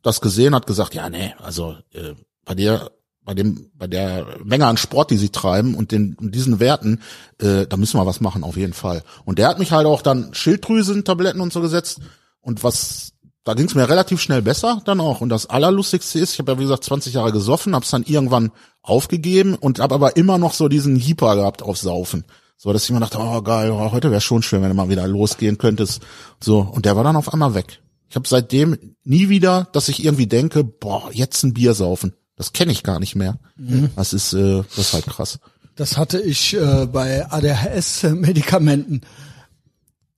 das gesehen, hat gesagt, ja, nee, also äh, bei dir, bei dem, bei der Menge an Sport, die sie treiben und den und diesen Werten, äh, da müssen wir was machen, auf jeden Fall. Und der hat mich halt auch dann Schilddrüsen-Tabletten und so gesetzt. Und was, da ging es mir relativ schnell besser dann auch. Und das Allerlustigste ist, ich habe ja wie gesagt 20 Jahre gesoffen, hab's dann irgendwann aufgegeben und hab aber immer noch so diesen Hieper gehabt auf Saufen. So, dass ich mir dachte, oh geil, oh, heute wäre schon schön, wenn du mal wieder losgehen könntest. So, und der war dann auf einmal weg. Ich habe seitdem nie wieder, dass ich irgendwie denke, boah, jetzt ein Bier saufen. Das kenne ich gar nicht mehr. Mhm. Das ist, äh, das ist halt krass. Das hatte ich äh, bei ADHS-Medikamenten.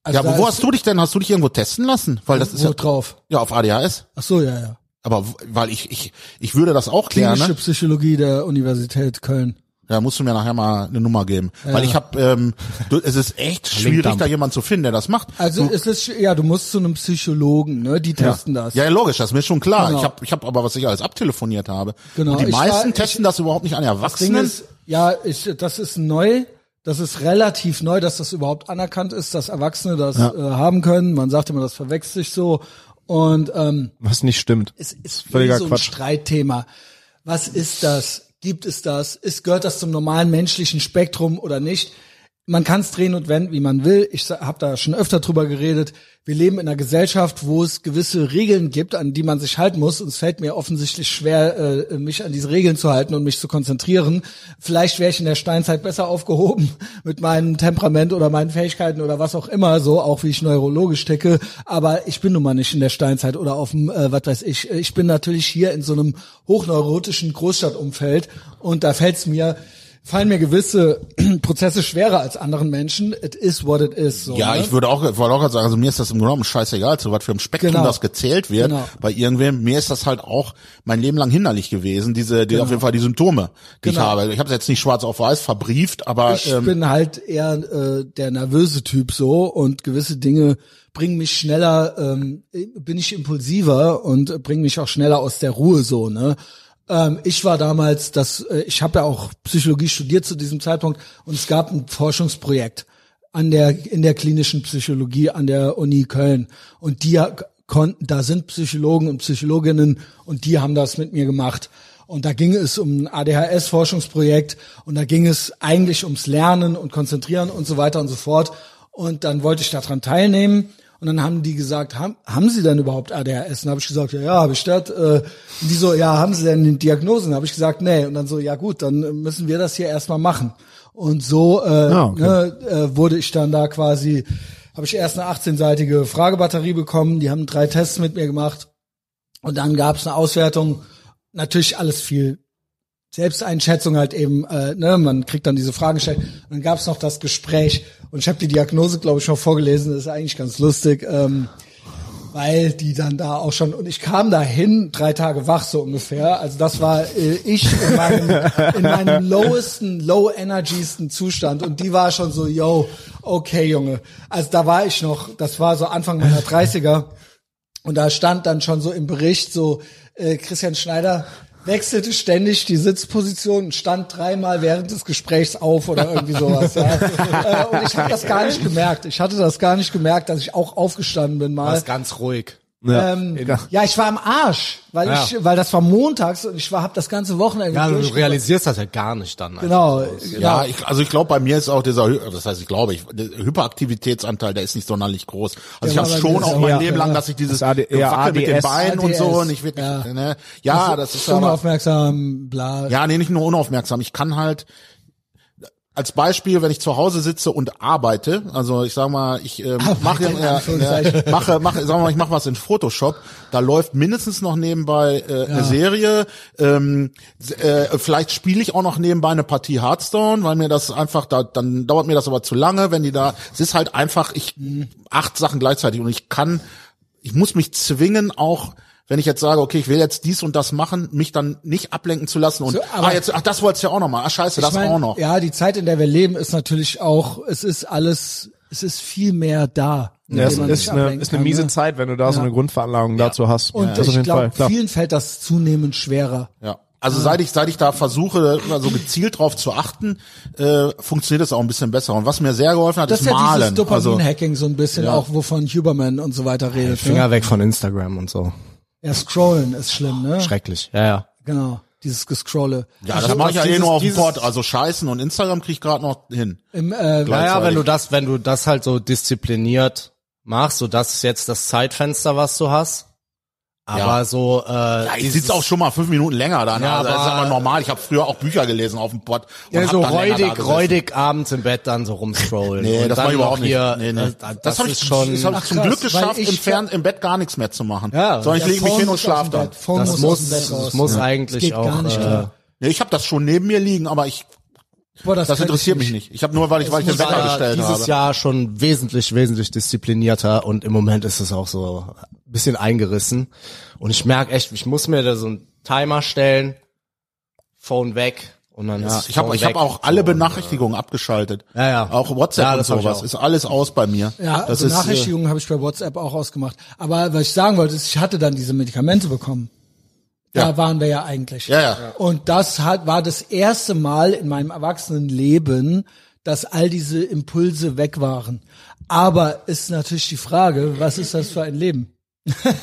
Also ja, da aber wo ist- hast du dich denn? Hast du dich irgendwo testen lassen? Weil das ist wo ja drauf? Ja, auf ADHS. Ach so, ja, ja. Aber w- weil ich ich ich würde das auch Klinische gerne. Psychologie der Universität Köln. Ja, musst du mir nachher mal eine Nummer geben, weil ich habe ähm, du, es ist echt schwierig, Linkdump. da jemand zu finden, der das macht. Also es ist ja, du musst zu einem Psychologen, ne? Die testen das. Hm. Ja, ja, logisch, das ist mir schon klar. Genau. Ich habe ich hab aber, was ich alles abtelefoniert habe. Genau, Und die ich war- meisten ich- testen das überhaupt nicht an Das Ding Erwachsenen. ist, ja, ich, das ist neu. Das ist relativ neu, dass das überhaupt anerkannt ist, dass Erwachsene das äh, haben können. Man sagt immer, das verwechselt sich so. Und ähm, Was nicht stimmt. es ist völliger eh so ein Quatsch. Streitthema. Was ist das? Gibt es das? Ist, gehört das zum normalen menschlichen Spektrum oder nicht? Man kann es drehen und wenden, wie man will. Ich habe da schon öfter drüber geredet. Wir leben in einer Gesellschaft, wo es gewisse Regeln gibt, an die man sich halten muss. Und es fällt mir offensichtlich schwer, äh, mich an diese Regeln zu halten und mich zu konzentrieren. Vielleicht wäre ich in der Steinzeit besser aufgehoben mit meinem Temperament oder meinen Fähigkeiten oder was auch immer, so auch wie ich neurologisch ticke. Aber ich bin nun mal nicht in der Steinzeit oder auf dem, äh, was weiß ich. Ich bin natürlich hier in so einem hochneurotischen Großstadtumfeld und da fällt's mir fallen mir gewisse Prozesse schwerer als anderen Menschen. It is what it is. So, Ja, ne? ich würde auch, wollte auch gerade sagen, also mir ist das im Grunde genommen scheißegal, zu was für einem Spektrum Genau. das gezählt wird Genau. bei irgendwem. Mir ist das halt auch mein Leben lang hinderlich gewesen, diese, die, auf jeden Fall die Symptome, die ich Genau. habe. Ich habe es jetzt nicht schwarz auf weiß verbrieft, aber ich ähm, bin halt eher äh, der nervöse Typ so und gewisse Dinge bringen mich schneller, ähm, bin ich impulsiver und äh, bringen mich auch schneller aus der Ruhe so, ne? Ähm, ich war damals, das, äh, ich habe ja auch Psychologie studiert zu diesem Zeitpunkt und es gab ein Forschungsprojekt an der in der klinischen Psychologie an der Uni Köln und die konnten, da sind Psychologen und Psychologinnen und die haben das mit mir gemacht. Und da ging es um ein ADHS-Forschungsprojekt und da ging es eigentlich ums Lernen und Konzentrieren und so weiter und so fort. Und dann wollte ich daran teilnehmen und dann haben die gesagt, haben, haben Sie denn überhaupt ADHS? Und habe ich gesagt, ja, ja, habe ich das. Äh, und die so, ja, haben Sie denn die Diagnosen? Habe ich gesagt, nee. Und dann so, ja gut, dann müssen wir das hier erstmal machen. Und so äh, ne, äh, wurde ich dann da quasi, habe ich erst eine 18-seitige Fragebatterie bekommen. Die haben drei Tests mit mir gemacht. Und dann gab es eine Auswertung. Natürlich alles viel Selbsteinschätzung halt eben, äh, ne, man kriegt dann diese Fragen gestellt. Und dann gab es noch das Gespräch und ich habe die Diagnose, glaube ich, schon vorgelesen, das ist eigentlich ganz lustig, ähm, weil die dann da auch schon, und ich kam da hin, drei Tage wach so ungefähr. Also das war äh, ich in meinem, in meinem lowesten, low-energiesten Zustand. Und die war schon so, yo, Okay, Junge. Also da war ich noch, das war so Anfang meiner 30er. Und da stand dann schon so im Bericht so, äh, Christian Schneider wechselte ständig die Sitzposition und stand dreimal während des Gesprächs auf oder irgendwie sowas. ja. äh, und ich habe das gar nicht gemerkt. Ich hatte das gar nicht gemerkt, dass ich auch aufgestanden bin mal. War's ganz ruhig. Ähm, ja, ich war im Arsch, weil Ja. ich, weil das war montags und ich war, hab das ganze Wochenende Ja, du durch- realisierst das ja gar nicht dann. Genau, Ja, ich, also ich glaube, bei mir ist auch dieser, Hy- das heißt, ich glaube, ich, der Hyperaktivitätsanteil, der ist nicht sonderlich groß. Also Ja, ich aber habe schon das ist auch mein ja- Leben lang, ja. dass ich dieses Das AD- E ja, Wackel mit den ADS. Beinen und so und ich wirklich, Ja. ne, ja, das ist aber, unaufmerksam, bla. ja, nee, nicht nur unaufmerksam. Ich kann halt, als Beispiel, wenn ich zu Hause sitze und arbeite, also ich sag mal, ich ähm, mache, in ja, Anführungszeichen. ja, mache, mache, sag mal, ich mache was in Photoshop, da läuft mindestens noch nebenbei äh, eine Serie, ähm, s- äh, vielleicht spiele ich auch noch nebenbei eine Partie Hearthstone, weil mir das einfach, da, dann dauert mir das aber zu lange, wenn die da, es ist halt einfach, ich acht Sachen gleichzeitig und ich kann, ich muss mich zwingen auch, wenn ich jetzt sage, okay, ich will jetzt dies und das machen, mich dann nicht ablenken zu lassen und So, aber- ah, jetzt, ach, das wolltest du ja auch noch mal, ah, scheiße, das Ich mein, auch noch. Ja, die Zeit, in der wir leben, ist natürlich auch, es ist alles, es ist viel mehr da. mit Ja, dem es man ist sich eine, ablenken ist eine kann, miese ne? Zeit, wenn du da so eine Grundveranlagung dazu hast. Und das auf ich jeden Fall, glaube, klar. vielen fällt das zunehmend schwerer. Ja. Also Ah. seit ich, seit ich da versuche, immer so gezielt drauf zu achten, äh, funktioniert das auch ein bisschen besser. Und was mir sehr geholfen hat, Das ist ist ja Malen. also- dieses Dopamin-Hacking so ein bisschen Ja. auch, wovon Huberman und so weiter redet. Ne? Finger weg von Instagram und so. Ja, scrollen ist schlimm, ne? Schrecklich. Ja, ja. Genau. Dieses Gescrolle. also, ja, das Also mache ich ja eh dieses- nur auf dem dieses- Pod. Also Scheißen und Instagram kriege ich gerade noch hin. Im, äh, Naja, wenn Gleichzeitig. du das, wenn du das halt so diszipliniert machst, so das ist jetzt das Zeitfenster, was du hast. Aber Ja. so, äh, Ja, ich dieses- sitze auch schon mal fünf Minuten länger da. Ne? Ja, also, das ist aber- aber normal. Ich habe früher auch Bücher gelesen auf dem Pod. und ja, hab so dann länger da räudig, gesessen. räudig abends im Bett dann so rumscrollen. Nee, Und das dann mache ich überhaupt noch hier, nicht. Nee, äh, nee. Das, das habe ist ich, schon, das hab Ach, ich zum krass, Glück weil geschafft, ich- im, Fern, im Bett gar nichts mehr zu machen. äh, Ja, Sondern ich Ja, lege mich Phone hin und ist aus dem schlafe dann. Bett. Phone das muss, aus muss, dem Bett raus. das muss eigentlich geht auch, gar nicht äh, klar. Nee, ich habe das schon neben mir liegen, aber ich Boah, das kann ich interessiert mich nicht. Ich habe nur, weil ich, weil ich den ich war Wecker ja gestellt dieses habe. Jahr schon wesentlich, wesentlich disziplinierter und im Moment ist es auch so ein bisschen eingerissen. Und ich merke echt, ich muss mir da so einen Timer stellen, Phone weg und dann Ja, ist ich habe Phone ich hab weg. auch alle Benachrichtigungen abgeschaltet. Ja, ja. Auch WhatsApp Ja, und das hab ich sowas. auch. Ist alles aus bei mir. Ja, das also ist äh, Nachrichtigungen habe ich bei WhatsApp auch ausgemacht. Aber was ich sagen wollte, ist, ich hatte dann diese Medikamente bekommen. Da Ja. waren wir ja eigentlich. Ja, ja. Ja. Und das hat, war das erste Mal in meinem Erwachsenenleben, dass all diese Impulse weg waren. Aber ist natürlich die Frage, was ist das für ein Leben?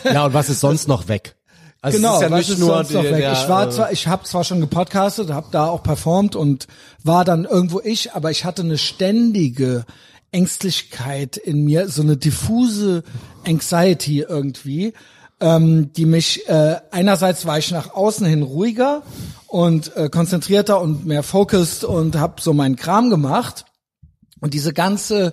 Ja, und was ist sonst noch weg? Also es genau, ist ja was nicht ist nur sonst noch der- weg? der, ich war äh, zwar, ich habe zwar schon gepodcastet, habe da auch performt und war dann irgendwo ich, aber ich hatte eine ständige Ängstlichkeit in mir, so eine diffuse Anxiety irgendwie, ähm, die mich äh, einerseits war ich nach außen hin ruhiger und äh, konzentrierter und mehr focused und habe so meinen Kram gemacht und diese ganze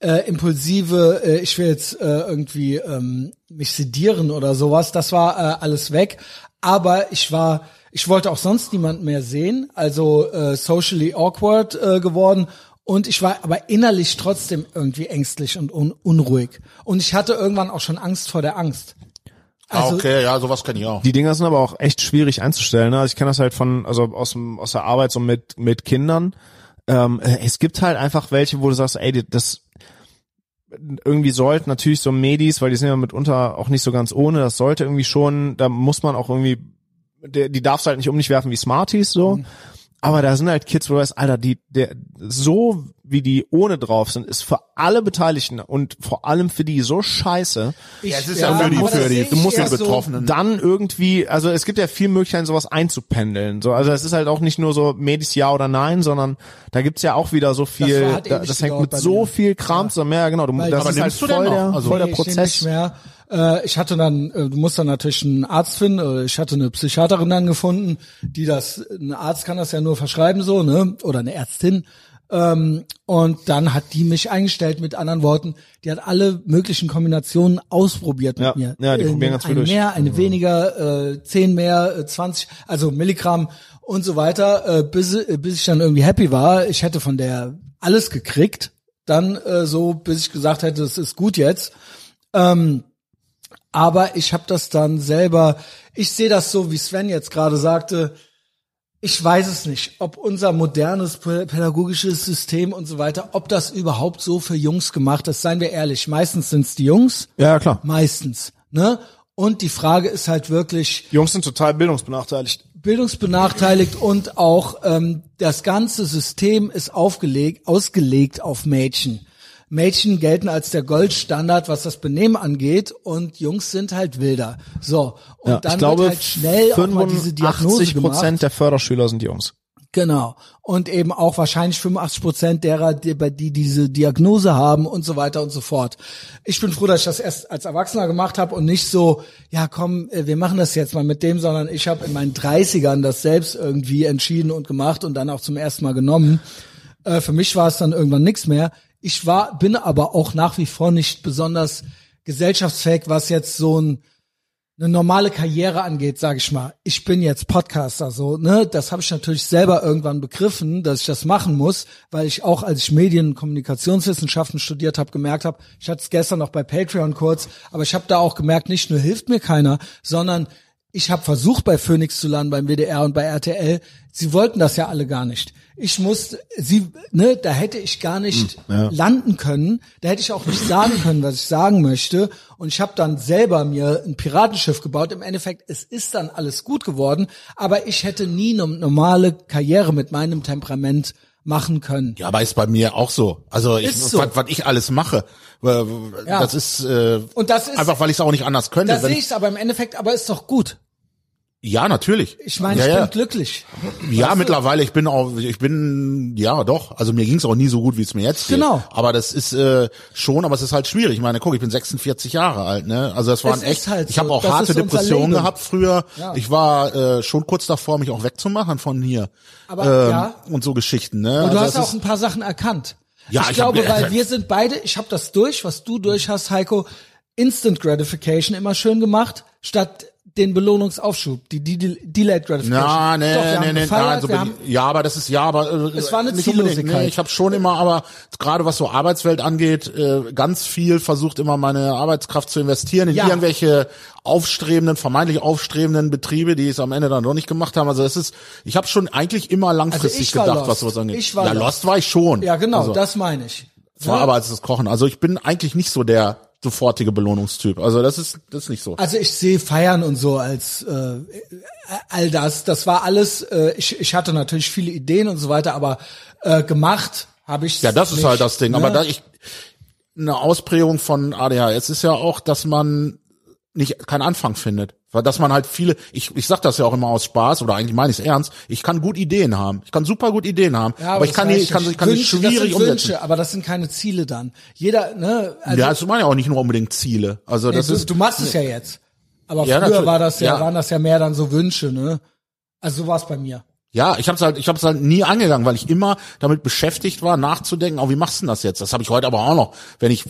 äh, impulsive, äh, ich will jetzt äh, irgendwie ähm, mich sedieren oder sowas, das war äh, alles weg. Aber ich war, ich wollte auch sonst niemanden mehr sehen, also äh, socially awkward äh, geworden. Und ich war aber innerlich trotzdem irgendwie ängstlich und un unruhig. Und ich hatte irgendwann auch schon Angst vor der Angst. ah, Also, okay, ja, sowas kenne ich auch. Die Dinger sind aber auch echt schwierig einzustellen. Ne? Also ich kenne das halt von, also aus, dem, aus der Arbeit so mit, mit Kindern. Ähm, äh, es gibt halt einfach welche, wo du sagst, ey, die- das irgendwie sollten natürlich so Medis, weil die sind ja mitunter auch nicht so ganz ohne, das sollte irgendwie schon, da muss man auch irgendwie, der, die darfst du halt nicht um dich werfen wie Smarties so. Aber da sind halt Kids, wo du weißt, Alter, die, der, so wie die ohne drauf sind, ist für alle Beteiligten und vor allem für die so scheiße. ich, Ja, es ist ja für die- aber das für die- sehe ich du musst eher ja so- betroffen Dann irgendwie, also es gibt ja viel Möglichkeiten, sowas einzupendeln. So, also es ist halt auch nicht nur so Medis ja oder nein, sondern da gibt's ja auch wieder so viel, war- das, hat da, ewig das hängt gedauert mit bei so mir. viel Kram zusammen. Ja, genau. Du, Weil- das Aber ist halt nimmst du voll denn der, noch? Also- voll der Nee, ich nehme Prozess. Nicht mehr. Äh, ich hatte dann, äh, du musst dann natürlich einen Arzt finden, äh, ich hatte eine Psychiaterin dann gefunden, die das, ein Arzt kann das ja nur verschreiben so, ne? Oder eine Ärztin. Ähm, und dann hat die mich eingestellt mit anderen Worten, die hat alle möglichen Kombinationen ausprobiert Ja, mit mir. ja, die Äh, probieren ganz viel eine durch. Mhm. mehr, eine weniger, äh, 10 mehr, äh, 20, also Milligramm und so weiter, äh, bis, äh, bis ich dann irgendwie happy war. Ich hätte von der alles gekriegt, dann äh, so, bis ich gesagt hätte, es ist gut jetzt. Ähm, Aber ich habe das dann selber, ich sehe das so, wie Sven jetzt gerade sagte, ich weiß es nicht, ob unser modernes pä- pädagogisches System und so weiter, ob das überhaupt so für Jungs gemacht ist. Seien wir ehrlich, meistens sind es die Jungs, Ja, klar. meistens. Ne? Und die Frage ist halt wirklich, Jungs sind total bildungsbenachteiligt. bildungsbenachteiligt und auch ähm, das ganze System ist aufgelegt, ausgelegt auf Mädchen. Mädchen gelten als der Goldstandard, was das Benehmen angeht, und Jungs sind halt wilder. So, und Ja, dann ich glaube, wird halt schnell auch mal diese Diagnose 85 gemacht. Prozent der Förderschüler sind Jungs. Genau. Und eben auch wahrscheinlich 85 Prozent derer, die, bei die diese Diagnose haben und so weiter und so fort. Ich bin froh, dass ich das erst als Erwachsener gemacht habe und nicht so, ja komm, äh, wir machen das jetzt mal mit dem, sondern ich habe in meinen 30ern das selbst irgendwie entschieden und gemacht und dann auch zum ersten Mal genommen. Äh, für mich war es dann irgendwann nichts mehr. Ich war, bin aber auch nach wie vor nicht besonders gesellschaftsfähig, was jetzt so ein eine normale Karriere angeht, sage ich mal. Ich bin jetzt Podcaster, so ne, das habe ich natürlich selber irgendwann begriffen, dass ich das machen muss, weil ich auch, als ich Medien- und Kommunikationswissenschaften studiert habe, gemerkt habe, ich hatte es gestern noch bei Patreon kurz, aber ich habe da auch gemerkt, nicht nur hilft mir keiner, sondern ich habe versucht, bei Phoenix zu landen, beim WDR und bei RTL. Sie wollten das ja alle gar nicht. Ich musste, sie, ne, da hätte ich gar nicht Hm, landen können. Da hätte ich auch nicht sagen können, was ich sagen möchte. Und ich habe dann selber mir ein Piratenschiff gebaut. Im Endeffekt, es ist dann alles gut geworden. Aber ich hätte nie eine normale Karriere mit meinem Temperament machen können. Ja, aber ist bei mir auch so. Also ich, Ist so. was, was ich alles mache, äh, das ist äh, Und das ist, einfach, weil ich es auch nicht anders könnte. das Wenn- sehe ich aber im Endeffekt, aber ist doch gut. ja, natürlich. Ich meine, ja, ich ja. bin glücklich. Ja, mittlerweile, ich bin auch, ich bin, ja doch, also mir ging's auch nie so gut, wie es mir jetzt geht. Genau. Aber das ist äh, schon, aber es ist halt schwierig. Ich meine, guck, ich bin 46 Jahre alt, ne? Also das waren Es ist echt, halt ich so. habe auch Das harte ist unser Depressionen Leben. gehabt früher. Ja. Ich war äh, schon kurz davor, mich auch wegzumachen von hier. Aber, ähm, ja. Und so Geschichten, ne? Und du also hast das auch ist, ein paar Sachen erkannt. Ja, ich, ich hab- glaube, weil äh, wir sind beide, ich habe das durch, was du durch hast, Heiko, Instant Gratification immer schön gemacht, statt den Belohnungsaufschub, die, die, die Delayed Gratification. na, nee, Doch, wir nee, haben nee, gefeiert, nein, so wir bin haben, ich, ja, aber das ist ja, aber äh, Es war eine nicht unbedingt, Ziellosigkeit. Nee, ich habe schon immer, aber gerade was so Arbeitswelt angeht, äh, ganz viel versucht immer meine Arbeitskraft zu investieren in Ja. irgendwelche aufstrebenden, vermeintlich aufstrebenden Betriebe, die es am Ende dann doch nicht gemacht haben. Also das ist, ich habe schon eigentlich immer langfristig Also war gedacht, lost. was sowas angeht. Ich war ja, lost. lost war ich schon. ja, genau, Also, das meine ich. Ne? war aber als das Kochen. Also ich bin eigentlich nicht so der sofortige Belohnungstyp. Also das ist das ist nicht so. Also ich sehe Feiern und so als äh, all das. Das war alles, äh, ich, ich hatte natürlich viele Ideen und so weiter, aber äh, gemacht habe ich Ja, das nicht, ist halt das Ding. ne? Aber da ich eine Ausprägung von ADHS ist ja auch, dass man nicht keinen Anfang findet, weil dass man halt viele. Ich ich sag das ja auch immer aus Spaß oder eigentlich meine ich es ernst. Ich kann gut Ideen haben. Ich kann super gut Ideen haben. Ja, aber, ich das kann die, reicht ich kann nicht. ich kann Wünsche, die das schwierig sind umsetzen. Wünsche, aber das sind keine Ziele dann. Jeder, ne? Also, ja, das waren ja auch nicht nur unbedingt Ziele. Also das du, ist du machst es ja jetzt. Aber Ja, früher natürlich. war das ja, Ja. waren das ja mehr dann so Wünsche, ne? Also so war es bei mir. Ja, ich hab's halt, ich hab's halt nie angegangen, weil ich immer damit beschäftigt war, nachzudenken, oh, wie machst du denn das jetzt? Das habe ich heute aber auch noch, wenn ich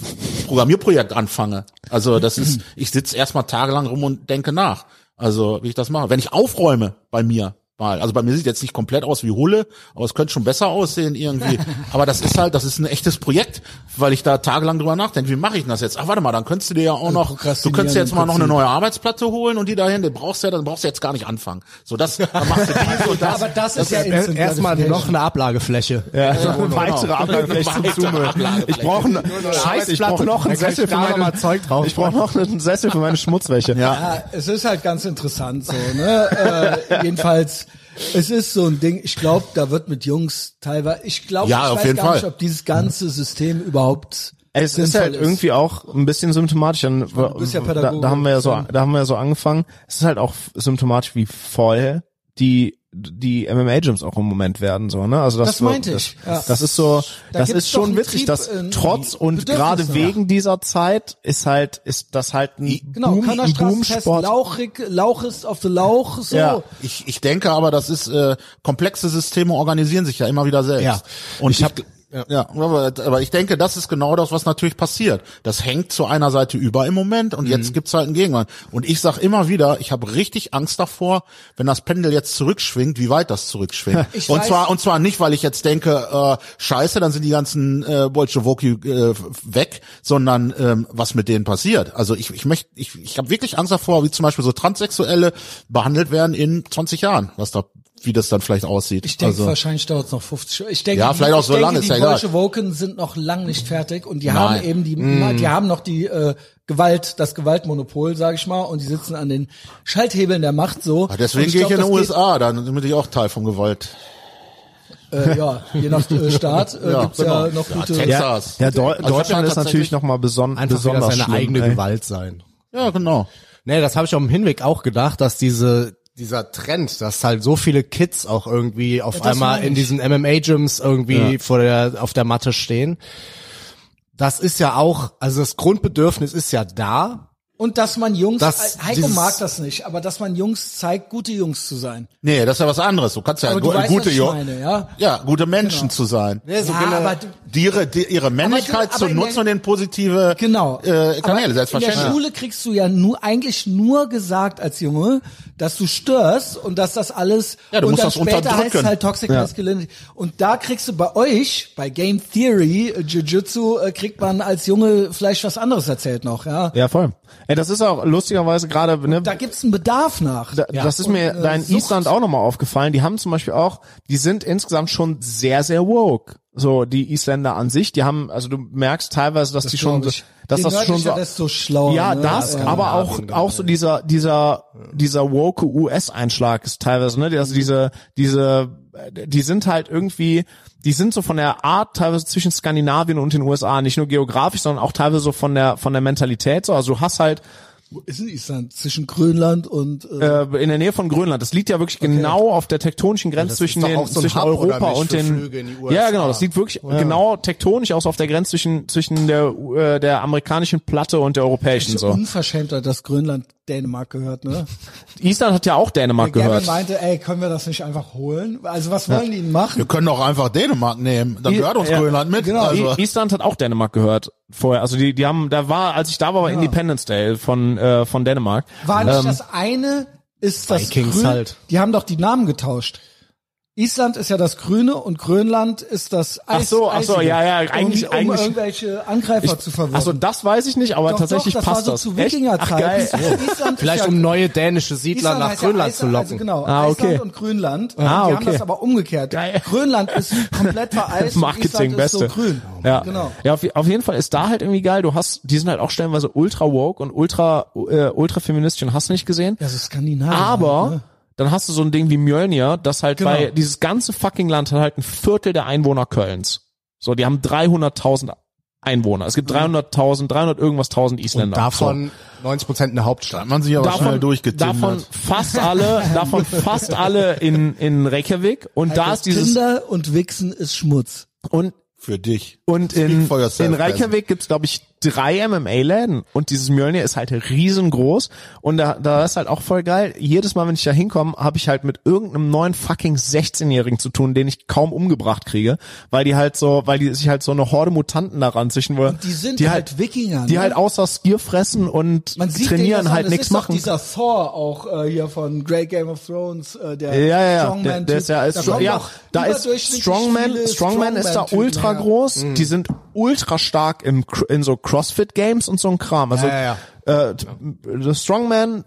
Programmierprojekt anfange. Also das ist, ich sitze erstmal tagelang rum und denke nach. Also wie ich das mache. Wenn ich aufräume bei mir mal, also bei mir sieht jetzt nicht komplett aus wie Hulle, aber es könnte schon besser aussehen irgendwie. Aber das ist halt, das ist ein echtes Projekt, weil ich da tagelang drüber nachdenke, wie mache ich denn das jetzt? Ach, warte mal, dann könntest du dir ja auch noch, du Prokrastinieren könntest dir jetzt im mal noch eine Prinzip. neue Arbeitsplatte holen und die dahin, du brauchst ja, dann brauchst du jetzt gar nicht anfangen. So das, dann machst du dies und das. aber das, ist ja Instant Erstmal Gratification. noch eine Ablagefläche. Ja, genau. eine weitere Ablage vielleicht zum Weitere Zumüllen. Ablage Ich brauche einen Scheiß, ich brauche Arbeitsblatt, noch noch ein einen Sessel für Sessel, da meine mal Zeug drauf. Ich brauche noch einen Sessel für meine Schmutzwäsche. Ja. Ja, es ist halt ganz interessant so, ne? äh, jedenfalls, es ist so ein Ding, ich glaube, da wird mit Jungs teilweise, ich glaube, Ja, ich auf weiß jeden gar Fall. nicht, ob dieses ganze System überhaupt Es ist sinnvoll halt irgendwie auch ein bisschen symptomatisch. Dann, du bist ja da, Pädagoge. da haben wir ja so, da haben wir ja so angefangen. Es ist halt auch symptomatisch, wie voll die die MMA Gyms auch im Moment werden so ne also das Das meinte so, ich, das, ja. das ist so Da das gibt's ist doch schon einen witzig Trieb dass in trotz und Bedürfnisse. gerade wegen dieser Zeit ist halt ist das halt ein Genau, Boom, ein Kannerstraßenfest, Boomsport Lauchig, Lauch ist auf der Lauch, so. Ja. Ich, ich denke aber, das ist äh, komplexe Systeme organisieren sich ja immer wieder selbst. Ja. Und ich habe ja, aber, aber ich denke, das ist genau das, was natürlich passiert. Das hängt zu einer Seite über im Moment und Mhm. jetzt gibt's halt einen Gegenwand. Und ich sag immer wieder, ich habe richtig Angst davor, wenn das Pendel jetzt zurückschwingt, wie weit das zurückschwingt. Ich und weiß- zwar und zwar nicht, weil ich jetzt denke, äh, scheiße, dann sind die ganzen äh, Bolschewoki äh, weg, sondern ähm, was mit denen passiert. Also ich, ich möchte, ich, ich habe wirklich Angst davor, wie zum Beispiel so Transsexuelle behandelt werden in 20 Jahren, was da wie das dann vielleicht aussieht. Ich denke, also, wahrscheinlich dauert es noch 50 Stunden. Ich denke, Ja, die- vielleicht auch ich so denke, lange, die ist ja egal. Deutsche Woken sind noch lang nicht fertig und die Nein. Mm. haben eben die, die haben noch die äh, Gewalt, das Gewaltmonopol, sage ich mal, und die sitzen an den Schalthebeln der Macht so. Ah, Und Deswegen gehe glaub, ich in die das USA, dann damit ich auch Teil vom Gewalt. Geht, äh, ja, je nach äh, Staat äh, Ja, gibt's genau. ja noch Ja, gute. Texas. Ja, Saß. ja Deu Also Deutschland Deutschland ist natürlich tatsächlich- nochmal beson Einfach wieder besonders seine schlimm, eigene ey. Gewalt sein. Ja, genau. Nee, das habe ich auf dem Hinweg auch gedacht, dass diese dieser Trend, dass halt so viele Kids auch irgendwie auf das einmal meine in ich. diesen MMA Gyms irgendwie vor der auf der Matte stehen. Das ist ja auch, also das Grundbedürfnis ist ja da. Und dass man Jungs, Das- Heiko dieses- mag das nicht, aber dass man Jungs zeigt, gute Jungs zu sein. Nee, das ist ja was anderes. Du kannst ja Aber gu- du weißt, gute was ich Jo- meine, ja? ja, gute Menschen zu sein. Ja, so ja, genau. aber du, Die ihre, die ihre Männlichkeit aber zu in der- nutzen und in positive Genau. äh, Kanäle, in der selbstverständlich. Schule kriegst du ja nur eigentlich nur gesagt als Junge, dass du störst und dass das alles Ja, du und musst dann das später heißt es unterdrücken. halt Toxic Masculinity. Und da kriegst du bei euch, bei Game Theory, äh, Jiu-Jitsu, äh, kriegt man als Junge vielleicht was anderes erzählt noch, ja. Ja, voll. Ey, das ist auch lustigerweise gerade, ne, Da gibt's einen Bedarf nach. Da, Das ist mir Und, äh, da in Sucht. Island auch nochmal aufgefallen. Die haben zum Beispiel auch, die sind insgesamt schon sehr, sehr woke. So, die Isländer an sich, die haben, also du merkst teilweise, dass die schon, glaub so- ich. dass Je das schon so, nördlicher, desto schlauer, ja, ne? das, Ja, genau. aber auch, auch so dieser, dieser, dieser woke US-Einschlag ist teilweise, ne, also diese, diese, die sind halt irgendwie, die sind so von der Art teilweise zwischen Skandinavien und den USA, nicht nur geografisch, sondern auch teilweise so von der, von der Mentalität, so, also du hast halt, Wo ist denn Island? Zwischen Grönland und äh, äh, in der Nähe von Grönland. Das liegt ja wirklich genau auf der tektonischen Grenze zwischen, doch den, auch so ein zwischen Hub, oder Europa nicht, und für den. Flüge in die USA? Ja, genau. Das liegt wirklich genau tektonisch aus auf der Grenze zwischen zwischen der äh, der amerikanischen Platte und der europäischen. So. unverschämter, dass Grönland Dänemark gehört, ne? Island hat ja auch Dänemark Gavin gehört. meinte, ey, können wir das nicht einfach holen? Also was wollen die denn machen? Wir können doch einfach Dänemark nehmen. Dann gehört uns ja, Grönland mit. genau. also. I- Island hat auch Dänemark gehört vorher. Also die die haben da war als ich da war war Independence Day von äh, von Dänemark. Ähm, War nicht das eine ist das Vikings Grün, halt. Die haben doch die Namen getauscht. Island ist ja das Grüne und Grönland ist das Eis, Ach so, ach so, Eisige. ja, ja, um, eigentlich- um eigentlich- irgendwelche Angreifer zu verwirren. Also das weiß ich nicht, aber Doch, tatsächlich doch, das passt war das. so zu Echt? Ach, geil. Wikingerzeit. Island ist Vielleicht ja- um neue dänische Siedler Island nach heißt ja Grönland Eis- zu locken. Also genau, Ah, okay. Island und Grönland. Ah, die okay. haben das aber umgekehrt. Geil. Grönland ist komplett vereist und Marketing Island ist beste. so grün. Ja, Genau. ja auf, auf jeden Fall ist da halt irgendwie geil. Du hast, die sind halt auch stellenweise ultra woke und ultra äh, ultra feministisch und hast nicht gesehen. Ja, so Skandinavien. Aber halt, ne? dann hast du so ein Ding wie Mjölnir, das halt Genau. bei dieses ganze fucking Land hat halt ein Viertel der Einwohner Kölns. So, die haben 300.000 Einwohner. Es gibt Mhm. 300.000, 300 irgendwas 1000 Isländer. Und davon 90 Prozent in Genau. der Da Hauptstadt. hat man sich aber schnell durchgetindert. davon fast alle, davon fast alle in in Reykjavik und da ist dieses Tinder und Wichsen ist Schmutz. und Für dich. Und Speak in, for yourself, also. in Reykjavik gibt's glaub glaube ich, drei MMA-Läden. Und dieses Mjölnir ist halt riesengroß. Und da, da ist halt auch voll geil. Jedes Mal, wenn ich da hinkomme, habe ich halt mit irgendeinem neuen fucking 16-Jährigen zu tun, den ich kaum umgebracht kriege. Weil die halt so, weil die sich halt so eine Horde Mutanten daran zischen wollen. Die sind die halt, Wikinger. Ne? Die halt außer Skier fressen und Man sieht denen trainieren das an, halt das nichts ist doch machen. Dieser Thor auch äh, hier von Great Game of Thrones, äh, der Ja, ja, ja. Der, Strongman. der ist ja, ist, kommen ja doch da ist überdurchschnittlich Strongman, viele Strongman, ist da Strongman-Typen, ultra ja. groß. Die sind ultra stark im, Cr- in so CrossFit Games und so ein Kram. Also, Ja, Äh, t- the Strongman,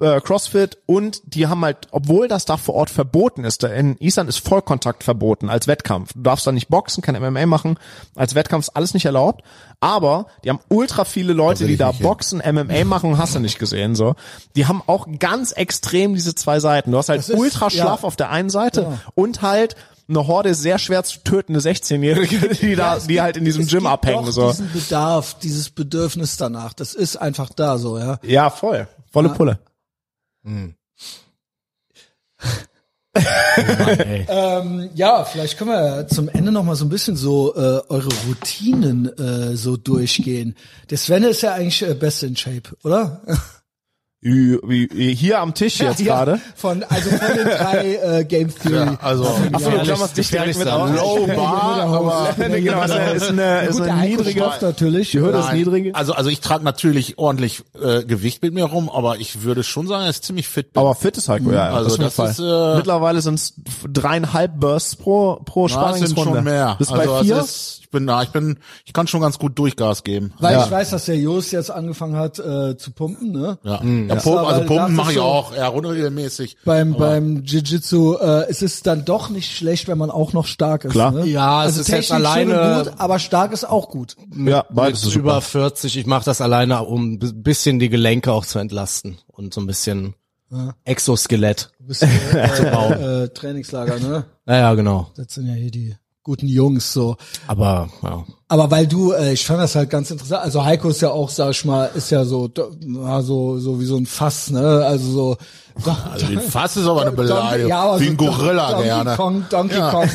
äh, CrossFit und die haben halt, obwohl das da vor Ort verboten ist, da in Island ist Vollkontakt verboten als Wettkampf. Du darfst da nicht boxen, kein MMA machen, als Wettkampf ist alles nicht erlaubt, aber die haben ultra viele Leute, will die ich da nicht hin. boxen, MMA machen, hast du nicht gesehen, so. Die haben auch ganz extrem diese zwei Seiten. Du hast halt Das ist- ultra schlaff ja. auf der einen Seite und halt eine Horde sehr schwer zu tötende 16-Jährige, die da, es die halt in diesem es Gym gibt abhängen, doch so. diesen Bedarf, dieses Bedürfnis danach, das ist einfach da so, ja. Ja, voll. Volle Pulle. Ähm, ja, vielleicht können wir zum Ende noch mal so ein bisschen so äh, eure Routinen äh, so durchgehen. Der Sven ist ja eigentlich äh, best in Shape, oder? Ü- ü- Hier am Tisch jetzt Ja, gerade. Von also von den drei äh, Game Theory. Ja, also, Achso, du klammerst dich direkt mit Gefährlichster auf. low bar, aber Genau, das ist eine, ist Gut, eine niedrige. Einkunft natürlich. Die Hürde ist niedrig. Also, also ich trage natürlich ordentlich äh, Gewicht mit mir rum, aber ich würde schon sagen, dass ich ziemlich fit bin. Aber fit ist Heiko, ja. Also auf jeden das ist, äh, Mittlerweile sind es dreieinhalb Bursts pro, pro Ja, es sind Sparringsrunde. schon mehr. Bist also bei es vier? Ist, ich bin da, ich bin, ich kann schon ganz gut Durchgas geben. Weil ja. ich weiß, dass der Jos jetzt angefangen hat äh, zu pumpen, ne? Ja. Ja, Pumpen, also weil Pumpen das mache ist so ich auch, ja, unregelmäßig. Beim, beim Jiu-Jitsu, äh, es ist dann doch nicht schlecht, wenn man auch noch stark ist. Klar. Ne? Ja, es also ist Technik jetzt schön und alleine- gut, aber stark ist auch gut. Ja, beides mit ist super. über 40. Ich mache das alleine, um ein bi- bisschen die Gelenke auch zu entlasten und so ein bisschen Exoskelett. Du bist äh, äh, Trainingslager, ne? Naja, genau. Das sind ja hier die guten Jungs so. Aber ja. Aber weil du, äh, ich fand das halt ganz interessant. Also Heiko ist ja auch, sag ich mal, ist ja so, d- na, so, so wie so ein Fass, ne? Also so. Also den Fass ist aber eine Beleidigung. ja, aber Wie so ein Gorilla Donkey gerne. Kong, Donkey Ja. Kong,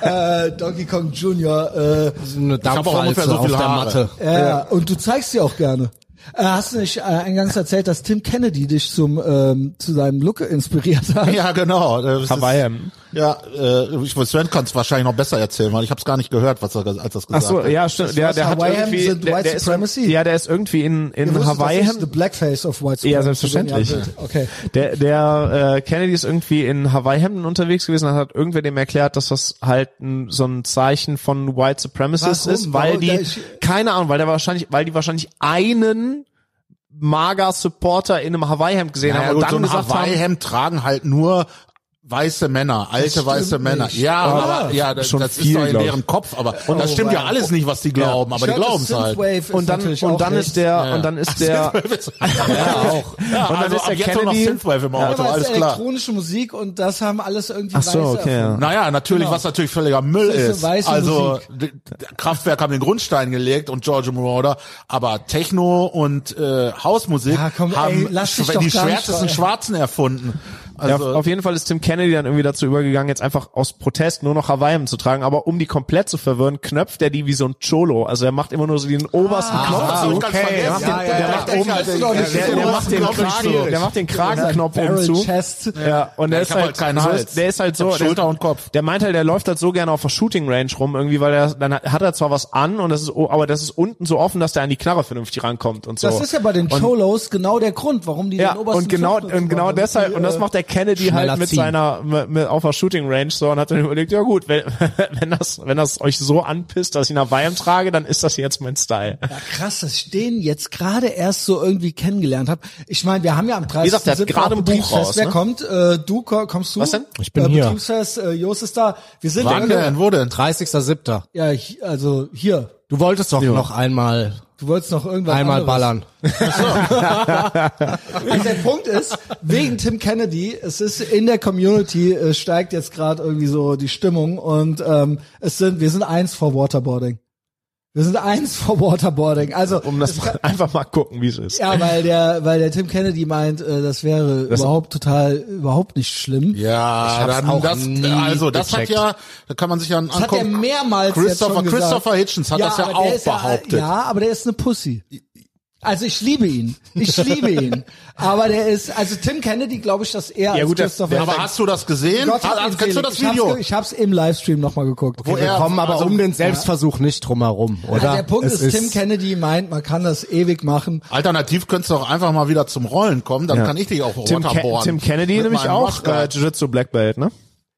äh, Donkey Kong Junior. Äh, eine hab auch ungefähr Dampfwalze so auf viele der Haare. Matte. ja, und du zeigst sie auch gerne. Äh, hast du nicht äh, eingangs erzählt, dass Tim Kennedy dich zum ähm, zu deinem Look inspiriert hat? Ja, genau. äh, das ist- Hawaiian. Ja, äh, ich, Sven kann es wahrscheinlich noch besser erzählen, weil ich habe es gar nicht gehört, was er, als das Ach gesagt so, hat. ja, stimmt. Der, der hat Hawaiian irgendwie, sind der, White der ist, Supremacy? ja, der ist irgendwie in, Ihr in wusstet, dass Hawaii. ich The Blackface of White Ja, Supremacy bin, selbstverständlich. bitte. Okay. Der, der äh, Kennedy ist irgendwie in Hawaii-Hemden unterwegs gewesen und hat irgendwer dem erklärt, dass das halt ein, so ein Zeichen von White Supremacists Warum? ist, weil Warum? Da die, ist- keine Ahnung, weil der wahrscheinlich, weil die wahrscheinlich einen mager Supporter in einem Hawaii-Hemd gesehen Ja, haben und gut, dann so ein gesagt haben, Hawaii-Hemd tragen halt nur weiße Männer, alte stimmt weiße Männer. nicht. Ja, Aber aber ja, das, schon das viel, ist doch in glaub ich. deren Kopf, aber das stimmt Oh, ja wow. alles nicht, was die glauben, aber die Shirt ist glauben es halt. Synthwave, ist und dann, natürlich auch und dann rechts. ist der, und dann ist der, ja, auch. Ja, Und dann also ist ab der jetzt auch noch Kennedy- Synthwave im Ja, Auto, aber es alles ist klar. elektronische Musik und das haben alles irgendwie also ach so, Weiße okay, ja. Naja, natürlich, was natürlich völliger Müll Das ist eine ist. Genau. weiße Also Musik. d- d- Kraftwerk haben den Grundstein gelegt und George Moroder, aber Techno und äh, Hausmusik Ja, komm, ey, haben lass dich schw- doch die gar nicht schwärzesten so- Schwarzen erfunden. Also ja, auf jeden Fall ist Tim Kennedy dann irgendwie dazu übergegangen, jetzt einfach aus Protest nur noch Hawaii zu tragen, aber um die komplett zu verwirren, knöpft er die wie so ein Cholo. Also er macht immer nur so den obersten Knopf Ah, zu. ich kann's vergessen. Der macht den- der macht oben- Techno- doch nicht Der, der, so. macht den Knopf nicht so. Kragen, der macht den Kragenknopf oben Barrel zu. Chest. Ja, und der ich ist hab halt, halt keinen so Hals. Ist, der ist halt Ich so, hab Schulter der, und Kopf. Der meint halt, der läuft halt so gerne auf der Shooting Range rum irgendwie, weil er dann hat er zwar was an und das ist, oh, aber das ist unten so offen, dass der an die Knarre vernünftig rankommt und so. Das ist ja bei den Cholos genau der Grund, warum die Ja, den obersten und genau, Knopf nutzen und genau wollen. äh, deshalb, und das macht der Kennedy halt schneller mit ziehen. seiner, mit, mit, auf der Shooting Range so und hat dann überlegt, ja gut, wenn, wenn das, wenn das euch so anpisst, dass ich nach Bayern trage, dann ist das jetzt mein Style. Ja, krass, dass ich den jetzt gerade erst so irgendwie kennengelernt habe. Ich meine, wir haben ja am 30. gesagt, der hat gerade ein Buch raus, Wer ne? kommt? Äh, du ko- kommst du? Was denn? Ich bin äh, hier. Betriebsfest, äh, Jos ist da. Wir sind wann ja, denn? Wo denn? 30.07. ja, hi- also hier. Du wolltest doch noch einmal, Du wolltest noch irgendwas einmal anderes. ballern. Also der Punkt ist, wegen Tim Kennedy, es ist in der Community, äh, steigt jetzt gerade irgendwie so die Stimmung und ähm, es sind, wir sind eins vor Waterboarding. Wir sind eins vor Waterboarding. Also Um das mal, einfach mal gucken, wie es ist. ja, weil der, weil der Tim Kennedy meint, äh, das wäre überhaupt total, überhaupt nicht schlimm. Ja, hab's dann auch das, nie also das hat gecheckt. ja, da kann man sich ja angucken. Das hat er mehrmals Christopher, jetzt schon gesagt. Christopher Hitchens hat das ja aber der auch ist behauptet. Ja, aber der ist eine Pussy. Also ich liebe ihn. Ich liebe ihn. Aber der ist, also Tim Kennedy glaube ich, dass er als gut, der- Christopher aber hast du das gesehen? Gott hab Ah, ihn kennst selig. du das ich hab's Video? ge- Ich hab's im Livestream nochmal geguckt. Wo Wir er- kommen aber also- um den Selbstversuch nicht drum herum, oder? Also der Punkt Es ist, Tim Kennedy meint, man kann das ewig machen. Alternativ könntest du auch einfach mal wieder zum Rollen kommen, dann kann ich dich auch Tim, Ke runterbohren. Tim Kennedy Mit nämlich meinem auch Maske. äh, Jiu-Jitsu Black Belt, ne?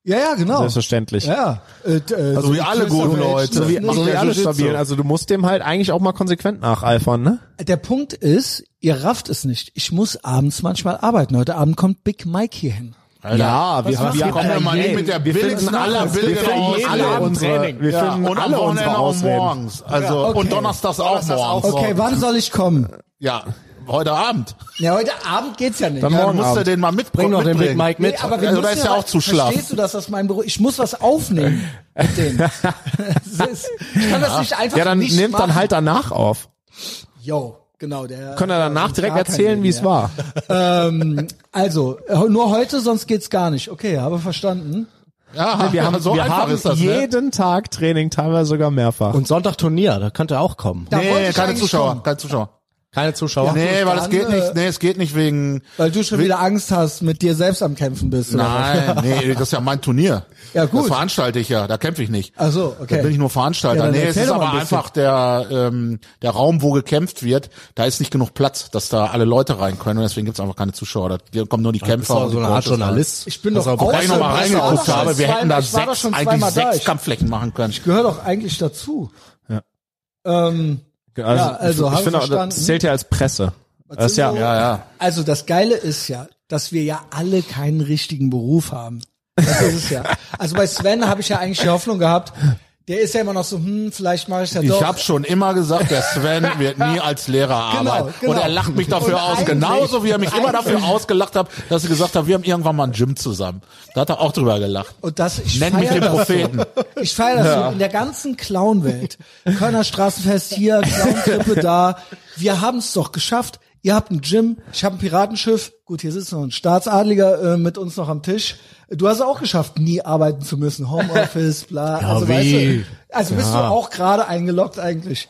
Ja, ja, genau. Selbstverständlich. Also Ja. Äh, d- äh, so Also wie alle Christopher guten Hitchens Leute. ist So wie, nicht- so wie der alle Jiu-Jitsu. stabilen. Also du musst dem halt eigentlich auch mal konsequent nacheifern, ne? Der Punkt ist, ihr rafft es nicht. Ich muss abends manchmal arbeiten. Heute Abend kommt Big Mike hier hin. Alter, Ja, wir haben wir kommen ja mal nicht jeden- mit der wir billigsten finden aller alles. Wir billigen finden Ausreden. alle Alle unsere- Training. wir ja. finden und alle am Wochenende unsere auch Ausreden. morgens. Also okay. und donnerstags auch morgens. Okay, wann soll ich kommen? Ja, heute Abend. Ja, heute Abend geht's ja nicht. Dann Ja, du Morgen musst ja Abend. den mal mitbringen. Bring doch den Big mitbringen. Mike mit. Nee, aber wir Also, da müssen ist ja auch zu schlaff. Verstehst du das, was mein Büro? Ich muss was aufnehmen mit denen. Das ist, ich kann das nicht einfach Ja, dann nicht nimmt machen. dann halt danach auf. Yo, genau. Der Können wir danach direkt gar erzählen, kein wie es Leben war. Ähm, also äh, nur heute, sonst geht's gar nicht. Okay, habe verstanden. Ja, Wir haben, so wir einfach haben ist das. Ne? jeden Tag Training, teilweise sogar mehrfach. Und Sonntag Turnier, da könnte er auch kommen. Da wollte Nee, ich keine eigentlich Zuschauer, kommen, keine Zuschauer. Keine Zuschauer. Nee, weil es dann, geht äh, nicht, nee, es geht nicht wegen weil du schon wieder Angst hast, mit dir selbst am kämpfen bist. oder Nein, nee, das ist ja mein Turnier. Ja, gut. Also, Das veranstalte ich ja, da kämpfe ich nicht. Ach so, okay. Da bin ich nur Ja, Veranstalter. dann nee, es erzähl ist doch mal aber ein bisschen. einfach der, ähm, der Raum, wo gekämpft wird, da ist nicht genug Platz, dass da alle Leute rein können und deswegen gibt's einfach keine Zuschauer. Da hier kommen nur die Das ist Kämpfer. auch und so die eine Art Coaches rein. Journalist. Ich bin Das doch ist aber- auch- Weil ich nochmal Ich war doch reingeguckt schon habe, wir zweimal- hätten da ich war doch sechs, schon eigentlich zweimal da. sechs Ich- Kampfflächen machen können. Gehört doch eigentlich dazu. Ja. Ähm, Also, Ja, also, ich haben finde, auch, verstanden. das zählt ja als Presse. Das ist ja, Ja, ja. Also das Geile ist ja, dass wir ja alle keinen richtigen Beruf haben. Das ist es ja. Also bei Sven habe ich ja eigentlich die Hoffnung gehabt, der ist ja immer noch so, hm, vielleicht mache ich das doch. Ich habe schon immer gesagt, der Sven wird nie als Lehrer Genau, arbeiten. genau. Und er lacht mich dafür Und aus. eigentlich- Genauso wie er mich immer dafür eigentlich- ausgelacht hat, dass er gesagt hat, wir haben irgendwann mal ein Gym zusammen. Da hat er auch drüber gelacht. Und das, ich Nenn feier mich den das Propheten. So. Ich feiere das so. In der ganzen Clown-Welt. Kölner Straßenfest hier, Clown-Krippe da. Wir haben es doch geschafft. Ihr habt ein Gym, ich habe ein Piratenschiff. Gut, hier sitzt noch ein Staatsadliger äh, mit uns noch am Tisch. Du hast auch geschafft, nie arbeiten zu müssen. Homeoffice, bla. Ja, also wie? weißt du, also bist du auch gerade eingeloggt eigentlich.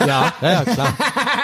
Ja, ja, ja, klar.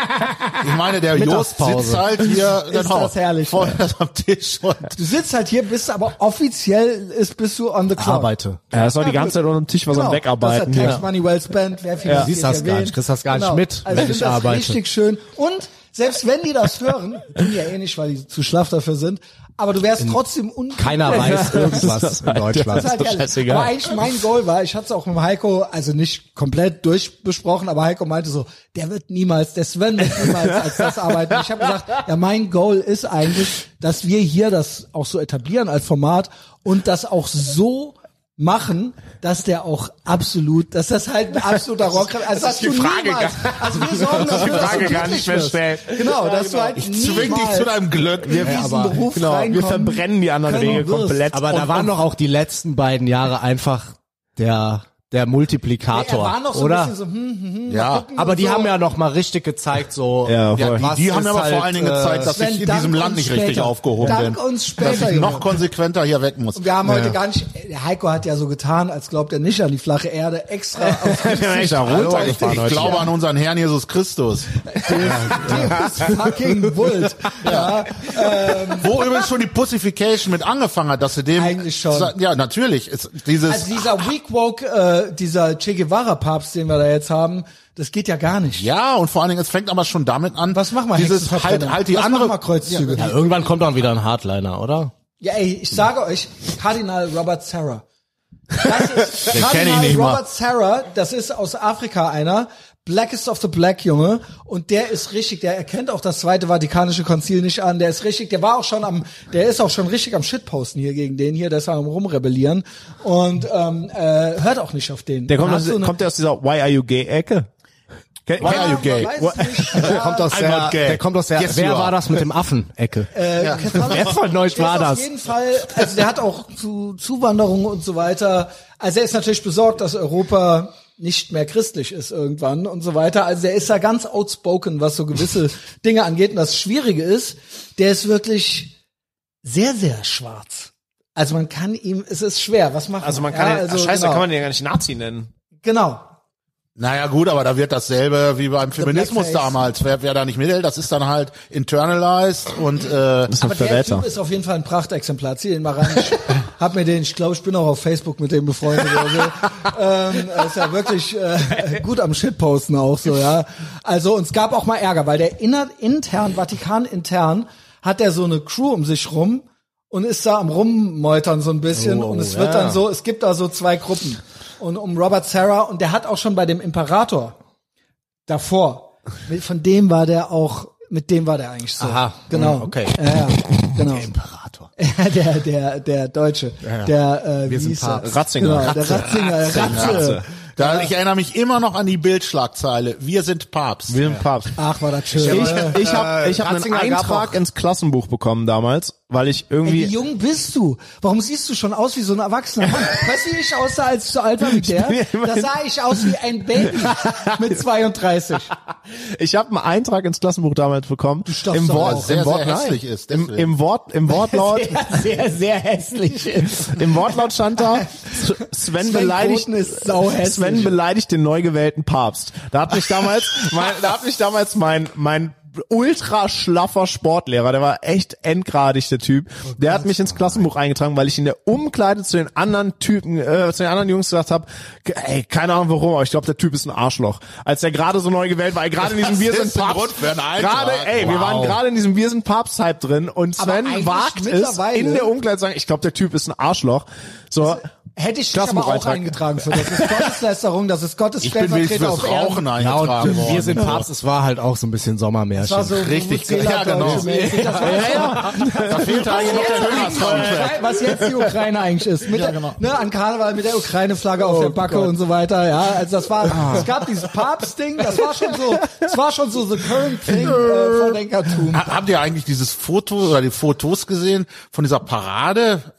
Ich meine, der Jost Mittagspause. sitzt halt hier Ist das herrlich, vor ne? am Tisch und Du sitzt halt hier, bist aber offiziell ist, bist du on the clock. Arbeite. er ist auch die ganze Zeit unter dem Tisch was am Wegarbeiten. Genau, Das hat Tax Ja. Money well spent. Wer viel ja. Siehst das gar nicht, kriegst das gar nicht mit, also wenn ich ich das arbeite. richtig schön. Und selbst wenn die das hören, tun die ja eh nicht, weil die zu schlaff dafür sind, aber du wärst trotzdem un Keiner weiß irgendwas in Deutschland. Das ist halt ehrlich. scheißegal. Aber eigentlich mein Goal war, ich hatte es auch mit dem Heiko, also nicht komplett durchbesprochen, aber Heiko meinte so, der wird niemals, der Sven wird niemals als das arbeiten. Ich habe gesagt, ja, mein Goal ist eigentlich, dass wir hier das auch so etablieren als Format und das auch so machen, dass der auch absolut, dass das halt ein absoluter Rock ist. Also, dass die du Frage niemals, also wir sorgen dafür, dass du Frage gar glücklich nicht mehr wirst. stellt. Genau, dass du halt zwing dich niemals zu deinem Glück. in diesen Beruf Genau, wir reinkommen verbrennen die anderen können Wege und wirst. komplett. Aber da waren doch auch die letzten beiden Jahre einfach der, der Er Multiplikator, war noch so ein oder? bisschen so, hm, hm, hm, Ja, aber die haben ja noch mal richtig gezeigt, so. Ja, voll. was die haben ist aber vor halt, allen Dingen äh, gezeigt, dass Sven, ich in dank diesem Land uns nicht richtig später. aufgehoben Dank bin. uns später, dass ich Junge. noch konsequenter hier weg muss. Wir haben heute gar nicht, der Heiko hat ja so getan, als glaubt er nicht an die flache Erde, extra auf Wir haben echt da Hallo, ich, runtergefahren ich heute. glaube an unseren Herrn Jesus Christus. das fucking Wult. Ja. Wo übrigens schon die Pussification mit angefangen hat, dass sie dem... Eigentlich schon. Ja, natürlich. Ist dieses, Also dieser Weak Woke, äh, dieser Che Guevara Papst, den wir da jetzt haben, das geht ja gar nicht. ja, und vor allen Dingen, es fängt aber schon damit an, Was machen wir? dieses Hexenverbrennung? halt, halt die Was andere... machen wir Kreuzzüge? Ja, irgendwann kommt dann wieder ein Hardliner, oder? Ja, ey, Hm. ich sage euch, Kardinal Robert Serra. Das ist Den kenn ich Kardinal nicht mal. Robert Serra, das ist aus Afrika einer, Blackest of the Black Junge und der ist richtig, der erkennt auch das zweite Vatikanische Konzil nicht an, der ist richtig, der war auch schon am, der ist auch schon richtig am Shitposten hier gegen den hier, der ist am rumrebellieren und ähm, äh, hört auch nicht auf den. Der kommt, Hat aus, so eine- kommt der aus dieser Why are you gay Ecke? Ken- Why kennt- are you gay? Man weiß es nicht. Ja, I'm not gay. der kommt aus der, Yes, you wer are. war das mit dem Affen-Ecke? Äh, Catholic- Wer von euch der war ist Auf das? jeden Fall, also der hat auch zu Zuwanderung und so weiter. Also er ist natürlich besorgt, dass Europa nicht mehr christlich ist irgendwann und so weiter. Also der ist da ganz outspoken, was so gewisse Dinge angeht. Und das Schwierige ist, der ist wirklich sehr, sehr schwarz. Also man kann ihm, es ist schwer. Was machen? Also man kann, ja, ja, scheiße, genau. kann man den ja gar nicht Nazi nennen. genau. Naja gut, aber da wird dasselbe wie beim Feminismus Blackface. damals. Wer, wer da nicht mithält, das ist dann halt internalized und äh, Das ist ein Aber der Typ Verräter. ist auf jeden Fall ein Prachtexemplar. Zieh den mal ran. Ich hab mir den, ich glaube, ich bin auch auf Facebook mit dem befreundet oder so. ähm, er ist ja wirklich äh, gut am Shitposten auch so, ja. Also uns gab auch mal Ärger, weil der inner, intern, Vatikan intern, hat er so eine Crew um sich rum und ist da am rummeutern so ein bisschen Oh, und es wird ja. dann so, es gibt da so zwei Gruppen und um Robert Sarah und der hat auch schon bei dem Imperator davor. Mit- Von dem war der auch, mit dem war der eigentlich so. Aha. genau. Mm, okay. Ja, ja, genau. Ja, der, der, der Deutsche. Der, äh, wie sind hieß er? Papst. Ratzinger. Genau, der Ratzinger, Ratze. Ratze. Da, ich erinnere mich immer noch an die Bildschlagzeile. Wir sind Papst. Wilhelm Papst. Ach, war das schön. Ich, ich habe ich hab einen Ratzinger gab Eintrag auch- ins Klassenbuch bekommen damals, weil ich Wie irgendwie... jung bist du? Warum siehst du schon aus wie so ein Erwachsener? Weißt du, wie ich aussah, als ich so alt war wie der? Da sah ich aus wie ein Baby mit 32. Ich habe einen Eintrag ins Klassenbuch damals bekommen. Du stopfst Im doch Wort, auch. im Sehr, Wort, sehr nein. hässlich ist, Im, deswegen. Im Wort, im Wortlaut, sehr, sehr hässlich ist. im Wortlaut stand da, S- Sven, Sven beleidigt, Koten ist sauhässlich. Sven beleidigt den neu gewählten Papst. Da hat mich damals, mein, da hat mich damals mein, mein ultra schlaffer Sportlehrer, der war echt endgradig, der Typ, Oh der hat mich ins Klassenbuch eingetragen, weil ich in der Umkleide zu den anderen Typen, äh, zu den anderen Jungs gesagt habe, ey, keine Ahnung warum, aber ich glaube, der Typ ist ein Arschloch. Als der gerade so neu gewählt war, ey, gerade in diesem Das Wir ist sind ein Papst, Grund für einen Eintrag. gerade, ey, wir Wow. waren gerade in diesem Wir sind Papst-Hype drin und Aber Sven eigentlich wagt es, mittlerweile- in der Umkleide zu sagen, ich glaube, der Typ ist ein Arschloch. So, Hätte ich dich aber auch Klassenbeitrag. eingetragen für. Das ist Gotteslästerung, das ist Gottes Ich bin wenigstens Stellvertreter fürs auf Erden. Rauchen Ja, und eingetragen worden. wir sind Papst, es war halt auch so ein bisschen Das war Sommermärchen. so Richtig, Mozilla ja, genau. Deutsche mäßig. Das war Da fehlt eigentlich noch der Höhner-Soundtrack. was jetzt die Ukraine eigentlich ist. Mit Ja, genau. Oh der, ne, an Karneval mit der Ukraine-Flagge auf der Backe und so weiter. Ja, also das war, Ah. es gab dieses Papstding, das war schon so, es war schon so the current thing äh, von Denkertum. Ha- Habt ihr eigentlich dieses Foto oder die Fotos gesehen von dieser Parade,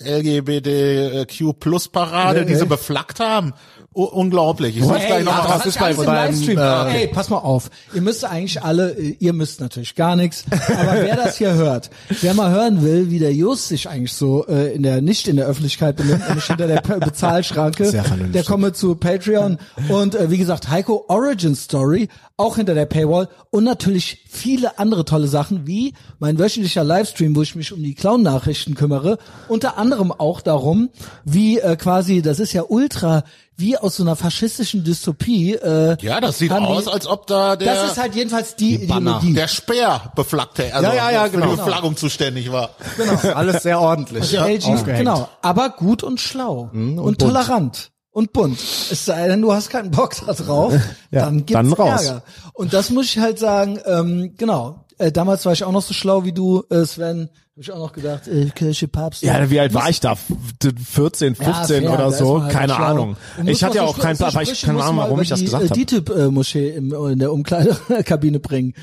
LGBTQ Plus Parade, die sie beflaggt haben? U unglaublich. Ich muss gleich Ey, ja, noch das was hat ja alles im Livestream. äh, Ey, pass mal auf. Ihr müsst eigentlich alle, äh, ihr müsst natürlich gar nichts, aber wer das hier hört, wer mal hören will, wie der Just sich eigentlich so äh, in der nicht in der Öffentlichkeit benimmt, nämlich hinter der Pe- Bezahlschranke, Sehr vernünftig. der komme zu Patreon und äh, wie gesagt, Heiko Origin Story auch hinter der Paywall und natürlich viele andere tolle Sachen wie mein wöchentlicher Livestream, wo ich mich um die Clown-Nachrichten kümmere, unter anderem auch darum, wie äh, quasi, das ist ja ultra, wie aus so einer faschistischen Dystopie. Äh, Ja, das sieht kann die- aus, als ob da der, das ist halt jedenfalls die, Die Banner. Ideologie. der Speer beflaggte, also Ja, ja, ja, für genau. die Beflaggung zuständig war. Alles sehr ordentlich. LG, Aufgehängt. genau. Aber gut und schlau Hm, und, tolerant und bunt. Es sei denn, du hast keinen Bock da drauf, dann gibt's dann raus. Ärger. Und das muss ich halt sagen, ähm, genau. Äh, damals war ich auch noch so schlau wie du, äh, Sven. Hab ich auch noch gedacht, äh, Kirche, Papst. Ja, wie alt war ich da? 14, 15 fair, da oder ist so? man halt Keine schlau. Ahnung. Und muss Ich hatte ja man auch so keinen Sprü- Plan, aber so ich Sprüche keine muss Ahnung, man warum über ich das die, gesagt äh, habe. DTIP-Moschee im, in der Umkleidekabine bringen.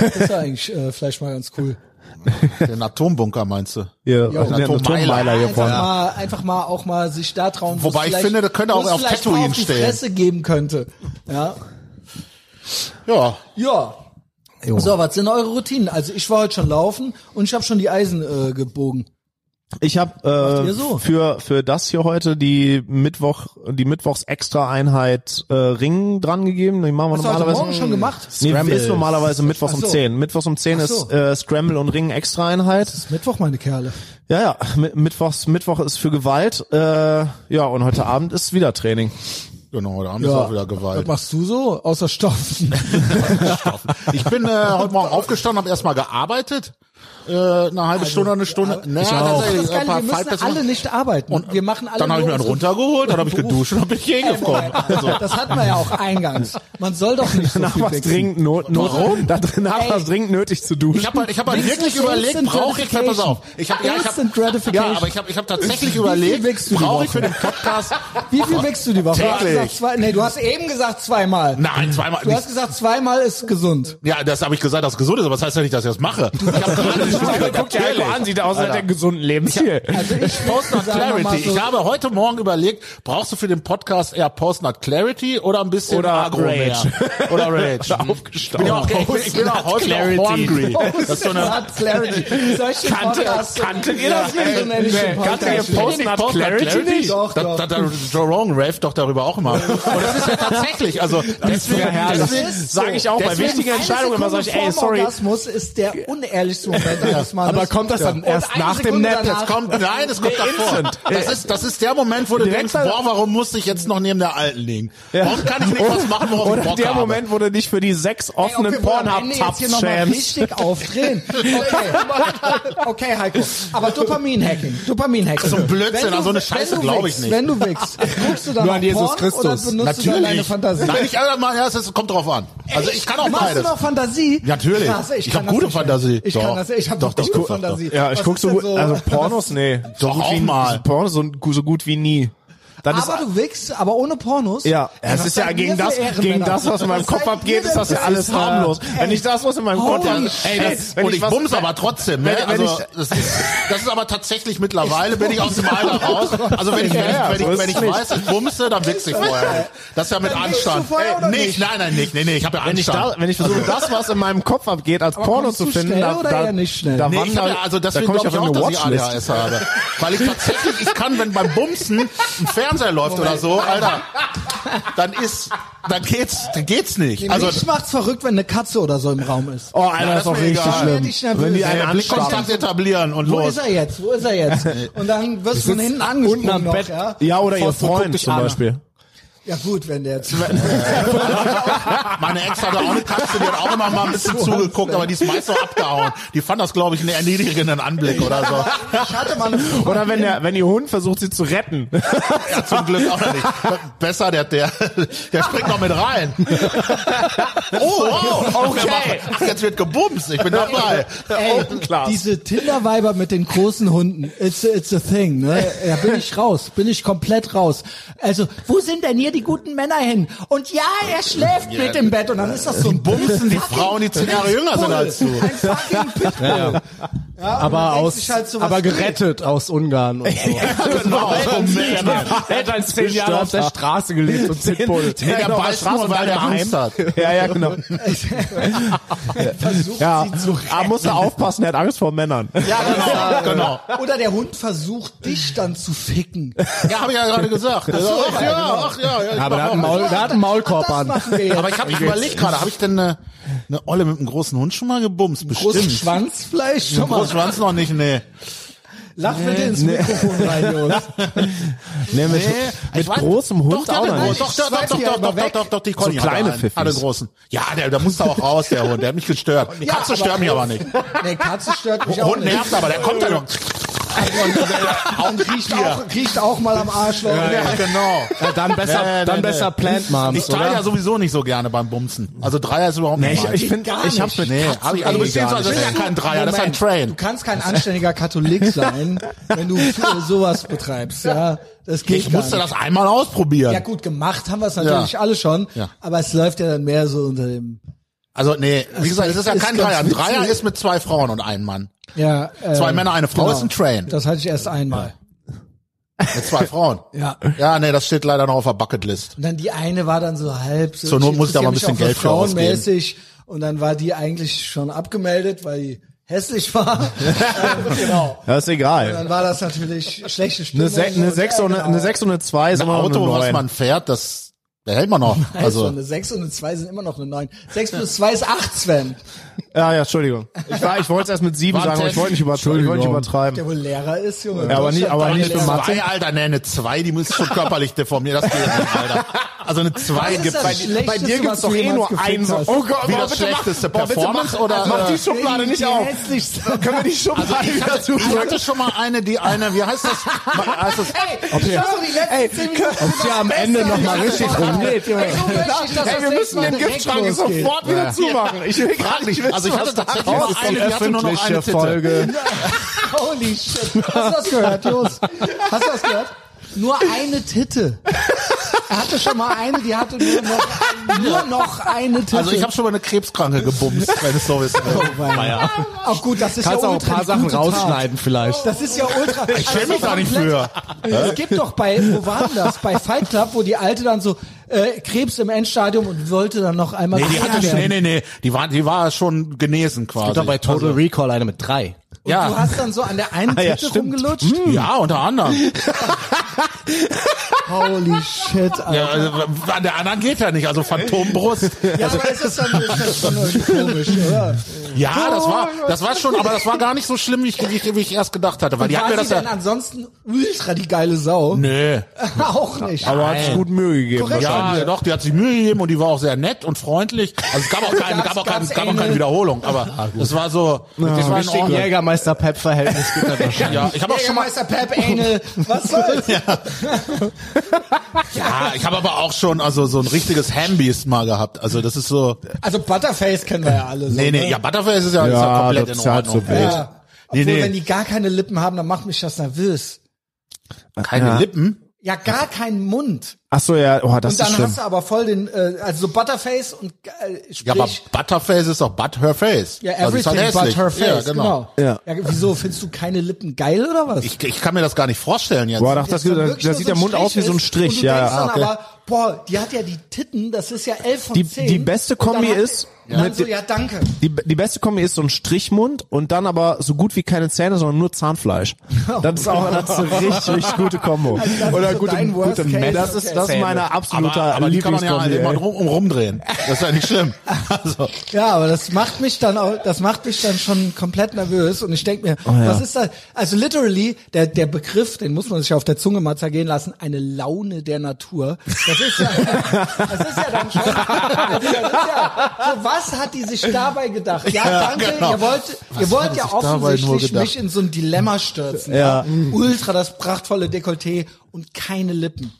Das ist eigentlich äh, vielleicht mal ganz cool. Den Atombunker meinst du? Hier, Ja, der Tom Meiler. Atommeiler hier einfach vorne. mal, einfach mal auch mal sich da trauen. Wobei wo's ich vielleicht- finde, das könnte auch wo's auf vielleicht Tatooine mal auf die stehen. Fresse geben könnte. Ja. Ja, Ja. So, was sind eure Routinen? Also ich war heute schon laufen und ich habe schon die Eisen äh, gebogen. Ich habe äh, ihr so? für für das hier heute die Mittwoch die Mittwochs Extra Einheit äh, Ring dran gegeben. Die machen wir Hast du heute normalerweise Morgen schon gemacht? Nee, Scramble. ist normalerweise Mittwochs um Ach so. 10. Mittwochs um 10 Ach so. ist äh, Scramble und Ring Extra Einheit. Das ist Mittwoch, meine Kerle. Ja, ja, Mi- Mittwochs, Mittwoch ist für Gewalt. Äh, ja, und heute Abend ist wieder Training. genau, da haben wir auch wieder Was Gewalt. machst du so? Außer Stoffen. Ich bin äh, heute Morgen aufgestanden, habe erstmal gearbeitet. Äh, eine halbe Stunde, eine Stunde. Also, Ja, Das ist das Geile, wir müssen Zeitpersonen. alle nicht arbeiten. Und wir machen alle Dann habe ich nur mir einen unsere- runtergeholt, dann habe ich Beruf. geduscht und dann bin ich hier hingekommen. Also, Das hatten wir ja auch eingangs. Man soll doch nicht so Nach viel was flexen. dringend not, not, Warum? Danach Ey. was dringend nötig zu duschen. Ich habe halt, ich hab halt Wichsen wirklich ist überlegt, Instant brauche ich, pass auf, ich habe ja, ich Instant hab, Gratification. ja, aber ich habe ich hab Wie tatsächlich viel wichst du überlegt, die brauche ich Woche? für den Podcast, Wie viel wächst du die Woche? Du hast Täglich. gesagt zwei, nee, du hast eben gesagt zweimal. nein, zweimal, Du hast gesagt, zweimal ist gesund. ja, das habe ich gesagt, dass es gesund ist, aber das heißt ja nicht, dass ich das mache. Ich habe gerade Guck überlegt, dir einfach an, sieht aus, als hätte er einen gesunden Lebensstil. Also ich Post Not Clarity. Ich habe heute Morgen überlegt, brauchst du für den Podcast eher Post Not Clarity oder ein bisschen Oder Agro Rage. mehr? Oder Rage. Oder Hm. aufgestaubt. Ich bin ja auch, ich bin, ich bin auch Post heute Not noch Clarity. hungry. Oh, das ist so eine Clarity. Solche Kannte- Podcasts- kanntet ihr Ja, das nee, nicht? so nenn ich Nee, den Podcast. kanntet ihr Post Not Clarity nicht? Doch, Da, doch. da, da, Joe Rogan raved doch darüber auch immer. Und das ist ja tatsächlich, also deswegen, ja herrlich. deswegen ist Sage ich auch bei Deswegen wichtigen Eine Entscheidungen immer Sekunde sag ich, ey, vorm sorry. Orgasmus ist der unehrlichste Moment eines Mannes. Aber kommt das dann Und erst eine nach dem Sekunde Nap? danach- das kommt, nein, es kommt davor. instant. Das ist, das ist der Moment, wo du Direkt denkst, dann- boah, warum muss ich jetzt noch neben der Alten liegen? Warum kann ich nicht was machen, worauf Oder ich Bock der habe? Moment, wo du dich für die sechs Ey, ob offenen wir wohl am Ende jetzt hier Pornhub-Tabs noch mal schämst. richtig aufdrehen. Okay, okay Heiko. Aber Dopamin-Hacking. Dopamin-Hacking. So ein Blödsinn, Wenn du- an so eine wenn Scheiße du glaub ich wickst, nicht. Wenn du wickst, guckst du dann Nur an noch Jesus Porn Christus. oder benutzt du dann deine Natürlich. Fantasie? Nein, ich, also, ja, es ist- kommt drauf an. Also ich kann auch Machst du beides. noch Fantasie? Natürlich. Krass, ich Ich kann hab das gute nicht mehr. Fantasie. Ich Doch. kann das, ich habe Doch, doch, doch, gute doch, doch. Fantasie. Ja, ich Was guck ist so denn gut, also Pornos, nee. Doch, gut auch wie- mal. Pornos so, so gut wie nie. Dann ist, Aber du wickst, aber ohne Pornos? ja, es Ah, was ist ja seid ihr gegen für das, gegen Ehrenmänner? das, was in meinem Was Kopf seid ihr abgeht, ist denn das ja für alles Ehrenmänner? harmlos. Wenn ich das, was in meinem Kopf, Holy dann, ey, das, shit. wenn und ich ich was, bums aber trotzdem, ne? wenn- wenn also, das, ist, das ist aber tatsächlich mittlerweile, bin ich aus dem Alter raus. Also wenn ich, wenn Ja, ich, so wenn ich, ist wenn ich es nicht. weiß, ich bumse, dann wichse ich vorher. Das ist ja mit Dann wichst du Anstand. vorher oder nee, nicht? nein, nein, nicht. Also Nee, nee, ich habe ja wenn ich Anstand. da, wenn ich versuche, das, was in meinem Kopf abgeht, als Porno kommst zu du finden, schnell da, oder da, eher nicht schnell? da Nee, ich hab wandert, ja, also da deswegen komme ich glaube auf ich auch, eine dass ich Watchlist. ADHS habe. Weil ich tatsächlich, ich kann, wenn beim Bumsen ein Fernseher läuft oder so, Alter, dann ist, dann geht's, dann geht's nicht. Also, Also, ich mach's verrückt, wenn eine Katze oder so im Raum ist. Oh, Alter, Ja, das das ist auch ist mir richtig egal. Werd schlimm. ich nervös. Wenn die Ja, einen der anstarren. Blickkontakt etablieren und Wo los. ist er jetzt? Wo ist er jetzt? Und dann wirst du von hinten angesprungen unten am noch, Bett. ja? Ja, oder ihr Pfosten, guck Freund dich zum an. Beispiel. Ja gut, wenn der jetzt Meine Ex hatte auch eine Katze, die hat auch immer mal ein bisschen zugeguckt, aber die ist meist auch abgehauen. Die fand das, glaube ich, einen erniedrigenden Anblick oder so. Ich hatte mal eine Freundin. Oder wenn der, wenn ihr Hund versucht, sie zu retten. Ja, zum Glück auch noch nicht. Besser, der, der, der springt noch mit rein. Oh, wow, Okay. Ach, jetzt wird gebumst, ich bin dabei. Ey, Open Class. diese Tinder-Weiber mit den großen Hunden, it's, a- it's a thing, ne? Da bin ich raus, bin ich komplett raus. Also, wo sind denn hier die guten Männer hin? Und ja, er schläft mit im Bett und dann ist das so ein Bumsen halt die Frauen, die zehn Jahre jünger sind als du. Ein fucking Pitbull. Ja, und Aber man denkt aus, sich halt sowas aber gerettet aus Ungarn und äh, so. Genau, so Männer. Hätte als halt zehn Jahre auf der Straße gelebt und Pitbull. Nee, der Ja, genau, beißt nur, Straße weil der bleibt Angst hat. Ja, ja, genau. versucht Ja. sie zu retten. Aber muss er aufpassen, er hat Angst vor Männern. Ja, genau, genau. Oder der Hund versucht, dich dann zu ficken. Ja, habe ich ja gerade gesagt. Ach, ja, ach ja, ja. ich mach Aber der hat auch. einen, Maul, der hat einen Maulkorb Das an. machen wir jetzt. Aber ich habe mich überlegt gerade, habe ich denn eine, eine Olle mit einem großen Hund schon mal gebumst? Großen Bestimmt. Schwanz vielleicht schon mal. Großen Schwanz noch nicht, nee. Lach bitte ins Mikrofon rein, Jungs. Nee, mit, Ich weiß- doch, der hatte groß- Doch, doch, doch, Schweiß doch, die doch, ja doch, immer doch, weg. doch, doch, die Conny hatte kleine einen, Pfiffis. Hatte großen. Ja, der, der musste auch raus, der Hund. Der hat mich gestört. Ja, Katze stört mich aber nicht. Nee, Katze stört mich auch Hund nicht. nervt aber, der kommt ja noch. Und riecht auch, riecht auch mal am Arschloch. Ja, genau. Ja, dann besser, Nee, nee, dann nee. besser Plant Moms, Ich teile ja oder? sowieso nicht so gerne beim Bumsen. Also Dreier ist überhaupt Nee, nicht ich, mein. ich finde, Gar ich hab's mit eh Nee, hab ich, also Nee, gar beziehungsweise das ist ja kein Dreier, das ist ein Train. Du kannst kein anständiger Katholik sein, wenn du f- sowas betreibst. Ja, das geht Ich gar musste nicht. das einmal ausprobieren. Ja gut, gemacht haben wir es natürlich alle schon, Ja. aber es läuft ja dann mehr so unter dem. Also nee, wie gesagt, es ist ja ist kein ganz Dreier. Ein witzig. Dreier ist mit zwei Frauen und einem Mann. Ja, äh, Zwei Männer, eine Frau ist ein Train. Das hatte ich erst einmal. Mit zwei Frauen. Ja. Ja, nee, das steht leider noch auf der Bucketlist. Und dann die eine war dann so halb so. Zur Not muss ich da mal ein interessiere mich bisschen auch für Geld für Frauenmäßig. Und dann war die eigentlich schon abgemeldet, weil die hässlich war. ähm, genau. Das ist egal. Dann war das natürlich schlechte Stimmung. Eine, Se eine, sechs und eine, genau. eine sechs und eine zwei ist Ein immer noch Auto, was eine Oh, Neun. man fährt, das behält man noch. Also Also eine 6 und eine 2 sind immer noch eine 9. 6 plus 2 ist 8, Sven. Ja, ja, Entschuldigung. Ich, war- ich wollte es erst mit sieben Warte. sagen, aber ich wollte nicht, über, ich wollte nicht Entschuldigung. Der übertreiben. wohl Lehrer ist, Junge. Ja, aber nicht- aber nicht eine für Mathe. zwei, Alter, nee, eine zwei, die muss schon körperlich deformieren. Das geht nicht, Alter. Also eine zwei ist gibt das bei, Schlechteste, was eh du jemals gefickt hast. Oh Gott, Wie boah, das bitte schlechteste boah, bitte Performance oder, Mach äh, die Schublade nicht auf. Können wir die Schublade Also ich wieder hatte, ich zumachen? hatte schon mal eine, die eine, wie heißt das? Ma- heißt das Ob hier, ey, ob hier am Ende noch mal richtig rumgeht, Junge. Hey, wir müssen den Giftschrank sofort wieder zumachen. Ich will Frag gerade nicht. nicht Also ich hatte tatsächlich raus. mal eine, die hatte nur noch eine Titte. Folge. Holy shit. Hast du das gehört, Jos? Hast du das gehört? Nur eine Titte. Er hatte schon mal eine, die hatte nur noch, nur noch eine Titte. Also ich habe schon mal eine Krebskranke gebumst, wenn es so ist. Oh, ja. Auch gut, das ist Kannst ja auch ein ultra paar die Sachen gute Tat. rausschneiden vielleicht. Das ist ja ultra. Ich schäme mich da nicht für. Es gibt doch bei, wo war denn das? Bei Fight Club, wo die Alte dann so äh, Krebs im Endstadium und wollte dann noch einmal. Nee, die hatte geheiratet nee, werden. nee, nee, die war, die war schon genesen quasi. Doch bei Total Recall eine mit drei. Und Ja. Hm. du hast dann so an der einen Ah, ja, Titte stimmt. rumgelutscht. ja, unter anderem. Holy shit, Alter. Ja, Ja, also, an der anderen geht ja nicht, also Phantombrust. aber es ist dann ist das schon irgendwie komisch, oder? Ja, das war, das war schon, aber das war gar nicht so schlimm, wie ich, wie ich, wie ich erst gedacht hatte, weil die hat war mir das sie denn ja, ansonsten ultra die geile Sau? nö. Auch nicht. Aber hat sich gut Mühe gegeben. Korrekt. wahrscheinlich. Ja, doch, die hat sich Mühe gegeben und die war auch sehr nett und freundlich. Also es gab auch keine, Gab's- gab auch keine, gab's gab auch keine eine? Wiederholung, aber es war so, das war in Richtigen Ordnung. Jägermeister-Pep-Verhältnis gibt das wahrscheinlich. Ja, ich habe auch schon mal Jägermeister Pep Engel, was soll's? Ja, ich habe aber auch schon also so ein richtiges Hambiest mal gehabt. Also das ist so. Also Butterface kennen wir ja alle. So, Nee, nee, ne? ja, Butterfly ist ja, ist ja Ja, komplett das in ist halt Ordnung. so wild. Ja. Nee, Obwohl, nee. wenn die gar keine Lippen haben, dann macht mich das nervös. Keine Lippen. Ja, gar keinen Mund. Ach so, ja, oh, das Und dann ist schlimm. hast du aber voll den, äh, also so Butterface und äh, sprich, Ja, aber Butterface ist doch but her face. ja, Also ist everything halt hässlich. but her face, Ja, genau. Ja. wieso, findest du keine Lippen geil oder was? Ich, ich kann mir das gar nicht vorstellen jetzt. Boah, doch, das, Wenn da, wirklich da nur sieht so der ein Mund aus wie so ein ist und Strich. du Ja, denkst ja. dann aber, boah, die hat ja die Titten, das ist ja 11 von Die- 10. die beste Und dann Kombi hat- ist- Und dann so, ja, danke. Die, die beste Kombi ist so ein Strichmund und dann aber so gut wie keine Zähne, sondern nur Zahnfleisch. Das ist auch das ist eine richtig gute Kombo. Also das ist so dein Worst Case. Mac- Das ist, das ist Zähne. meine absolute Aber, aber die kann man ja Lieblingskombi. halt immer ey. drum, rumdrehen. Das ist ja nicht schlimm. Also, Ja, aber das macht mich dann auch, das macht mich dann schon komplett nervös und ich denke mir, Oh was ist das? Also literally, der, der Begriff, den muss man sich auf der Zunge mal zergehen lassen, eine Laune der Natur. Das ist ja, das ist ja dann schon, das ist ja, so was hat die sich dabei gedacht? Ja, Ja, danke, genau. ihr wollt, ihr wollt hat ja sich dabei nur offensichtlich gedacht? mich in so ein Dilemma stürzen. Ja. Ultra das prachtvolle Dekolleté und keine Lippen.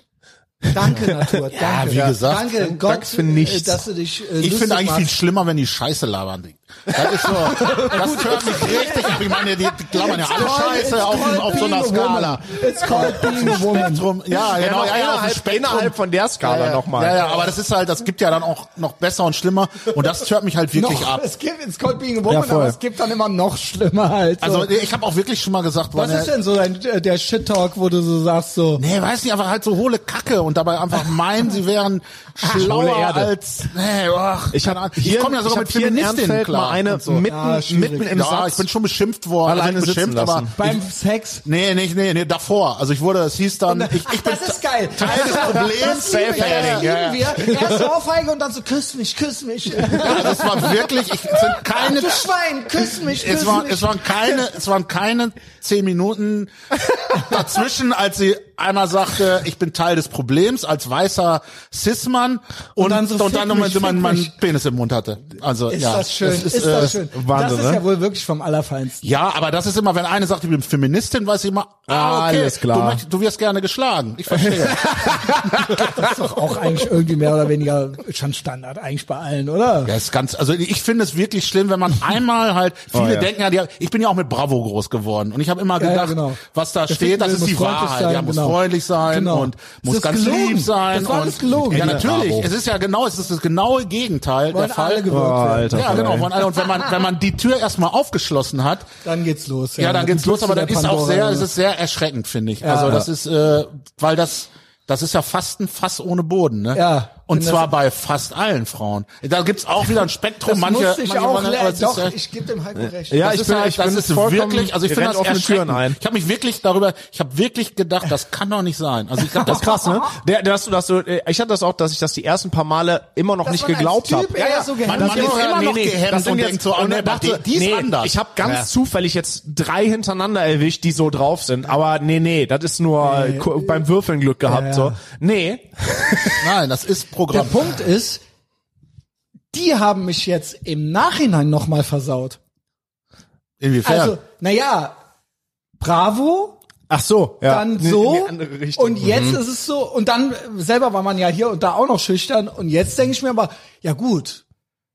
Danke, Natur, danke. wie gesagt, danke, Gott, danke für nichts. äh, dass du dich äh, ich lustig finde eigentlich machst. viel schlimmer, wenn die Scheiße labern. Die- Das ist so, das hört mich richtig ab. Ich meine, die, die labern ja alle Scheiße auf, auf so einer Skala. It's called being a woman. Drum, ja, genau, ja, ja, auf dem innerhalb, Spektrum. innerhalb von der Skala ja, nochmal. Ja, ja, aber das ist halt, das gibt ja dann auch noch besser und schlimmer und das hört mich halt wirklich Noch, ab. es gibt, it's called being a woman, Ja, voll. aber es gibt dann immer noch schlimmer halt. So. Also ich habe auch wirklich schon mal gesagt, was meine- ist denn so dein, äh, der Shit-Talk, wo du so sagst so, Nee, weiß nicht, einfach halt so hohle Kacke und dabei einfach meinen, sie wären hohle schlauer Erde. als. Nee, ach, Ich keine hab Ahnung. hier- ich komme ja sogar mit ich hab hier in Feministinnen Ehrenfeld klar. mal eine und so. mitten- ja, schwierig. mitten im ja, Satz ich bin schon beschimpft worden. alleine also nicht sitzen beschimpft, aber lassen. beim Sex? nee, nicht, nee, nee, davor. Also ich wurde, es hieß dann, ich, Ach, ich bin das ist geil. Teil des Problems. Das lieben wir, das Ja, ja. lieben wir. Erst Ohrfeige und dann so, küss mich, küss mich. Ja, also es war wirklich, ich, es sind keine Du Schwein, küss mich, küss es, war, mich. es waren keine, es waren keine zehn Minuten dazwischen, als sie einmal sagte, ich bin Teil des Problems als weißer Cis-Mann und, dann so, und dann fick mich, nochmal man, fick man mich. Penis im Mund hatte. Also ist ja, das schön, es äh, ist, das schön. Wahnsinn, das ist ne? ja wohl wirklich vom Allerfeinsten. Ja, aber das ist immer, wenn eine sagt, ich bin Feministin, weiß ich immer, ah, okay, Alles klar. Du, möchtest- du wirst gerne geschlagen. Ich verstehe. Das ist doch auch eigentlich irgendwie mehr oder weniger schon Standard eigentlich bei allen, oder? Ja, ist ganz, also ich finde es wirklich schlimm, wenn man einmal halt, viele Oh, ja. denken ja, die, ich bin ja auch mit Bravo groß geworden und ich habe immer Ja, ja, gedacht, genau. was da Der steht, das Fitness ist die muss freundlich Wahrheit. sein, ja, muss genau. freundlich sein Genau. und Es muss ist ganz gelogen. lieb sein. Das war und, alles gelogen. Ja, Ende natürlich. Bravo. Es ist ja genau, es ist das genaue Gegenteil Wollen der alle Fall. gewirkt werden. Alter, ja, genau. ey. Von, und wenn man, wenn man die Tür erstmal aufgeschlossen hat, Dann geht's los. ja, dann geht's Du los, bist aber in dann der ist auch Pandora, ne? also oder? sehr, es ist sehr erschreckend, finde ich. also das ist, äh, weil das, das ist ja fast ein Fass ohne Boden, ne? Ja. Und Wenn das- zwar bei fast allen Frauen. Da gibt's auch wieder ein Spektrum. das manche, musste ich manche auch wollen- aber lernen. es ist, Doch, äh, ich gebe dem Heiko recht. Ja, das ich ist bin- halt, ich das bin ist vollkommen- wirklich, also ich ihr finde rennt das offene Türen erschreckend. ein. Ich habe mich wirklich darüber, ich habe wirklich gedacht, das kann doch nicht sein. Also ich glaub, Das ist krass, ne? Der, dass du, dass du, ich hatte das auch, dass ich das die ersten paar Male immer noch Dass nicht man als geglaubt Typ habe. eher so gehemmt Man- man ist. ist immer noch gehemmt das sind und jetzt- denkt so, ah, und nee, er dachte, die- die ist anders. Ich habe ganz Ja. zufällig jetzt drei hintereinander erwischt, die so drauf sind. Aber nee, nee, das ist nur ku- beim Würfeln Glück gehabt. Ja, ja. So. Nee, nein, das ist Der Programm. Punkt ist, die haben mich jetzt im Nachhinein nochmal versaut. Inwiefern? Also, naja, bravo, Ach so, ja. dann Nee, in so die andere Richtung. und Mhm. jetzt ist es so und dann äh, selber war man ja hier und da auch noch schüchtern und jetzt denke ich mir aber, ja gut,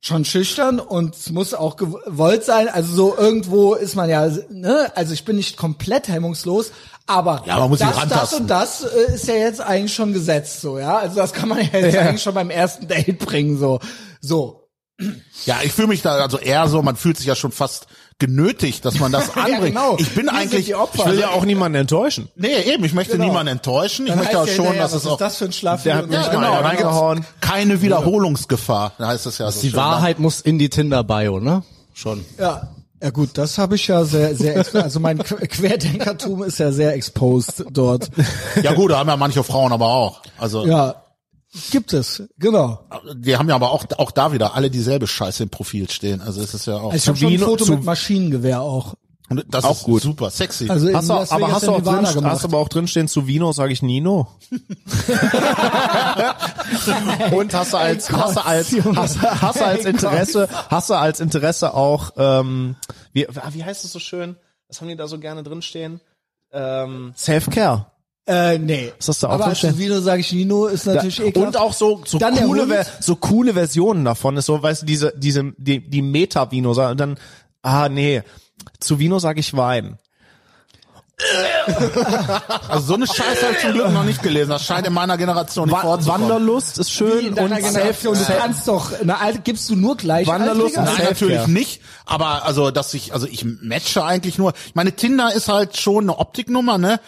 schon schüchtern und es muss auch gewollt sein, also so irgendwo ist man ja, ne, also ich bin nicht komplett hemmungslos, aber Ja, man muss sich das, das rantasten. und das äh, ist ja jetzt eigentlich schon gesetzt so, ja, also das kann man ja jetzt eigentlich schon beim ersten Date bringen so, so. Ja, ich fühle mich da also eher so, man fühlt sich ja schon fast genötigt, dass man das anbringt. genau. Ich bin Wir sind eigentlich, die Opfer. ich will ja auch niemanden enttäuschen. nee, eben, ich möchte Genau. niemanden enttäuschen. Ich Dann möchte heißt auch ja schon, hinterher, dass was es ist auch, das für ein genau. Schlaf? Der hat mich mal da gibt's reingehauen. keine Wiederholungsgefahr, da heißt es ja so. Die schön. ne? Wahrheit muss in die Tinder-Bio, ne? Schon. Ja. Ja gut, das habe ich ja sehr, sehr, exp- also mein Qu- Querdenkertum ist ja sehr exposed dort. Ja gut, da haben ja manche Frauen aber auch. Also, Ja, gibt es, genau. die haben ja aber auch, auch da wieder alle dieselbe Scheiße im Profil stehen. Also, es ist ja auch, Also ich habe schon Wie ein nur- Foto zu- mit Maschinengewehr auch. und das auch ist gut. super sexy. Also in Hast du, Las aber Vegas hast du in auch drin, Nevada gemacht. hast aber auch drinstehen, zu Vino sage ich Nino. Und hast du als, hast du als, hast, du- hast du als Interesse, hast du als Interesse auch, ähm, wie, ah, wie heißt es so schön? Was haben die da so gerne drinstehen? Ähm, Self-Care. äh, nee. Ist das da auch aber drinstehen? Vino sage ich Nino ist natürlich ekelhaft. Und auch so, so eh Dann der coole, Hund. Ver- so coole Versionen davon ist so, weißt du, diese, diese, die, die Meta-Vino, und dann, ah, nee, zu Vino sage ich Wein. Also, so eine Scheiße habe ich zum Glück noch nicht gelesen. Das scheint in meiner Generation nicht Wa vorzukommen. Wanderlust ist schön in und deiner Generation, du Self- kannst doch, na, Alter, gibst du nur gleich. Wanderlust Alter, Digga? und Nein, Selfcare. natürlich nicht. Aber also, dass ich, also ich matche eigentlich nur. Ich meine, Tinder ist halt schon eine Optiknummer, ne?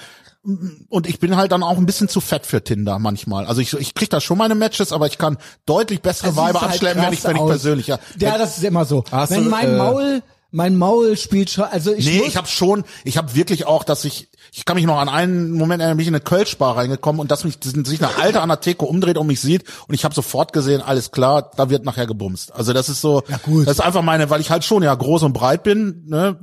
und ich bin halt dann auch ein bisschen zu fett für Tinder manchmal. Also ich, ich krieg da schon meine Matches, aber ich kann deutlich bessere Also Weiber sieht halt anschleppen, wenn krass ich, wenn ich aus. persönlich. Ja, Ja, das ist immer so. Hast Wenn du, mein äh, Maul, mein Maul spielt schon, also ich Nee, muss, ich habe schon, ich habe wirklich auch, dass ich, ich kann mich noch an einen Moment erinnern, bin ich in eine Kölschbar reingekommen und dass mich diesen- sich eine alte an der Theke umdreht und mich sieht und ich habe sofort gesehen, alles klar, da wird nachher gebumst. Also das ist so, gut. das ist einfach meine, weil ich halt schon ja groß und breit bin, ne,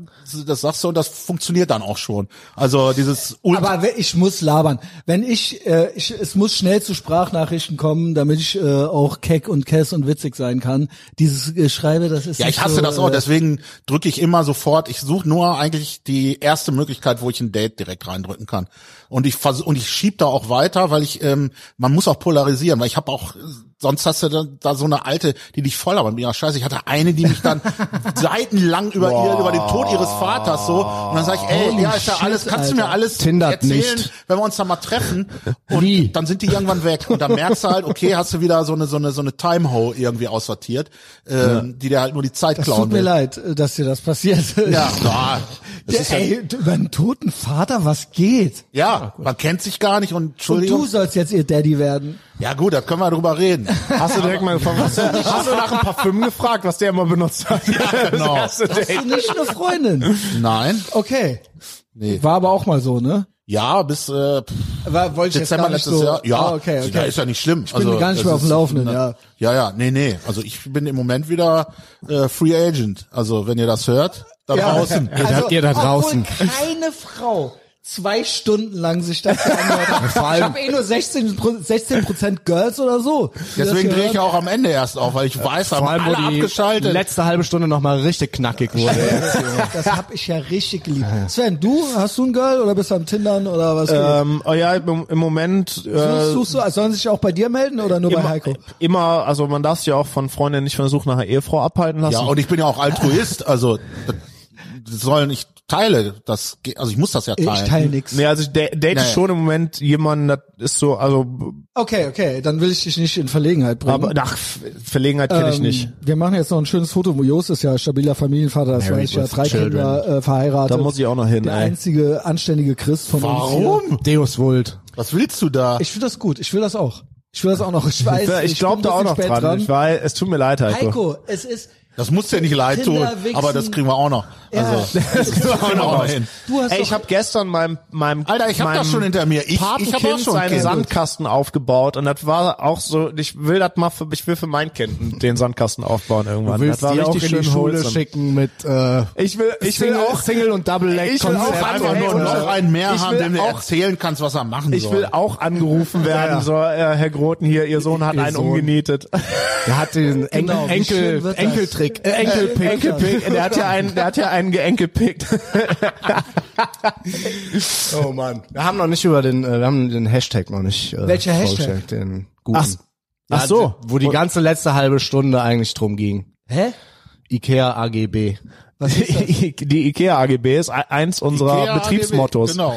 das sagst du und das funktioniert dann auch schon. Also dieses Ult- aber we- ich muss labern. Wenn ich, äh, ich, es muss schnell zu Sprachnachrichten kommen, damit ich äh, auch keck und kess und witzig sein kann. Dieses Geschreibe, das ist Ja, nicht ich hasse so, das auch, äh, deswegen drücke ich immer sofort, ich suche nur eigentlich die erste Möglichkeit, wo ich ein Date direkt reindrücken kann. Und ich vers und ich schieb da auch weiter, weil ich ähm, man muss auch polarisieren, weil ich habe auch äh, sonst hast du da, da so eine alte, die dich voll haben. Ja, scheiße, ich hatte eine, die mich dann seitenlang über ihr über den Tod ihres Vaters so und dann sage ich, ey, Holy ja, ist ja shit, alles, kannst du mir Alter. alles Tindert erzählen, nicht. wenn wir uns da mal treffen und dann sind die irgendwann weg und dann merkst du halt, okay, hast du wieder so eine so eine so eine Timehole irgendwie aussortiert, ähm, die dir halt nur die Zeit Es klauen tut mir will. leid, äh, dass dir das passiert. Ja, ja, das ist Der, ja, ey, über einen toten Vater, was geht? ja, man kennt sich gar nicht und Und Entschuldigung. du sollst jetzt ihr Daddy werden. ja gut, da können wir drüber reden. Hast du direkt mal gefragt, hast du, hast du nach ein Parfüm gefragt, was der immer benutzt hat? Ja, genau. Hast du nicht eine Freundin? Nein, Okay. nee. War aber auch mal so, ne? Ja, bis äh, War, wollte ich Dezember jetzt gar letztes nicht so. Jahr. Ja, Ah, okay, ja, okay. ist ja nicht schlimm. Also, Ich bin gar nicht mehr auf dem Laufenden, ja. Ja, ja, nee, nee. Also ich bin im Moment wieder äh, Free Agent. Also wenn ihr das hört, da draußen. Das habt ihr da draußen. Also, Obwohl keine Frau zwei Stunden lang sich das angehört hat. Ich habe eh nur 16, Pro- 16 Prozent Girls oder so. die das Deswegen drehe ich hören. auch am Ende erst auf, weil ich weiß, haben Vor allem, wo alle die abgeschaltet. letzte halbe Stunde nochmal richtig knackig wurde. Das habe ich ja richtig geliebt. Sven, du, hast du ein Girl oder bist du am Tindern oder was? Ähm, oh ja, im im Moment Suchst, äh, suchst du, also sollen sie sich auch bei dir melden oder nur bei immer, Heiko? immer, also man darf sich ja auch von Freundinnen nicht versuchen, nach einer Ehefrau abhalten lassen. Ja, und ich bin ja auch Altruist, also das das sollen ich teile das, geht- also ich muss das ja Ich teilen. teile nix. Nee, also ich da- date Nee. schon im Moment jemanden, das ist so, also, Okay, okay, dann will ich dich nicht in Verlegenheit bringen. aber nach Verlegenheit kenne ich Ähm, nicht. Wir machen jetzt noch ein schönes Foto. Jos ist ja stabiler Familienvater, das Married weiß ich ja, with drei children. Kinder, äh, verheiratet. Da muss ich auch noch hin, Der ey. einzige anständige Christ von uns hier. Warum? Deus Vult. Was willst du da? Ich finde das gut, ich will das auch. Ich will das auch noch. Äh, Ich weiß, Ja, ich glaube bin da auch ein noch bisschen dran. spät Ich weiß, es tut mir leid, Heiko. Heiko, es ist... das muss dir nicht leid tun, Tinder, Wichsen. aber das kriegen wir auch noch. Ja, Also, das kriegen wir auch noch hin. du hast Ey, doch, ich habe gestern meinem, meinem Alter, ich hab meinem das schon hinter mir. Ich, ich hab auch Patenkind schon ein seinen Kind. Sandkasten aufgebaut und das war auch so, ich will das mal für, ich will für mein Kind den Sandkasten aufbauen irgendwann. das war richtig schön wholesome. schicken mit äh, Ich will, ich will Single- auch Single und Double Leg Ich will auch Konzept. einfach Einfach Hey, nur ne? und noch Leute, einen mehr ich haben, will dem du auch- erzählen kannst, was er machen Ich soll. will auch angerufen werden, so, äh, Herr Groten hier, Ihr Sohn hat Ihr einen Sohn. umgenietet. Der hat den En- Genau, wie schön Enkel, wird das? Enkeltrick, äh, Enkelpick. Enkelpick, der hat ja einen, der hat ja einen geenkelpickt. Oh Mann. Wir haben noch nicht über den, äh, wir haben den Hashtag noch nicht äh, Welcher Hashtag? vorgestellt, Den guten. Ach, ach Ja, so. Wo die ganze letzte halbe Stunde eigentlich drum ging. hä? Ikea AGB. Was ist das? Die IKEA AGB ist e- eins unserer Ikea, Betriebsmottos. Genau.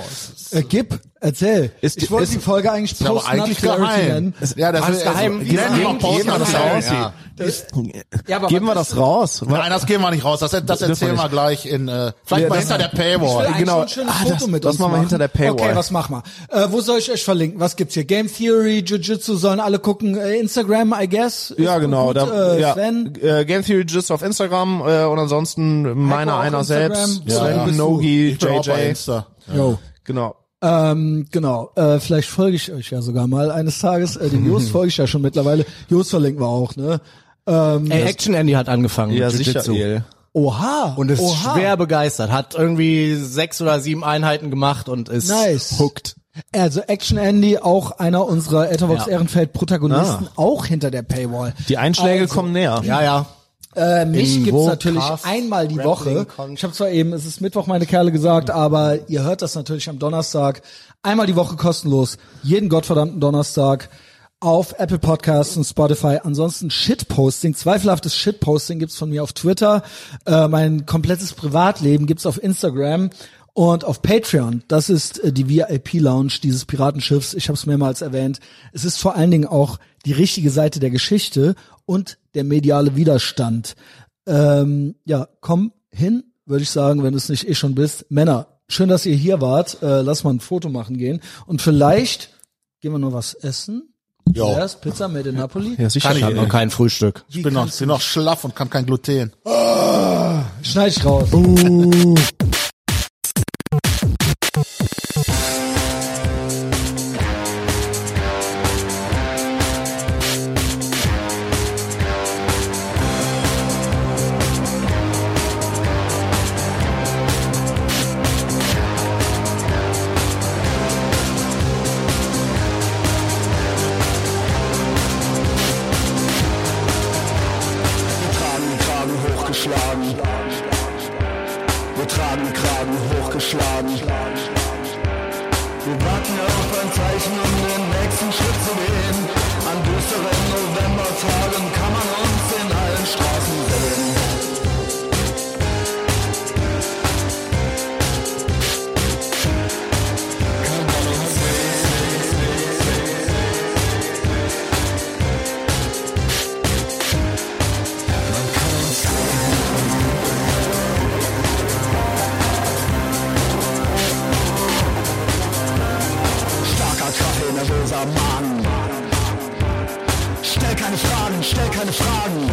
äh, gib, erzähl. Ist- ich wollte ist- die Folge eigentlich Ist aber post eigentlich geheim. nennen. Ja, das Alles Also ist geheim. Die nennen Geben auch wir Post- das raus? Ja. Ja, aber Geben wir was das raus. Nein, das gehen wir nicht raus. Das, das wir erzählen wir nicht. gleich in, äh, vielleicht mal hinter der Paywall. Ich will Genau. genau. ein schönes Ah, Foto das- mit das uns machen wir machen. hinter der Paywall. Okay, was machen wir? Äh, wo soll ich euch verlinken? Was gibt's hier? Game Theory, Jiu-Jitsu sollen alle gucken. Äh, Instagram, I guess. Ist Ja, genau. Gut, da, äh, ja. Sven. Äh, Game Theory Gist auf Instagram äh, und ansonsten meiner auch einer Instagram. selbst. Ja, Sven ja. Nogi, Ich bin auch bei JJ. Insta. Yo. Genau. Ähm, genau. Äh, vielleicht folge ich euch ja sogar mal eines Tages. Äh, dem Jos folge ich ja schon mittlerweile. Jos verlinken wir auch, ne? Ey, Action Andy hat angefangen Ja, mit sicher. Jiu-Jitsu. El. Oha. Und ist Oha. schwer begeistert. Hat irgendwie sechs oder sieben Einheiten gemacht und ist Nice. hooked. Also Action Andy, auch einer unserer Etherbox Ja. Ah. Ehrenfeld Protagonisten, auch hinter der Paywall. Also, Die Einschläge kommen näher. Ja, ja. Äh, mich In gibt's Vogue, natürlich Cast, einmal die Woche. Grappling-Content. Ich habe zwar eben, es ist Mittwoch, meine Kerle gesagt, aber ihr hört das natürlich am Donnerstag. Einmal die Woche kostenlos, jeden gottverdammten Donnerstag auf Apple Podcasts und Spotify. Ansonsten Shitposting, zweifelhaftes Shitposting gibt's von mir auf Twitter. Äh, mein komplettes Privatleben gibt's auf Instagram. Und auf Patreon, das ist äh, die VIP-Lounge dieses Piratenschiffs. Ich habe es mehrmals erwähnt. Es ist vor allen Dingen auch die richtige Seite der Geschichte und der mediale Widerstand. Ähm, ja, komm hin, würde ich sagen, wenn du es nicht eh schon bist. Männer, schön, dass ihr hier wart. Äh, lass mal ein Foto machen gehen. Und vielleicht gehen wir noch was essen. Jo. Erst Pizza made in Napoli. Ja, sicher. Kann ich Schaden. nicht. kein Frühstück. Ich bin noch, bin noch schlaff und kann kein Gluten. Schneid ich raus. Wir tragen Kragen hochgeschlagen. Wir tragen Kragen hochgeschlagen. Wir warten auf ein Zeichen, um den nächsten Schritt zu gehen. An düsteren Novembertagen kann man uns in allen Straßen sehen. Kann man uns Starker Kaffee, nervöser Magen. Stell keine Fragen, stell keine Fragen.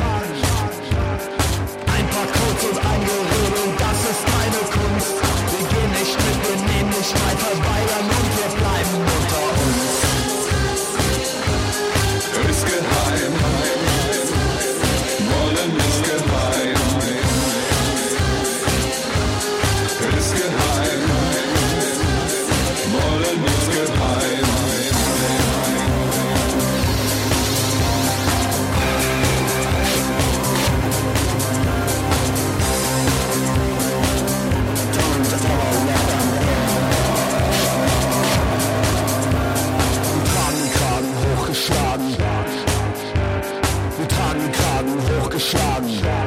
Ein paar Codes und ein Gerede, das ist meine Kunst. Wir gehen nicht mit, wir nehmen nicht weit verweigern und wir bleiben unter uns. Ist geheim. Wollen ist geheim. Ist geheim. Wollen ist geheim. Wir tragen Kragen hochgeschlagen. Wir tragen Kragen hochgeschlagen.